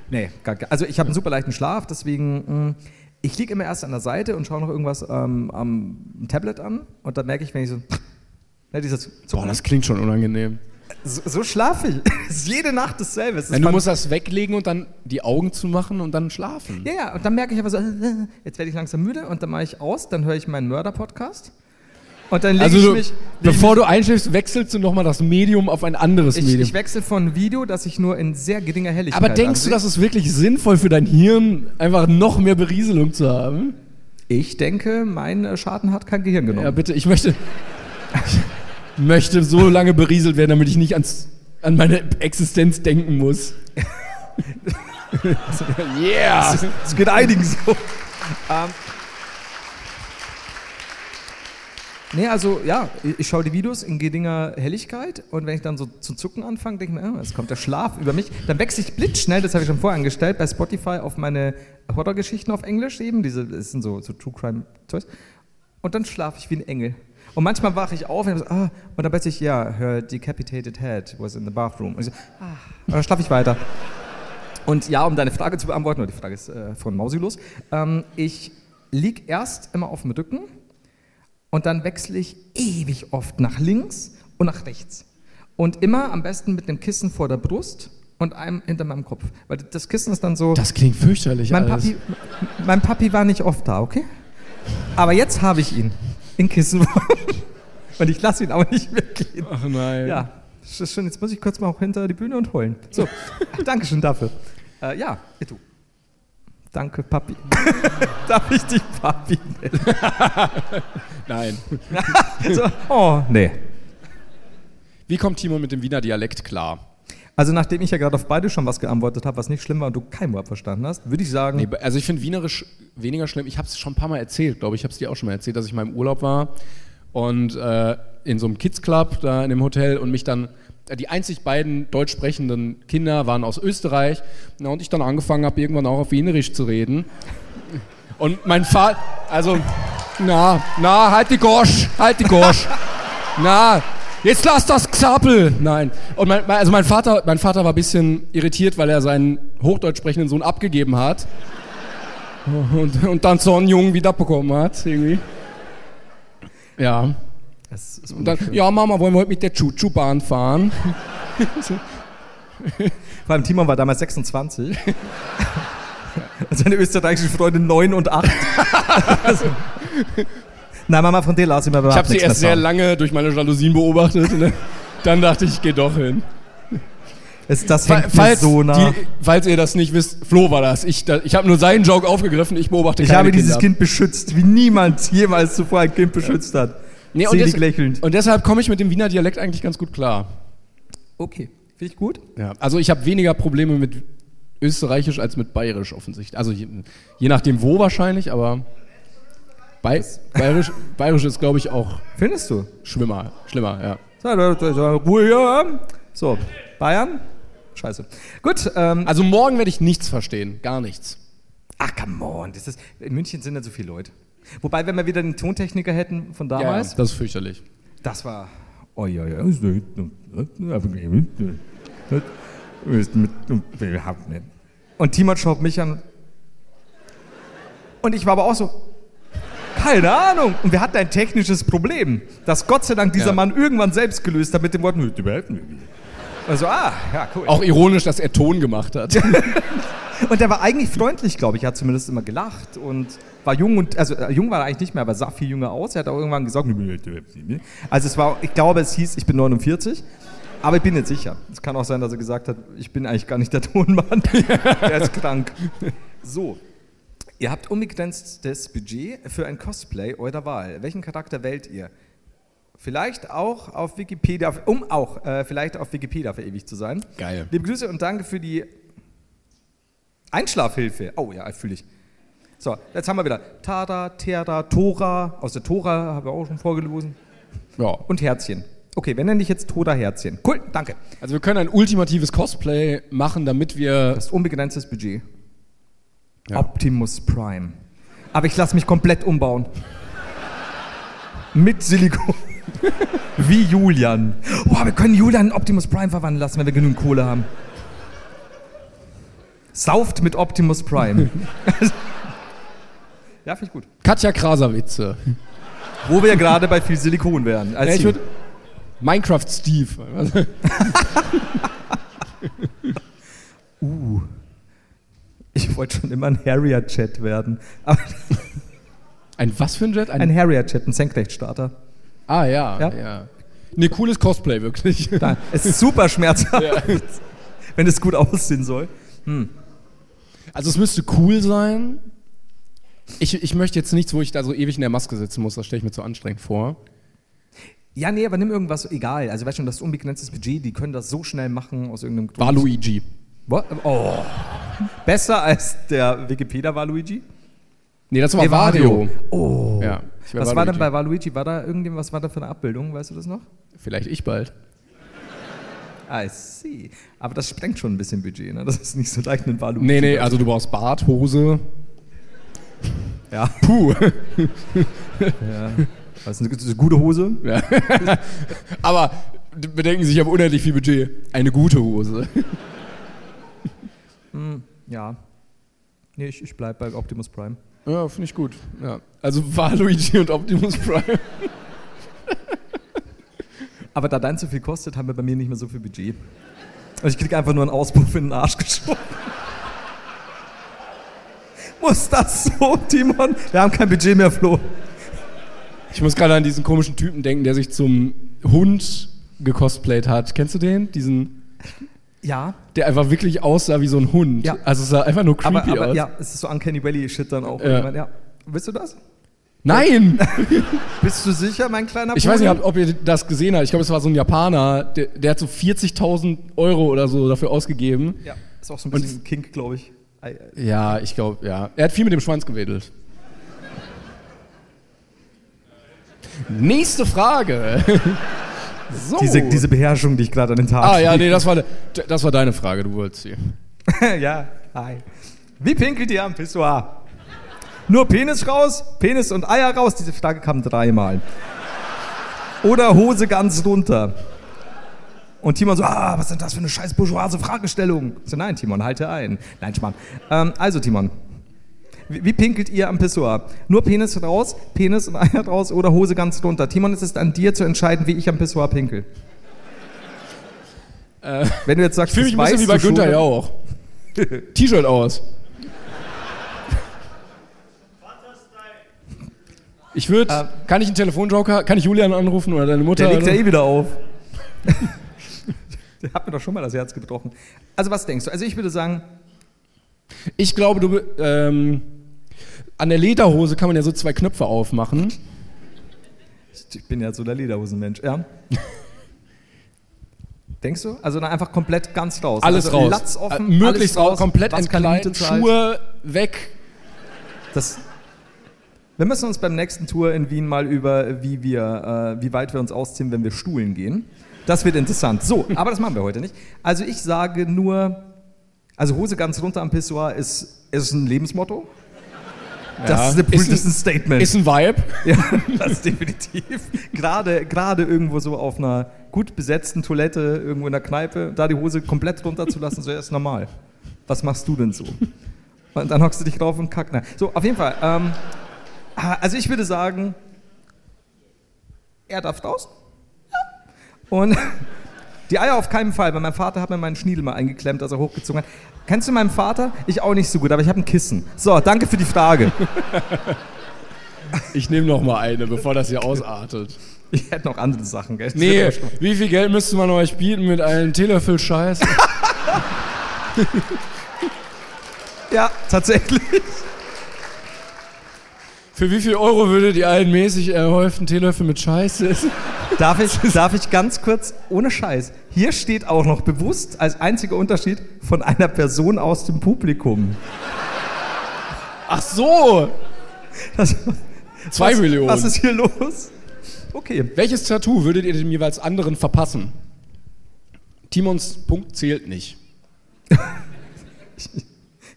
B: Nee, gar, gar- also ich habe einen super leichten Schlaf, deswegen, mh, ich liege immer erst an der Seite und schaue noch irgendwas ähm, am Tablet an. Und dann merke ich, wenn ich so, [laughs] ne, dieses
C: Boah, das klingt schon unangenehm.
B: So, so schlafe ich. [laughs] Es ist jede Nacht dasselbe. Es ist
C: Nein, du
B: fan-
C: musst das weglegen und dann die Augen zumachen und dann schlafen.
B: ja, ja, und dann merke ich aber so, [laughs] äh, äh, jetzt werde ich langsam müde und dann mache ich aus, dann höre ich meinen Mörder-Podcast. Und dann lege
C: Also,
B: ich
C: du,
B: mich. leg ich
C: bevor du einschläfst, wechselst du nochmal das Medium auf ein anderes
B: mich- ich, halt
C: Medium.
B: ich wechsle von Video, das ich nur in sehr geringer Helligkeit
C: Aber denkst du,
B: ansehe.
C: das ist wirklich sinnvoll für dein Hirn, einfach noch mehr Berieselung zu haben?
B: Ich denke, mein äh, Schaden hat kein Gehirn
C: Ja,
B: genommen.
C: bitte, ich möchte, ich möchte so lange berieselt werden, damit ich nicht ans, an meine Existenz denken
B: [laughs]
C: muss. yeah!
B: Es geht einigen so. Ähm, Nee, also ja, ich ich schaue die Videos in geringer Helligkeit und wenn ich dann so zu zucken anfange, denke ich mir, ah, es kommt der Schlaf über mich. Dann wechsle ich blitzschnell, das habe ich schon vorangestellt, bei Spotify auf meine Horrorgeschichten auf Englisch eben. Diese das sind so, so True Crime Zeugs. Und dann schlafe ich wie ein Engel. Und manchmal wache ich auf und, dann so, ah, und dann plötzlich, ja, her decapitated head was in the bathroom. Und, ich so, ah, und dann schlafe ich weiter. Und ja, um deine Frage zu beantworten, oder die Frage ist äh, von Mausilus, ähm, ich liege erst immer auf dem Rücken und dann wechsle ich ewig oft nach links und nach rechts. Und immer am besten mit einem Kissen vor der Brust und einem hinter meinem Kopf. Weil das Kissen ist dann so.
C: Das klingt fürchterlich.
B: mein,
C: alles.
B: Papi, mein Papi war nicht oft da, okay? Aber jetzt habe ich ihn in Kissenform. [laughs] und ich lasse ihn aber nicht mehr gehen.
C: Ach nein.
B: Ja, das ist schön. Jetzt muss ich kurz mal auch hinter die Bühne und heulen. [laughs] So, Dankeschön dafür. Äh, ja, ihr du. Danke, Papi. [laughs] Darf ich dich Papi nennen?
C: Nein.
B: So, oh, nee.
C: Wie kommt Timon mit dem Wiener Dialekt klar?
B: Also, nachdem ich ja gerade auf beide schon was geantwortet habe, was nicht schlimm war und du kein Wort verstanden hast, würde ich sagen,
C: Nee, also ich finde Wienerisch weniger schlimm. Ich habe es schon ein paar Mal erzählt, glaube ich. Ich habe es dir auch schon mal erzählt, dass ich mal im Urlaub war und äh, in so einem Kids Club da in dem Hotel und mich dann äh, die einzig beiden deutsch sprechenden Kinder waren aus Österreich na, und ich dann angefangen habe, irgendwann auch auf Wienerisch zu reden. Und mein Vater, also, na, na, halt die Gorsch, halt die Gorsch. Na, jetzt lass das Xapel. Nein. Und mein, mein- also mein Vater, mein Vater war ein bisschen irritiert, weil er seinen hochdeutsch sprechenden Sohn abgegeben hat. Und, und dann so einen Jungen wieder bekommen hat, irgendwie. Ja.
B: das ist
C: Und dann, ja, Mama, wollen wir heute mit der Chuchu-Bahn fahren?
B: vor allem Timon war damals [laughs] 26. und seine österreichische Freunde 9 und [laughs] 8. also, nein, Mama, von dir lasse ich mir
C: Ich habe
B: überhaupt
C: sie
B: nichts mehr
C: erst sehr
B: sagen.
C: lange durch meine Jalousien beobachtet. Und dann dachte ich, ich gehe doch hin.
B: Es- Das
C: Fa-
B: hängt mir
C: Falls,
B: so nah.
C: die, falls ihr das nicht wisst, Flo war das. Ich, da, ich habe nur seinen Joke aufgegriffen, ich beobachte
B: Ich
C: keine
B: habe dieses
C: Kinder.
B: Kind beschützt, wie niemand jemals zuvor ein Kind beschützt hat.
C: Nee, und,
B: Selig
C: des,
B: lächelnd.
C: und deshalb komme ich mit dem Wiener Dialekt eigentlich ganz gut klar.
B: Okay, finde ich gut.
C: Ja. Also ich habe weniger Probleme mit Österreichisch als mit Bayerisch offensichtlich. Also je, je nachdem wo wahrscheinlich, aber Bay, Bayerisch, Bayerisch ist glaube ich auch
B: Findest du?
C: schlimmer, schlimmer, ja.
B: So, da- da- da- Ruhe hier. So, Bayern? Scheiße. Gut, ähm,
C: Also morgen werde ich nichts verstehen, gar nichts.
B: ach, come on. Das ist, in München sind ja so viele Leute. Wobei, wenn wir wieder den Tontechniker hätten von damals,
C: das ist fürchterlich.
B: das war.
F: Oh ja, ja, ist nicht. Aber mit. Wir haben nicht.
B: Und Timon schaut mich an. Und ich war aber auch so, keine Ahnung. Und wir hatten ein technisches Problem, das Gott sei Dank dieser
C: Ja.
B: Mann irgendwann selbst gelöst hat mit dem Wort, nö, die behalten wir wieder. Also, ah, ja, cool.
C: Auch ironisch, dass er Ton
B: [laughs]
C: gemacht hat.
B: Und er war eigentlich freundlich, glaube ich. Er hat zumindest immer gelacht und war jung und, also äh, jung war er eigentlich nicht mehr, aber sah viel jünger aus. Er hat auch irgendwann gesagt, also es war, ich glaube, es hieß, ich bin 49. Aber ich bin nicht sicher. Es kann auch sein, dass er gesagt hat, ich bin eigentlich gar nicht der Tonmann. [laughs] der ist krank. So. Ihr habt unbegrenztes Budget für ein Cosplay eurer Wahl. Welchen Charakter wählt ihr? Vielleicht auch auf Wikipedia, um auch äh, vielleicht auf Wikipedia verewigt zu sein.
C: Geil.
B: Liebe Grüße und danke für die Einschlafhilfe. Oh ja, fühle ich. So, jetzt haben wir wieder Tara, Tera, Tora. Aus der Tora haben wir auch schon vorgelesen.
C: Ja.
B: Und Herzchen. Okay, wenn nenne ich jetzt Tora Herzchen. Cool, danke.
C: Also wir können ein ultimatives Cosplay machen, damit wir...
B: Das ist unbegrenztes Budget.
C: Ja.
B: Optimus Prime. Aber ich lasse mich komplett umbauen. Mit Silikon. [laughs] Wie Julian. Boah, wir können Julian in Optimus Prime verwandeln lassen, wenn wir genügend Kohle haben. Sauft mit Optimus Prime. [laughs] ja, finde ich gut.
C: Katja Krasavitze.
B: Wo wir ja gerade bei viel Silikon wären. Als
C: Ja, Äh, ich
B: Team.
C: würd- Minecraft
B: [laughs]
C: Steve.
B: ich wollte schon immer ein Harrier-Chat werden. Aber
C: Ein was für ein Jet?
B: ein Harrier-Chat, ein Senkrechtstarter.
C: ah ja,
B: Ja.
C: ja. Ne, cooles Cosplay wirklich.
B: Nein, es ist super schmerzhaft, [laughs] wenn es gut aussehen soll.
C: Also es müsste cool sein. Ich, ich möchte jetzt nichts, wo ich da so ewig in der Maske sitzen muss. Das stelle ich mir zu anstrengend vor.
B: Ja, nee, aber nimm irgendwas, egal. Also, weißt schon, das ist unbegrenztes Budget, die können das so schnell machen aus irgendeinem Grund.
C: Waluigi.
B: What? Oh. Besser als der Wikipedia Waluigi?
C: Nee, das war
B: Nee,
C: Wario.
B: Wario. Oh.
C: Ja, ich
B: Was war denn bei Waluigi? War da irgendjemand, was war da für eine Abbildung? Weißt du das noch?
C: Vielleicht ich bald.
B: I see. Aber das sprengt schon ein bisschen Budget, ne? Das ist nicht so leicht mit Waluigi.
C: Nee, nee, also du brauchst Bart, Hose.
B: Ja.
C: Puh.
B: Was ist eine, eine gute Hose?
C: [laughs] Aber d- bedenken Sie, ich habe unendlich viel Budget. Eine gute Hose.
B: Ja. Nee, ich, ich bleib bei Optimus Prime.
C: Ja, finde ich gut. Ja. Also Waluigi und Optimus Prime.
B: Aber da dein zu viel kostet, haben wir bei mir nicht mehr so viel Budget. Und ich krieg einfach nur einen Auspuff in den Arsch geschoben. [laughs] Muss das so, Timon? Wir haben kein Budget mehr, Flo.
C: Ich muss gerade an diesen komischen Typen denken, der sich zum Hund gecosplayt hat. Kennst du den? Diesen,
B: Ja,
C: der einfach wirklich aussah wie so ein Hund.
B: Ja.
C: Also es sah einfach nur creepy
B: aber, aber
C: aus.
B: ja, es ist so Uncanny Valley-Shit dann auch.
C: Ja.
B: irgendwann, ja. Willst du das? [laughs]
C: Nein!
B: Bist du sicher, mein kleiner
C: Ich weiß nicht,
B: Pony?
C: ob ob ihr das gesehen habt. Ich glaube, es war so ein Japaner, der, der hat so 40.000 Euro oder so dafür ausgegeben.
B: Ja, ist auch so ein bisschen Kink, glaube ich. Ei, ei.
C: Ja, ich glaube, ja. Er hat viel mit dem Schwanz gewedelt. Nächste Frage. [laughs] So.
B: Diese, diese Beherrschung, die ich gerade an den Tag
C: ah ja,
B: lege.
C: nee, das war, das war deine Frage, du wolltest sie.
B: [laughs] ja, hi. Wie pinkelt ihr am Pissoir? Nur Penis raus, Penis und Eier raus. Diese Frage kam dreimal. Oder Hose ganz runter. Und Timon so, ah, was sind das für eine scheiß bourgeoise Fragestellung? Ich so, nein, Timon, halte ein. Nein, Schmarrn. Ähm, also, Timon, wie, wie pinkelt ihr am Pissoir? Nur Penis raus, Penis und Eier raus oder Hose ganz runter? Timon, es ist an dir zu entscheiden, wie ich am Pissoir pinkel. Wenn du jetzt sagst,
C: Äh. Ich fühle mich
B: das
C: ein
B: weißt
C: bisschen wie bei
B: du schon,
C: Günther
B: dann-
C: ja auch. T-Shirt aus. Ich würde, kann ich einen Telefonjoker, kann ich Julian anrufen oder deine Mutter?
B: Ähm. Der legt ja
C: oder?
B: eh wieder auf. Der [laughs] hat mir doch schon mal das Herz gebrochen. Also was denkst du? Also ich würde sagen,
C: Ich glaube, du. be- Ähm, an der Lederhose kann man ja so zwei Knöpfe aufmachen.
B: ich bin ja so der Lederhosenmensch, ja. Denkst du? Also dann einfach komplett ganz raus.
C: Alles
B: also
C: raus.
B: Latz
C: Äh,
B: offen,
C: möglichst
B: alles
C: raus, komplett
B: was keine Miete
C: entkleidet,
B: zahlt.
C: Schuhe weg.
B: Das, wir müssen uns beim nächsten Tour in Wien mal über, wie, wir, äh, wie weit wir uns ausziehen, wenn wir stuhlen gehen. Das wird interessant. [laughs] So, aber das machen wir heute nicht. Also ich sage nur, also Hose ganz runter am Pissoir ist, ist ein Lebensmotto.
C: Ja.
B: Das ist, eine,
C: Ist ein-
B: das ist ein Statement.
C: Ist ein Vibe.
B: [laughs] ja, das definitiv. Gerade, gerade irgendwo so auf einer gut besetzten Toilette, irgendwo in der Kneipe, da die Hose komplett runterzulassen, so ist normal. was machst du denn so? Und dann hockst du dich drauf und kack. Na, so, auf jeden Fall. Ähm, also ich würde sagen, er darf raus. Ja. Und [laughs] die Eier auf keinen Fall. Bei meinem Vater hat mir meinen Schniedel mal eingeklemmt, als er hochgezogen hat. Kennst du meinen Vater? Ich auch nicht so gut, aber ich habe ein Kissen. So, danke für die Frage.
C: Ich nehme noch mal eine, bevor das hier ausartet.
B: Ich hätte noch andere Sachen, gell? Das
C: Nee,
B: wird aber schon-
C: wie viel Geld müsste man euch bieten mit einem Teelöffel Scheiß?
B: Ja, tatsächlich.
C: Für wie viel Euro würdet ihr einen mäßig erhäuften Teelöffel mit Scheiß essen?
B: Darf ich, darf ich ganz kurz, ohne Scheiß, hier steht auch noch bewusst als einziger Unterschied von einer Person aus dem Publikum.
C: Ach so!
B: Das,
C: Zwei
B: was,
C: Millionen.
B: Was ist hier los? Okay.
C: Welches Tattoo würdet ihr dem jeweils anderen verpassen? Timons Punkt zählt nicht.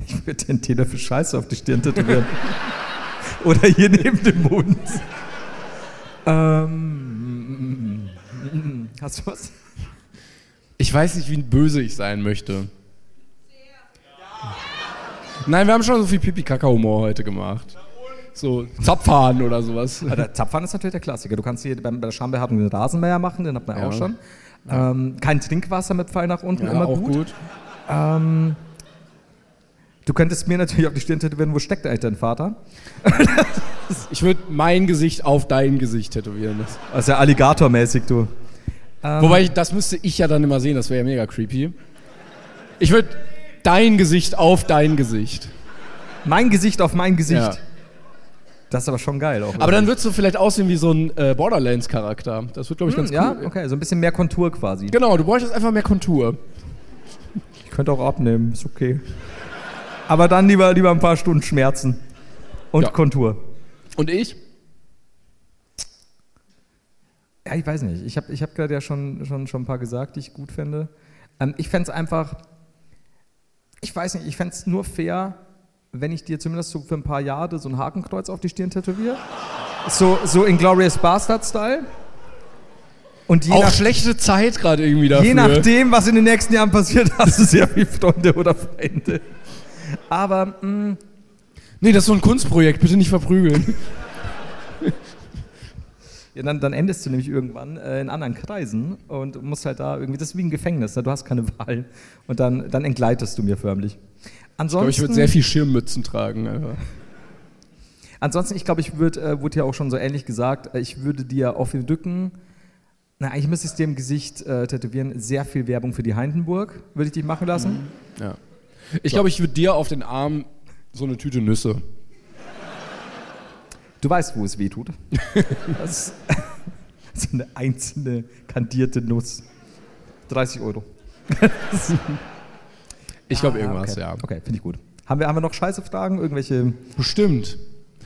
B: Ich würde den Täter für Scheiße auf die Stirn tätowieren. Oder hier neben dem Mund. Ähm, hast du was?
C: Ich weiß nicht, wie böse ich sein möchte. Nein, wir haben schon so viel Pipi-Kaka-Humor heute gemacht. So Zapfhahn oder sowas.
B: Äh, Der Zapfhahn ist natürlich der Klassiker. Du kannst hier beim, bei der Schambehaarung den Rasenmäher machen, den hat man
C: Ja.
B: auch schon. Ähm, kein Trinkwasser mit Pfeil nach unten, immer gut. Du könntest mir natürlich auf die Stirn tätowieren, wo steckt eigentlich dein Vater?
C: Ich würde mein Gesicht auf dein Gesicht tätowieren. Das.
B: Also ja Alligator-mäßig, du.
C: Wobei, ich, das müsste ich ja dann immer sehen, das wäre ja mega creepy. Ich würde dein Gesicht auf dein Gesicht.
B: Mein Gesicht auf mein Gesicht.
C: Ja.
B: Das ist aber schon geil. Auch
C: Aber dann würdest du vielleicht aussehen wie so ein äh, Borderlands-Charakter. Das wird, glaube ich, ganz
B: Hm, Ja,
C: cool.
B: okay, so ein bisschen mehr Kontur quasi.
C: Genau, du bräuchtest einfach mehr Kontur.
B: Ich könnte auch abnehmen, ist okay. Aber dann lieber, lieber ein paar Stunden Schmerzen und
C: Ja.
B: Kontur.
C: Und ich?
B: Ja, ich weiß nicht. Ich habe ich hab gerade ja schon, schon, schon ein paar gesagt, die ich gut fände. Ähm, ich fände es einfach, ich weiß nicht, ich fände es nur fair, wenn ich dir zumindest so für ein paar Jahre so ein Hakenkreuz auf die Stirn tätowiere. So, so in Glorious Bastard-Style. Und je,
C: Auch
B: nach,
C: schlechte Zeit gerade irgendwie dafür.
B: je nachdem, was in den nächsten Jahren passiert, [laughs] hast du sehr viele Freunde oder Feinde. Aber mm, mh,
C: Nee, das ist so ein Kunstprojekt, bitte
B: [laughs]
C: nicht verprügeln.
B: Ja, dann, dann endest du nämlich irgendwann äh, in anderen Kreisen und musst halt da irgendwie, das ist wie ein Gefängnis, ne? du hast keine [laughs] Wahl. Und dann, dann entgleitest du mir förmlich.
C: Aber
B: Ansonsten,
C: ich würde sehr viel Schirmmützen tragen. Alter.
B: ansonsten ich glaube, ich würde, äh, wurde ja auch schon so ähnlich gesagt, äh, ich würde dir auf den Rücken, na, eigentlich müsste ich dir im Gesicht äh, tätowieren, sehr viel Werbung für die Heindenburg, würde ich dich machen lassen.
C: Ja. Ich glaube, ich würde dir auf den Arm so eine Tüte Nüsse.
B: Du weißt, wo es weh
C: [laughs]
B: tut. das, [laughs] so eine einzelne kandierte Nuss. 30 Euro.
C: Ich glaube,
B: Ah,
C: irgendwas,
B: okay.
C: ja.
B: Okay, finde ich gut. Haben wir, haben wir noch scheiße Fragen? Irgendwelche.
C: Bestimmt.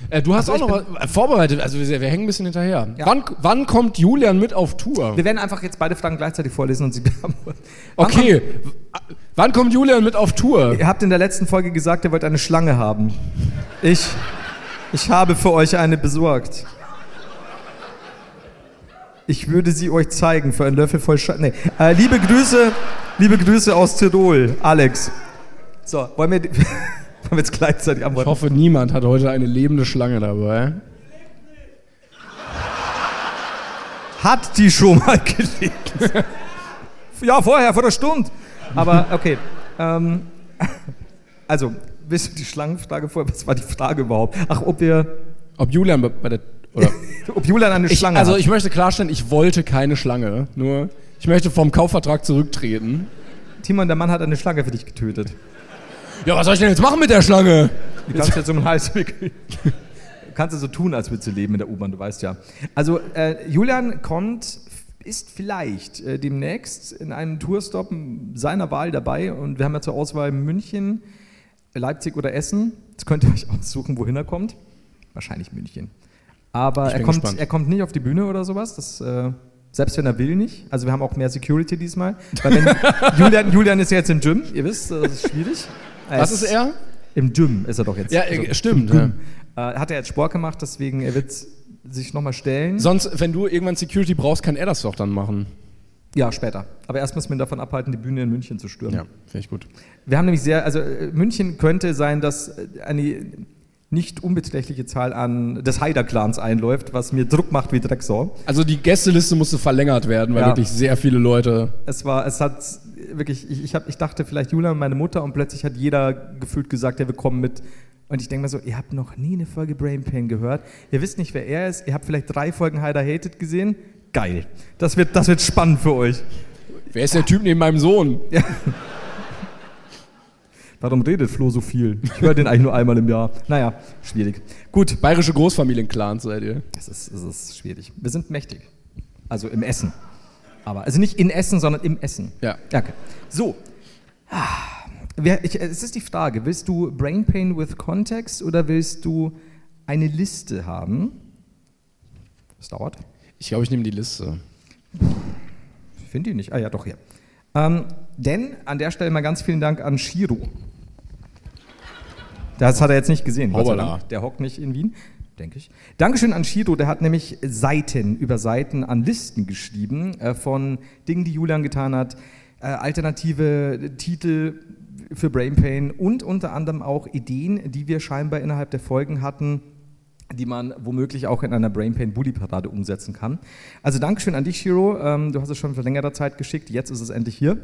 C: Äh, du hast
B: Also
C: auch
B: ich
C: noch was vorbereitet, also wir, wir hängen ein bisschen hinterher.
B: Ja.
C: Wann, wann kommt Julian mit auf Tour?
B: Wir werden einfach jetzt beide Fragen gleichzeitig vorlesen und sie [laughs] beantworten. Wann
C: Okay, w- wann kommt Julian mit auf Tour?
B: kommt- Ihr habt in der letzten Folge gesagt, ihr wollt eine Schlange haben. Ich, ich habe für euch eine besorgt. Ich würde sie euch zeigen für einen Löffel voll Sch nee. äh, Liebe Grüße, liebe Grüße aus Tirol, Alex. So, wollen wir, die- [laughs] wollen wir jetzt gleichzeitig
C: Ich
B: antworten?
C: hoffe, niemand hat heute eine lebende Schlange dabei.
B: Hat die schon mal [laughs] gelegt? ja, vorher, vor der Stunde. Aber okay. Ähm, [laughs] also, willst du die Schlangenfrage vor? Was war die Frage überhaupt? Ach, ob wir,
C: Ob Julian bei- bei der. Oder
B: ob Julian eine [laughs]
C: ich,
B: Schlange
C: also,
B: hat.
C: ich möchte klarstellen, ich wollte keine Schlange. Nur, ich möchte vom Kaufvertrag zurücktreten.
B: Timon, der Mann hat eine Schlange für dich getötet.
C: Ja, was soll ich denn jetzt machen mit der Schlange?
B: Du kannst jetzt um den Hals wickeln. Du kannst ja so tun, als würdest du leben in der U-Bahn, du weißt ja. Also, äh, Julian kommt, ist vielleicht äh, demnächst in einem Tourstop seiner Wahl dabei und wir haben ja zur Auswahl München, Leipzig oder Essen. Jetzt könnt ihr euch aussuchen, wohin er kommt. Wahrscheinlich München. Aber
C: Ich
B: er
C: bin
B: kommt,
C: gespannt.
B: er kommt nicht auf die Bühne oder sowas. Das, äh, selbst wenn er will nicht. Also wir haben auch mehr Security diesmal. Weil
C: [laughs]
B: wenn Julian, Julian ist ja jetzt im Gym. Ihr wisst, das ist schwierig.
C: Was ist er?
B: Im Gym ist er doch jetzt.
C: Ja,
B: Also,
C: äh, stimmt. Ja.
B: äh, hat er jetzt Sport gemacht, deswegen er wird sich nochmal stellen.
C: Sonst, wenn du irgendwann Security brauchst, kann er das doch dann machen.
B: Ja, später. Aber erst müssen wir ihn davon abhalten, die Bühne in München zu stürmen.
C: Ja, finde ich gut.
B: Wir haben nämlich sehr, also äh, München könnte sein, dass äh, eine nicht unbeträchtliche Zahl an des Haider-Clans einläuft, was mir Druck macht wie Drecksau.
C: Also die Gästeliste musste verlängert werden, weil
B: Ja.
C: wirklich sehr viele Leute.
B: Es war, es hat wirklich, ich, ich, hab, ich dachte vielleicht Julia und meine Mutter und plötzlich hat jeder gefühlt gesagt, ja, wir kommen mit. Und ich denke mir so, ihr habt noch nie eine Folge Brain Pain gehört. Ihr wisst nicht, wer er ist. Ihr habt vielleicht drei Folgen Haider Hated gesehen. Geil. Das wird, das wird spannend für euch.
C: Wer ist der Typ neben meinem Sohn?
B: Warum redet Flo so viel? Ich höre den eigentlich nur einmal im Jahr. Naja, schwierig. Gut,
C: Bayerische Großfamilienclans seid ihr.
B: Es ist, es ist schwierig. Wir sind mächtig. Also im Essen. Aber, also nicht in Essen, sondern im Essen.
C: Ja.
B: Okay. So. Ah. Wer, ich, es ist die Frage, willst du Brain Pain with Context oder willst du eine Liste haben? Das dauert.
C: Ich glaube, ich nehme die Liste.
B: Ich finde die nicht. Ah ja, doch, hier. Ähm, denn an der Stelle mal ganz vielen Dank an Shiro. Das hat er jetzt nicht gesehen. Gott sei
C: Hoppala.
B: Dank. Der hockt nicht in Wien, denke ich. Dankeschön an Shiro, der hat nämlich Seiten über Seiten an Listen geschrieben äh, von Dingen, die Julian getan hat, äh, alternative Titel für Brain Pain und unter anderem auch Ideen, die wir scheinbar innerhalb der Folgen hatten, die man womöglich auch in einer Brain Pain Bully Parade umsetzen kann. Also Dankeschön an dich, Shiro. Ähm, du hast es schon vor längerer Zeit geschickt. Jetzt ist es endlich hier.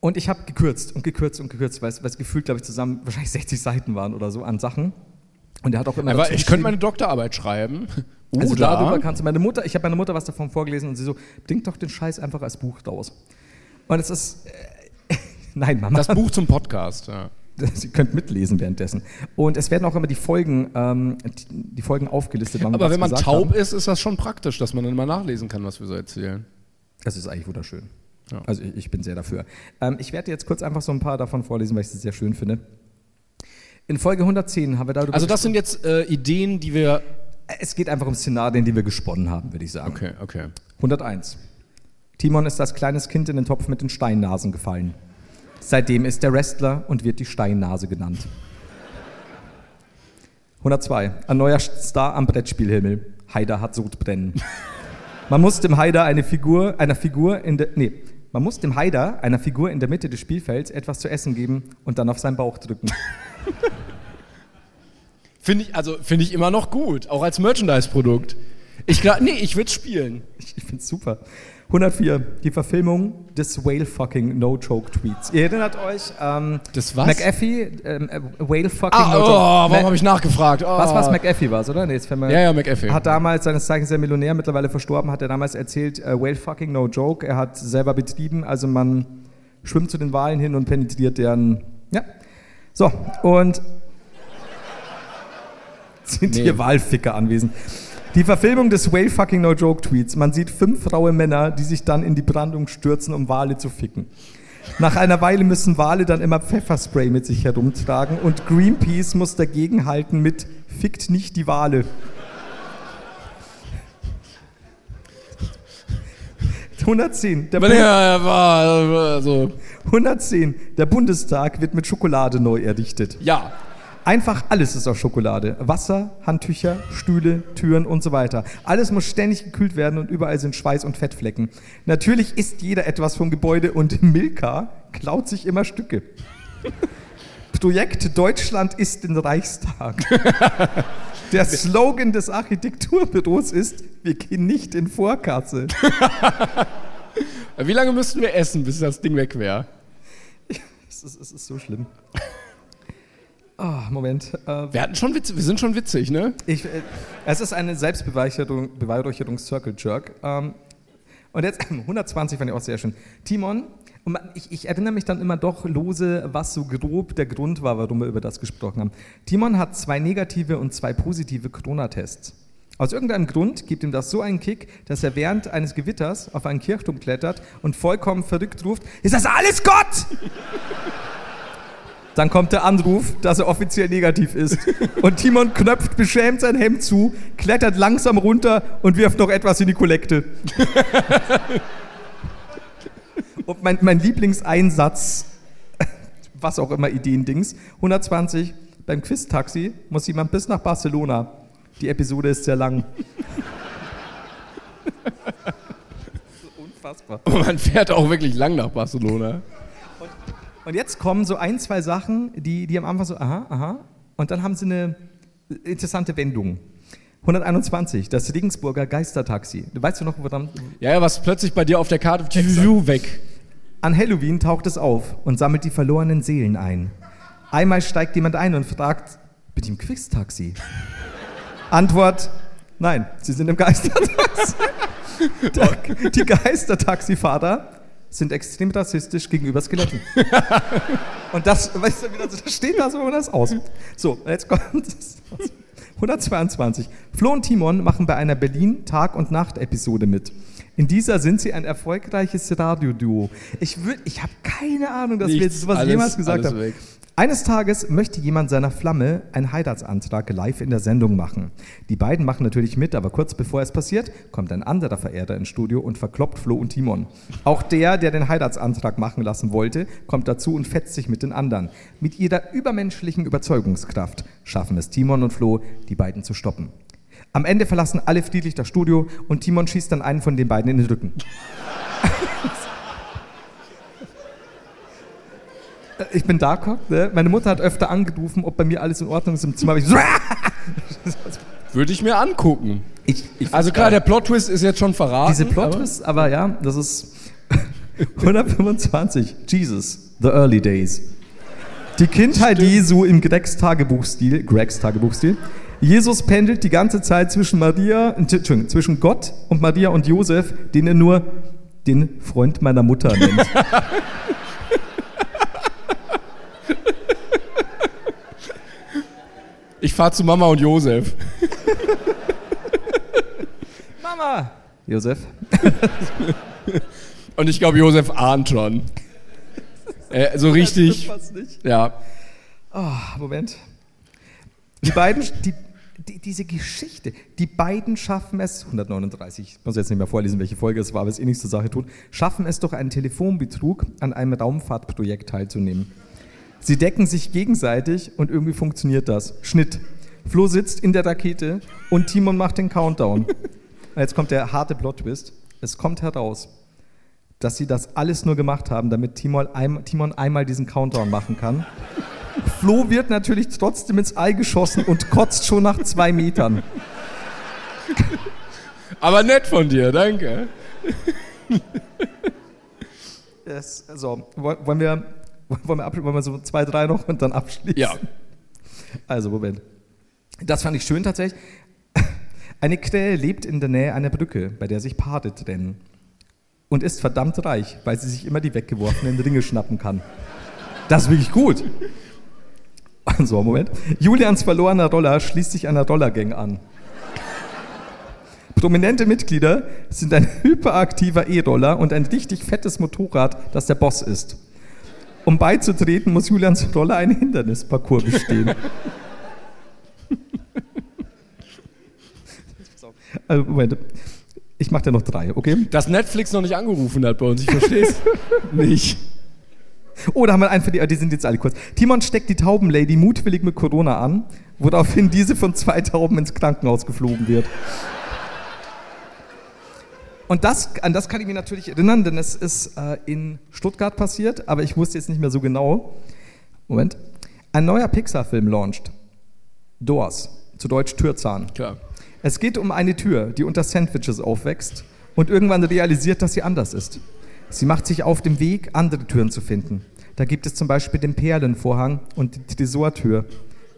B: Und ich habe gekürzt und gekürzt und gekürzt, weil es weil es gefühlt, glaube ich, zusammen wahrscheinlich [laughs] 60 Seiten waren oder so an Sachen. Und er hat auch immer.
C: Aber
B: dazu
C: ich könnte
B: geschrieben-
C: meine Doktorarbeit [laughs] schreiben.
B: also
C: Oder-
B: darüber kannst du meine Mutter, ich habe meine Mutter was davon vorgelesen und sie so, bring doch den Scheiß einfach als Buch raus. Und es ist, äh, [laughs] nein Mama,
C: das Buch zum Podcast. Ja.
B: [laughs] Sie könnt mitlesen währenddessen. Und es werden auch immer die Folgen, ähm, die, die Folgen aufgelistet. wann wir
C: Aber
B: was
C: wenn man
B: gesagt
C: taub
B: haben.
C: ist, ist das schon praktisch, dass man dann mal nachlesen kann, was wir so erzählen.
B: Das ist eigentlich wunderschön. Also ich, ich bin sehr dafür. Ähm, ich werde jetzt kurz einfach so ein paar davon vorlesen, weil ich sie sehr schön finde. In Folge 110 haben wir darüber
C: Also das sind jetzt äh, Ideen, die wir...
B: gesprochen. Es geht einfach um Szenarien, die wir gesponnen haben, würde ich sagen.
C: Okay, okay.
B: 101. Timon ist als kleines Kind in den Topf mit den Steinnasen gefallen. Seitdem ist er Wrestler und wird die Steinnase genannt. 102. Ein neuer Star am Brettspielhimmel. Haider hat Sodbrennen. Man muss dem Haider eine Figur, einer Figur in der, nee, man muss dem Haider einer Figur in der Mitte des Spielfelds etwas zu essen geben und dann auf seinen Bauch drücken. [laughs]
C: Finde ich, also, finde ich immer noch gut, auch als Merchandise-Produkt. Ich glaube, nee, ich würde spielen.
B: Ich, ich find's super. 104. Die Verfilmung des Whale-Fucking No-Joke-Tweets. Ihr erinnert euch, ähm,
C: Das was?
B: McAfee, ähm, äh, Whale-Fucking
C: Ah,
B: No-Joke.
C: oh,
B: Ma-
C: warum habe ich nachgefragt? Oh.
B: was was McAfee war, oder? Nee, jetzt fällt mir-
C: Ja, ja, McAfee.
B: Hat damals, seines Zeichens der Millionär, mittlerweile verstorben, hat er damals erzählt, äh, Whale-Fucking No-Joke. Er hat selber betrieben, also man schwimmt zu den Wahlen hin und penetriert deren, ja. So, und [laughs] sind hier Walficker anwesend. Die Verfilmung des Whale Fucking No Joke Tweets. Man sieht fünf raue Männer, die sich dann in die Brandung stürzen, um Wale zu ficken. Nach einer Weile müssen Wale dann immer Pfefferspray mit sich herumtragen und Greenpeace muss dagegenhalten mit Fickt nicht die Wale. [laughs] 110. Der
C: Aber nee, ja, war, also,
B: 110. Der Bundestag wird mit Schokolade neu errichtet.
C: ja.
B: Einfach alles ist aus Schokolade. Wasser, Handtücher, Stühle, Türen und so weiter. Alles muss ständig gekühlt werden und überall sind Schweiß- und Fettflecken. Natürlich isst jeder etwas vom Gebäude und Milka klaut sich immer Stücke. [laughs] Projekt Deutschland ist den Reichstag. Der Slogan des Architekturbüros ist, wir gehen nicht in Vorkasse.
C: Wie lange müssten wir essen, bis das Ding weg wäre?
B: Es ist, es ist so schlimm. Ah, Moment. Äh,
C: Wir, hatten schon Witz, wir sind schon witzig, ne?
B: Ich, äh, es ist eine Selbstbeweihräucherungs-Circle-Jerk. Ähm, und jetzt [clears throat] 120 fand ich auch sehr schön. Timon, und man, ich, ich erinnere mich dann immer doch lose, was so grob der Grund war, warum wir über das gesprochen haben. Timon hat zwei negative und zwei positive Corona-Tests. Aus irgendeinem Grund gibt ihm das so einen Kick, dass er während eines Gewitters auf einen Kirchturm klettert und vollkommen verrückt ruft, ist das alles Gott? Dann kommt der Anruf, dass er offiziell negativ ist. Und Timon knöpft beschämt sein Hemd zu, klettert langsam runter und wirft noch etwas in die Kollekte. und mein, mein Lieblingseinsatz, [laughs] was auch immer Ideendings, 120, beim Quiz-Taxi muss jemand bis nach Barcelona. Die Episode ist sehr lang. [laughs] Unfassbar.
C: Man fährt auch wirklich lang nach Barcelona.
B: Und jetzt kommen so ein, zwei Sachen, die, die am Anfang so, aha, aha. Und dann haben sie eine interessante Wendung. 121, das Regensburger Geistertaxi. Weißt du noch, wo dann,
C: Ja, ja, was plötzlich bei dir auf der Karte tschu, weg.
B: An Halloween taucht es auf und sammelt die verlorenen Seelen ein. Einmal steigt jemand ein und fragt, bin ich im Quiztaxi? Antwort, nein, Sie sind im Geistertaxi.
C: [laughs]
B: Da- Die Geistertaxifahrer sind extrem rassistisch gegenüber Skeletten. Und das, weißt du, wieder so- das steht da so und das aus. So, jetzt kommt es. 122. Flo und Timon machen bei einer Berlin Tag- und Nacht-Episode mit. In dieser sind sie ein erfolgreiches Radioduo. Ich, wür- ich habe keine Ahnung, dass wir
C: Nichts,
B: jetzt sowas
C: alles-
B: jemals gesagt
C: alles
B: haben.
C: weg.
B: Eines Tages möchte jemand seiner Flamme einen Heiratsantrag live in der Sendung machen. Die beiden machen natürlich mit, aber kurz bevor es passiert, kommt ein anderer Verehrer ins Studio und verkloppt Flo und Timon. Auch der, der den Heiratsantrag machen lassen wollte, kommt dazu und fetzt sich mit den anderen. Mit ihrer übermenschlichen Überzeugungskraft schaffen es Timon und Flo, die beiden zu stoppen. Am Ende verlassen alle friedlich das Studio und Timon schießt dann einen von den beiden in den Rücken. Äh, Ich bin Darko. Ne? Meine Mutter hat öfter angerufen, ob bei mir alles in Ordnung ist im Zimmer. hab Ich so,
C: Würde ich mir angucken.
B: ich, ich
C: Also klar, der Plot-Twist ist jetzt schon verraten.
B: Diese Plot-Twists, aber, ja, das ist [laughs] 125. Jesus, the early days. Die Kindheit Jesu im Gregs Tagebuchstil, Gregs Tagebuchstil. Jesus pendelt die ganze Zeit zwischen Maria, Entschuldigung, zwischen Gott und Maria und Josef, den er nur den Freund meiner Mutter nennt.
C: Aber ich fahre zu Mama und Josef.
B: [laughs] Mama! Josef.
C: Und ich glaube, Josef ahnt schon. Äh, so richtig.
B: Das nicht.
C: Ja.
B: Ah, Moment. Die beiden, die, die, diese Geschichte, die beiden schaffen es, 139, ich muss jetzt nicht mehr vorlesen, welche Folge es war, aber es ist eh nichts zur Sache tut, schaffen es durch einen Telefonbetrug an einem Raumfahrtprojekt teilzunehmen. Sie decken sich gegenseitig und irgendwie funktioniert das. Schnitt. Flo sitzt in der Rakete und Timon macht den Countdown. Und jetzt kommt der harte Plot-Twist. Es kommt heraus, dass sie das alles nur gemacht haben, damit Timon, ein, Timon einmal diesen Countdown machen kann. Flo wird natürlich trotzdem ins Ei geschossen und kotzt schon nach zwei Metern.
C: Aber nett von dir, danke.
B: Das, so, woll- also, wollen wir, wollen wir, ab, wollen wir so zwei, drei noch und dann abschließen?
C: Ja.
B: Also, Moment. Das fand ich schön tatsächlich. Eine Krähe lebt in der Nähe einer Brücke, bei der sich Paare trennen. Und ist verdammt reich, weil sie sich immer die weggeworfenen Ringe schnappen kann. Das ist wirklich gut. So, Moment. Julians verlorener Roller schließt sich einer Rollergang an. Prominente Mitglieder sind ein hyperaktiver E-Roller und ein richtig fettes Motorrad, das der Boss ist. Um beizutreten, muss Julians Roller einen Hindernisparcours bestehen. also, Moment. Ich mache da noch drei, okay?
C: Dass Netflix noch nicht angerufen hat bei uns, ich versteh's nicht.
B: Oh, da haben wir einen für die, ah, die sind jetzt alle kurz. Timon steckt die Taubenlady mutwillig mit Corona an, woraufhin diese von zwei Tauben ins Krankenhaus geflogen wird. Und das, an das kann ich mich natürlich erinnern, denn es ist äh, in Stuttgart passiert, aber ich wusste jetzt nicht mehr so genau. Moment. Ein neuer Pixar-Film launcht. Doors, zu Deutsch Türzahn.
C: Klar.
B: Es geht um eine Tür, die unter Sandwiches aufwächst und irgendwann realisiert, dass sie anders ist. Sie macht sich auf dem Weg, andere Türen zu finden. Da gibt es zum Beispiel den Perlenvorhang und die Tresortür.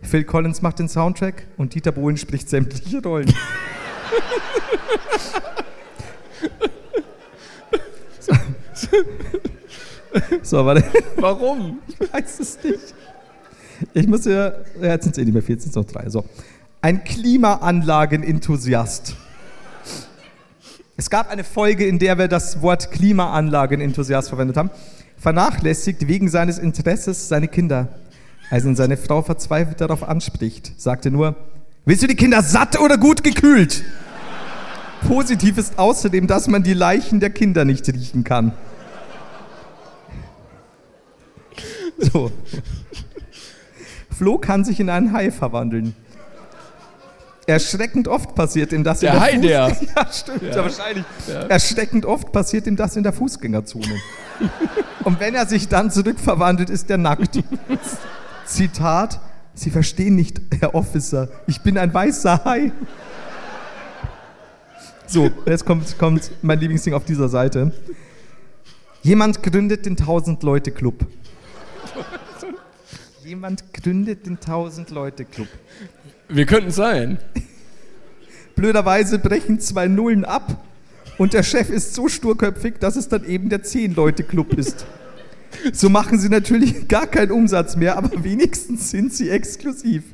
B: Phil Collins macht den Soundtrack und Dieter Bohlen spricht sämtliche Rollen. [laughs] so, warte.
C: Warum?
B: Ich [laughs] weiß es nicht. Ich muss ja, ja jetzt sind es eh nicht mehr 14, noch drei. So. Ein Klimaanlagenenthusiast. Es gab eine Folge, in der wir das Wort Klimaanlagenenthusiast verwendet haben. Vernachlässigt wegen seines Interesses seine Kinder. Als ihn seine Frau verzweifelt darauf anspricht, sagte nur: Willst du die Kinder satt oder gut gekühlt? Positiv ist außerdem, dass man die Leichen der Kinder nicht riechen kann. So. Flo kann sich in einen Hai verwandeln. Erschreckend oft passiert ihm das
C: Der
B: in der
C: Hai,
B: Fuß-
C: der.
B: [laughs] Ja, stimmt, ja. wahrscheinlich. Erschreckend oft passiert ihm das in der Fußgängerzone. Und wenn er sich dann zurückverwandelt, ist er
C: [laughs]
B: nackt. Zitat, Sie verstehen nicht, Herr Officer, ich bin ein weißer Hai. So, jetzt kommt, kommt mein Lieblingsding auf dieser Seite. Jemand gründet den 1000-Leute-Club. Jemand gründet den 1000-Leute-Club.
C: Wir könnten es sein.
B: Blöderweise brechen zwei Nullen ab und der Chef ist so sturköpfig, dass es dann eben der 10-Leute-Club ist. So machen sie natürlich [laughs] gar keinen Umsatz mehr, aber wenigstens sind sie exklusiv.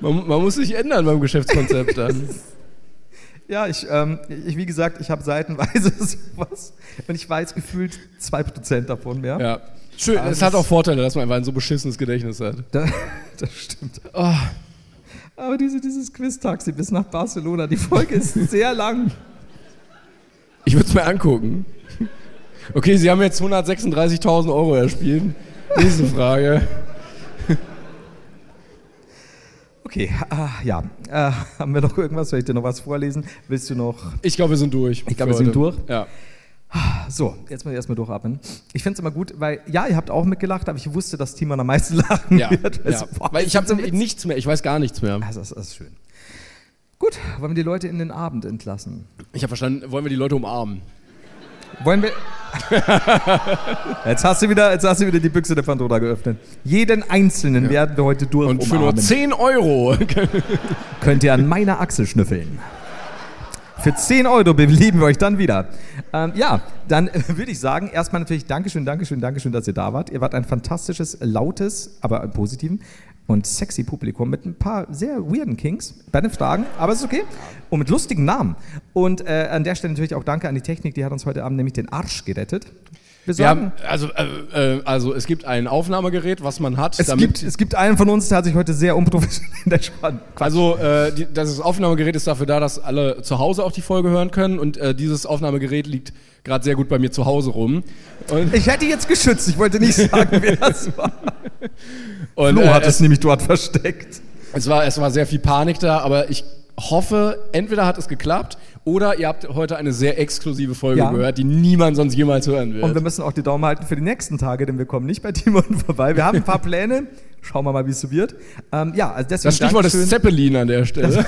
C: Man, man muss sich ändern beim Geschäftskonzept dann.
B: Ja, ich, ähm, ich wie gesagt, ich habe seitenweise [laughs] sowas und ich weiß gefühlt 2% davon mehr.
C: [laughs] Ja. Schön, es hat auch Vorteile, dass man einfach ein so beschissenes Gedächtnis hat.
B: Da, [laughs] das stimmt.
C: Oh.
B: Aber diese, dieses Quiz-Taxi bis nach Barcelona, die Folge
C: [laughs]
B: ist sehr lang.
C: Ich würde es mir angucken. Okay, Sie haben jetzt 136.000 Euro erspielt. Nächste Frage.
B: Okay, ah, ja. Äh, haben wir noch irgendwas? Soll ich dir noch was vorlesen? Willst du noch
C: Ich glaube, wir sind durch.
B: Ich glaube, wir
C: für
B: sind durch.
C: heute. Ja.
B: So, jetzt mal erstmal durchatmen. Ich finde es immer gut, weil, ja, ihr habt auch mitgelacht, aber ich wusste, dass Timon am meisten [laughs] lachen
C: [laughs] Ja.
B: wird.
C: ja. Weil ich habe nichts mehr, ich weiß gar nichts mehr.
B: Also, das ist schön. Gut, wollen wir die Leute in den Abend entlassen?
C: Ich habe verstanden, wollen wir die Leute umarmen?
B: Wollen
C: [laughs]
B: wir. jetzt, hast du wieder, jetzt hast du wieder die Büchse der Pandora geöffnet. Jeden Einzelnen werden wir heute durch
C: Und für nur
B: umarmen.
C: 10 Euro.
B: Könnt ihr an meiner Achsel schnüffeln. Für 10 Euro beleben wir euch dann wieder. Ähm, ja, dann [laughs] äh, würde ich sagen, erstmal natürlich Dankeschön, Dankeschön, Dankeschön, dass ihr da wart. Ihr wart ein fantastisches, lautes, aber im positiven und sexy Publikum mit ein paar sehr weirden Kings bei den Fragen, aber es ist okay. Und mit lustigen Namen. Und äh, an der Stelle natürlich auch danke an die Technik, die hat uns heute Abend nämlich den Arsch gerettet. Wir
C: [laughs] Wir
B: sagen,
C: haben, also, äh, äh, also es gibt ein Aufnahmegerät, was man hat.
B: es, gibt, es gibt einen von uns, der hat sich heute sehr unprofessionell [laughs] in der Spann.
C: also äh, die, das Aufnahmegerät ist dafür da, dass alle zu Hause auch die Folge hören können. Und äh, dieses Aufnahmegerät liegt gerade sehr gut bei mir zu Hause rum. Und,
B: Ich hätte jetzt geschützt, ich wollte
C: [laughs]
B: nicht sagen, wer das war.
C: und
B: Flo
C: äh,
B: hat
C: es,
B: es nämlich dort versteckt.
C: es, war, es war sehr viel Panik da, aber ich hoffe, entweder hat es geklappt oder ihr habt heute eine sehr exklusive Folge
B: Ja.
C: gehört, die niemand sonst jemals hören wird.
B: Und wir müssen auch die Daumen halten für die nächsten Tage, denn wir kommen nicht bei Timon [laughs] vorbei. Wir haben ein paar Pläne. Schauen wir mal, wie es so wird. Ähm, ja, also deswegen
C: das Stichwort ist
B: Dankeschön.
C: Zeppelin an der Stelle.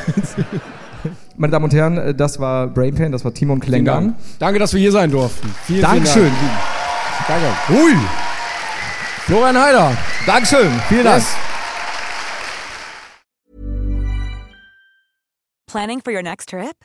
B: Meine Damen und Herren, äh, das war Brain Pain, das war Timon
C: Vielen
B: Klengang.
C: Dank. Danke, dass wir hier sein durften. Vielen,
B: Dankeschön.
C: Vielen Dank. Danke.
B: Hui.
C: Florian Heider.
B: Dankeschön. Vielen Dank.
C: Yes.
E: Planning for your next trip?